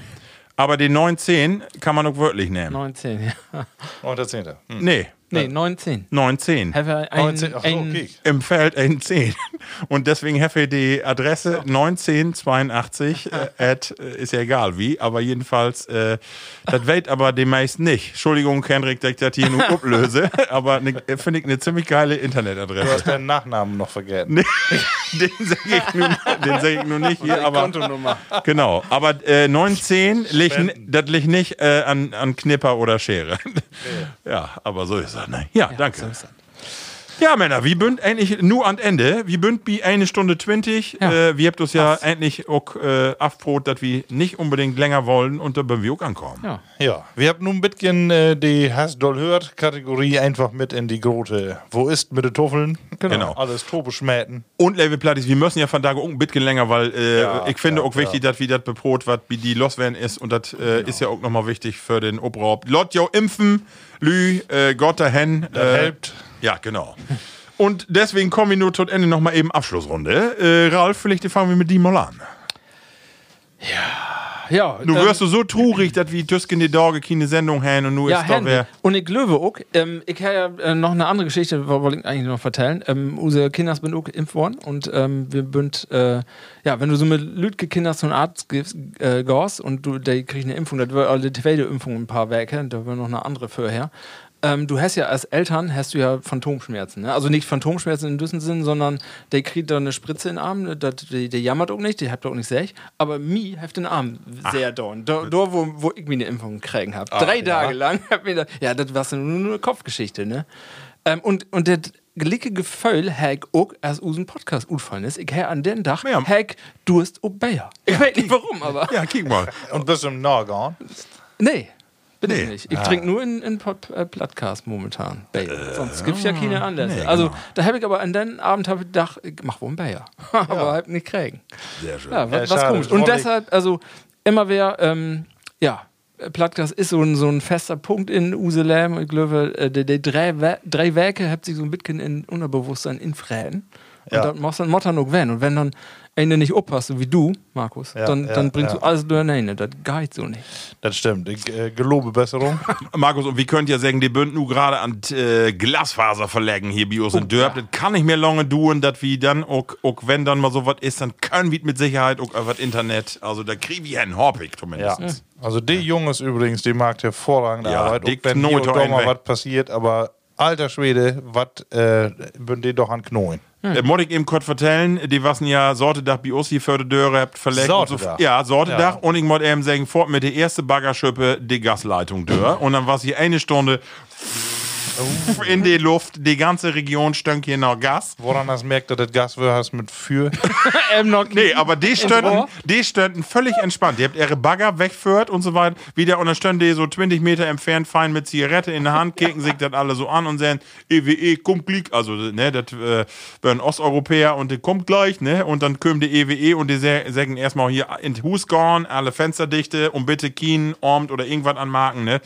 S3: Aber den 19 kann man auch wörtlich nehmen.
S4: 19, ja.
S2: Und der Zehnte. Hm.
S3: Nee,
S4: Nee, 19.
S3: 19.
S4: Have ein,
S2: 19. Ach so,
S4: ein-
S2: okay.
S3: Im Feld ein 10. <laughs> Und deswegen habe ich die Adresse 1982 äh, at, äh, ist ja egal wie, aber jedenfalls, äh, das weht aber demnächst nicht. Entschuldigung, Henrik, dass ich das hier nur ablöse, aber ne, finde ich eine ziemlich geile
S2: Du hast
S3: Internetadresse.
S2: deinen Nachnamen noch vergessen.
S3: <laughs> Den sage ich, nun- den sag ich nur nicht hier, aber
S4: Kontonummer.
S3: genau. Aber äh, 19 liegt, n-
S2: Spenden.
S3: das liegt nicht äh, an, an Knipper oder Schere. <laughs> Ja, aber so ist das. Ne? Ja, danke.
S4: So ist das.
S3: Ja, Männer, wir bünd endlich nur an Ende. Wir bünd wie eine Stunde 20.
S4: Ja.
S3: Äh, wir habt uns ja endlich auch äh, afbrot, dass wir nicht unbedingt länger wollen und da beim wir auch ankommen.
S4: Ja.
S2: Ja, wir haben nun ein bisschen äh, die Hast doll hört Kategorie einfach mit in die Grote. Wo ist mit den Tuffeln?
S3: Genau.
S2: Alles Tobeschmäten.
S3: Und Level Plattis, wir müssen ja von da auch ein bisschen länger, weil äh,
S2: Ja,
S3: ich finde
S2: ja, Genau.
S3: auch wichtig, dass wir das beprot, was wie die loswerden ist. Und das äh, ist ja auch nochmal wichtig für den Obraub. Lot jo impfen, Lü, äh, Gott dahin.
S2: Das helpt.
S3: Ja, genau. <laughs> Und deswegen kommen wir nur tot Ende nochmal eben Abschlussrunde. Äh, Ralf, vielleicht fangen wir mit die mal an.
S4: Ja,
S3: Du
S4: ähm,
S3: wirst so traurig, dass wie Tüsken die Dorge keine Sendung haben und nur
S4: ja,
S3: ist da
S4: Handy.
S3: wer.
S4: Und ich glaube auch, ähm, ich habe ja äh, noch eine andere Geschichte, wo- wollte ich eigentlich noch vertellen. Ähm, unsere Kinder sind auch geimpft worden und ähm, wir sind, äh, ja, wenn du so mit Lütke Kinder zum Arzt gehst, äh, gehst und du, die kriegen eine Impfung, das wird alle zweite Impfung in ein paar Werke, da wird noch eine andere vorher. Ähm, du hast ja als Eltern hast du ja Phantomschmerzen. Ne? Also nicht Phantomschmerzen im düssen Sinn, sondern der kriegt da eine Spritze in den Arm, dat- der, der jammert auch nicht, der habt auch nicht sehr. Aber mi heft den Arm
S3: Ah.
S4: sehr down. Da, da wo, wo ich mir eine Impfung kriegen hab. Drei Tage lang hab mir da, ja, das war nur nur eine Kopfgeschichte, ne? Ähm, und, und das gelicke Gefühl hag auch, als unseren Podcast utfallen ist, ne? ich hab an den Dach,
S3: Ja.
S4: hag Durst Obeyer. Ich weiß nicht warum, aber.
S3: Ja, kick mal.
S2: Und bist im Norgon.
S4: Nee. Ah. Bin
S3: Nee.
S4: ich nicht. Ich trinke nur in, in Pod, äh, Plattcast momentan. Bayer. Sonst gibt es ja keine Anlässe. also, da habe ich aber an den Abend habe ich gedacht, ich mach wohl einen Bayer. <laughs> aber halt nicht kriegen. Sehr schön. Ja, wa- was,
S2: schade,
S4: komisch.
S2: das
S4: Und
S2: wollte ich-
S4: deshalb, also, immer wer, ähm, ja, Plattcast ist so ein, so ein fester Punkt in Uselam. Ich glaube, äh, die, die drei, Wer- drei Werke habt sich so ein bisschen in Unterbewusstsein infrähen. Und
S2: Ja.
S4: dann machst du dann Motter noch wenn. Und wenn dann eine nicht oppasst, so wie du, Markus,
S2: Ja,
S4: dann,
S2: ja,
S4: dann bringst
S2: ja.
S4: du alles durcheinander. Das geht so
S2: <laughs>
S4: nicht.
S2: Das stimmt. Ich äh, gelobe Besserung.
S3: Markus, und wie könnt ihr sagen, die bünden nu gerade an äh, Glasfaser verlegen hier Bios
S2: Oh,
S3: und Dörp. Das kann nicht mehr lange dauern, dass wir dann, auch, auch wenn dann mal so was ist, dann können wir mit Sicherheit auch was Internet. Also da kriegen wir einen Horpig
S2: ja.
S3: zumindest.
S2: Also die Jungs übrigens, die mag hervorragende
S3: Ja,
S2: Arbeit.
S3: dick
S2: Auch wenn hier
S3: Knot
S2: und da mal
S3: einweg.
S2: was passiert, aber alter Schwede, was äh, bünd die doch an Knoen.
S3: Äh, Mod ich eben kurz vertellen, die wassen ja Sortedach Biossi für die Dörre habt verlegt. und So,
S2: Sortedach.
S3: ja, Sortedach.
S2: Ja.
S3: Und ich mod eben sagen, fort mit der erste Baggerschippe, die Gasleitung Dörr. Und dann war hier eine Stunde
S2: Oh.
S3: in die Luft. Die ganze Region stönk hier nach Gas.
S2: Woran das merkt, dass das Gas wir hast
S3: <laughs>
S2: mit für?
S4: Ähm, noch
S3: Nee, aber die stönten, die stönten völlig entspannt. Die habt ihre Bagger wegführt und so weiter. Wieder und dann stönden die so 20 Meter entfernt, fein mit Zigarette in der Hand, kicken sich dann alle so an und sagen, EWE, kommt gleich. Also, ne, das äh, wären Osteuropäer und die kommt gleich, ne? Und dann kommen die EWE und die sä- sägen erstmal hier in die Hus gone, alle Fensterdichte und bitte Kien, Ormt oder irgendwas anmarken, ne?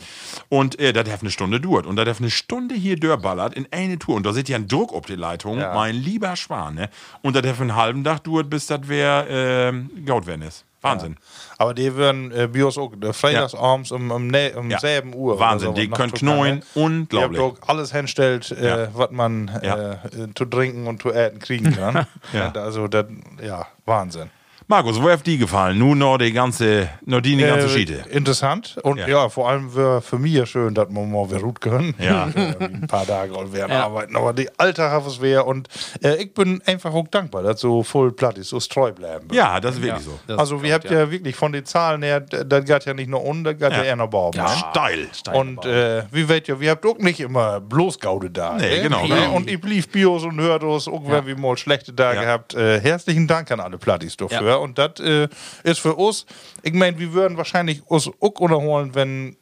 S3: Und äh, das hat eine Stunde dauert. Und das hat eine Stunde Stunde hier dörballert in eine Tour und da seht ihr einen Druck auf die Leitung,
S2: Ja.
S3: mein lieber Schwan, ne? Und das hat für einen halben Tag dauert, bis das wer ähm, gaut werden ist. Wahnsinn.
S2: Aber die würden äh, Bios auch äh, freitags
S3: Ja.
S2: abends um, um, ne, um
S3: Ja.
S2: 7 Uhr.
S3: Wahnsinn,
S2: oder so,
S3: die
S2: noch
S3: können
S2: zu knacken.
S3: knurren, unglaublich.
S2: Die haben doch ne? alles hinstellt, äh, was man
S3: Ja.
S2: äh, äh, zu trinken und zu
S3: <laughs>
S2: essen kriegen kann.
S3: Ja.
S2: Und Also, das, ja, Wahnsinn.
S3: Markus, wo hat die gefallen? Nun noch die ganze, nur die, die ganze
S2: Äh,
S3: Schiete.
S2: Interessant. Und
S3: Ja.
S2: ja, vor allem wär für mich schön, dass wir mal wieder gut können.
S3: Ja.
S2: <laughs> Äh, ein paar Tage und werden
S4: Ja.
S2: arbeiten. Aber die Alltag hat es wäre. Und äh, ich bin einfach auch dankbar, dass so voll platt ist, so treu bleiben.
S3: Ja, das ist wirklich so.
S2: Das also wir habt ja. wirklich von den Zahlen her, d- das geht ja nicht nur unten, das geht ja,
S3: Ja.
S2: eher noch oben. ne?
S3: Steil.
S2: Und äh, wie weit ja, wir habt auch nicht immer bloß Gaude da.
S3: Nee,
S2: ne?
S3: genau,
S2: Ne?
S3: genau.
S2: Und ich blieb Bios und Hördos, auch wenn wir mal schlechte Tage
S3: Ja.
S2: gehabt. Äh, herzlichen Dank an alle Plattis dafür. Und das äh, ist für uns, ich meine, wir würden wahrscheinlich uns auch unterholen, wenn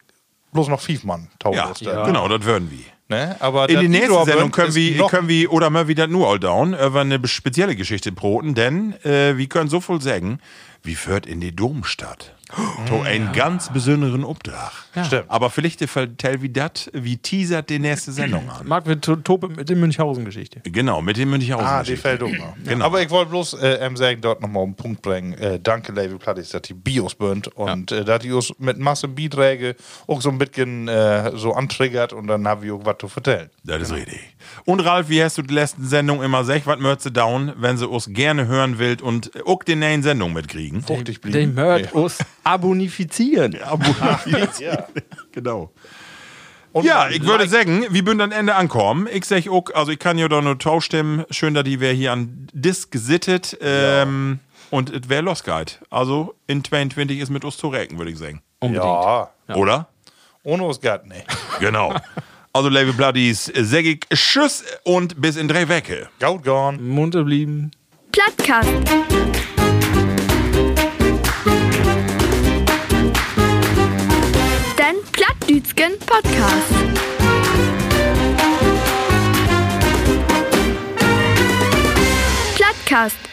S2: bloß noch fünf Mann tauchen
S3: Ja,
S2: ist.
S3: genau, das würden wir.
S2: Ne? Aber
S3: In
S2: dat
S3: der nächsten
S2: Niedorp
S3: Sendung können
S2: ist
S3: wir,
S2: noch-
S3: können wir oder mal wieder nur all down über eine spezielle Geschichte broten, denn äh, wir können so viel sagen, wie führt in die Domstadt. To einen ganz besonderen Obdach.
S2: Oh. Stimmt.
S3: Aber vielleicht vertell wie das, wie teasert die nächste Sendung an.
S4: Marc, wir to- tope mit der Münchhausen-Geschichte.
S3: Genau, mit dem Münchhausen.
S2: Ah, die fällt um.
S3: Genau.
S2: Aber ich wollte bloß äh, M sagen, dort nochmal einen Punkt bringen. Äh, danke, Label Plattis, dass die Bios bünd und äh, dass die uns mit Masse Beiträge auch so ein bisschen äh, so antriggert und dann haben wir auch was zu vertellen.
S3: Das ist richtig. Und Ralf, wie hast du die letzten Sendung immer sech, was mörze down, wenn sie uns gerne hören willt und auch die neuen Sendung mitkriegen?
S2: Fruchtig
S4: Den
S2: blieben.
S4: Mörd us abonifizieren.
S3: ja. Genau.
S2: Und
S3: Ja,
S2: ein
S3: ich würde
S2: Like.
S3: sagen, wir würden am Ende ankommen. Ich sag auch, also ich kann ja doch nur taustimmen. Schön, dass die wir hier an Disk sittet. Ähm, Und es wäre Lost Guide. Also in 22 ist mit uns zu rechnen, würde ich sagen.
S2: Ja,
S3: Oder?
S2: ohne uns gar nicht.
S3: Genau. also, Level Bloodies, sag ich Tschüss und bis in drei Wecke.
S2: Gaut gone.
S4: Munter blieben.
S1: Plattkast. Den Plattdütschen Podcast. Plattkast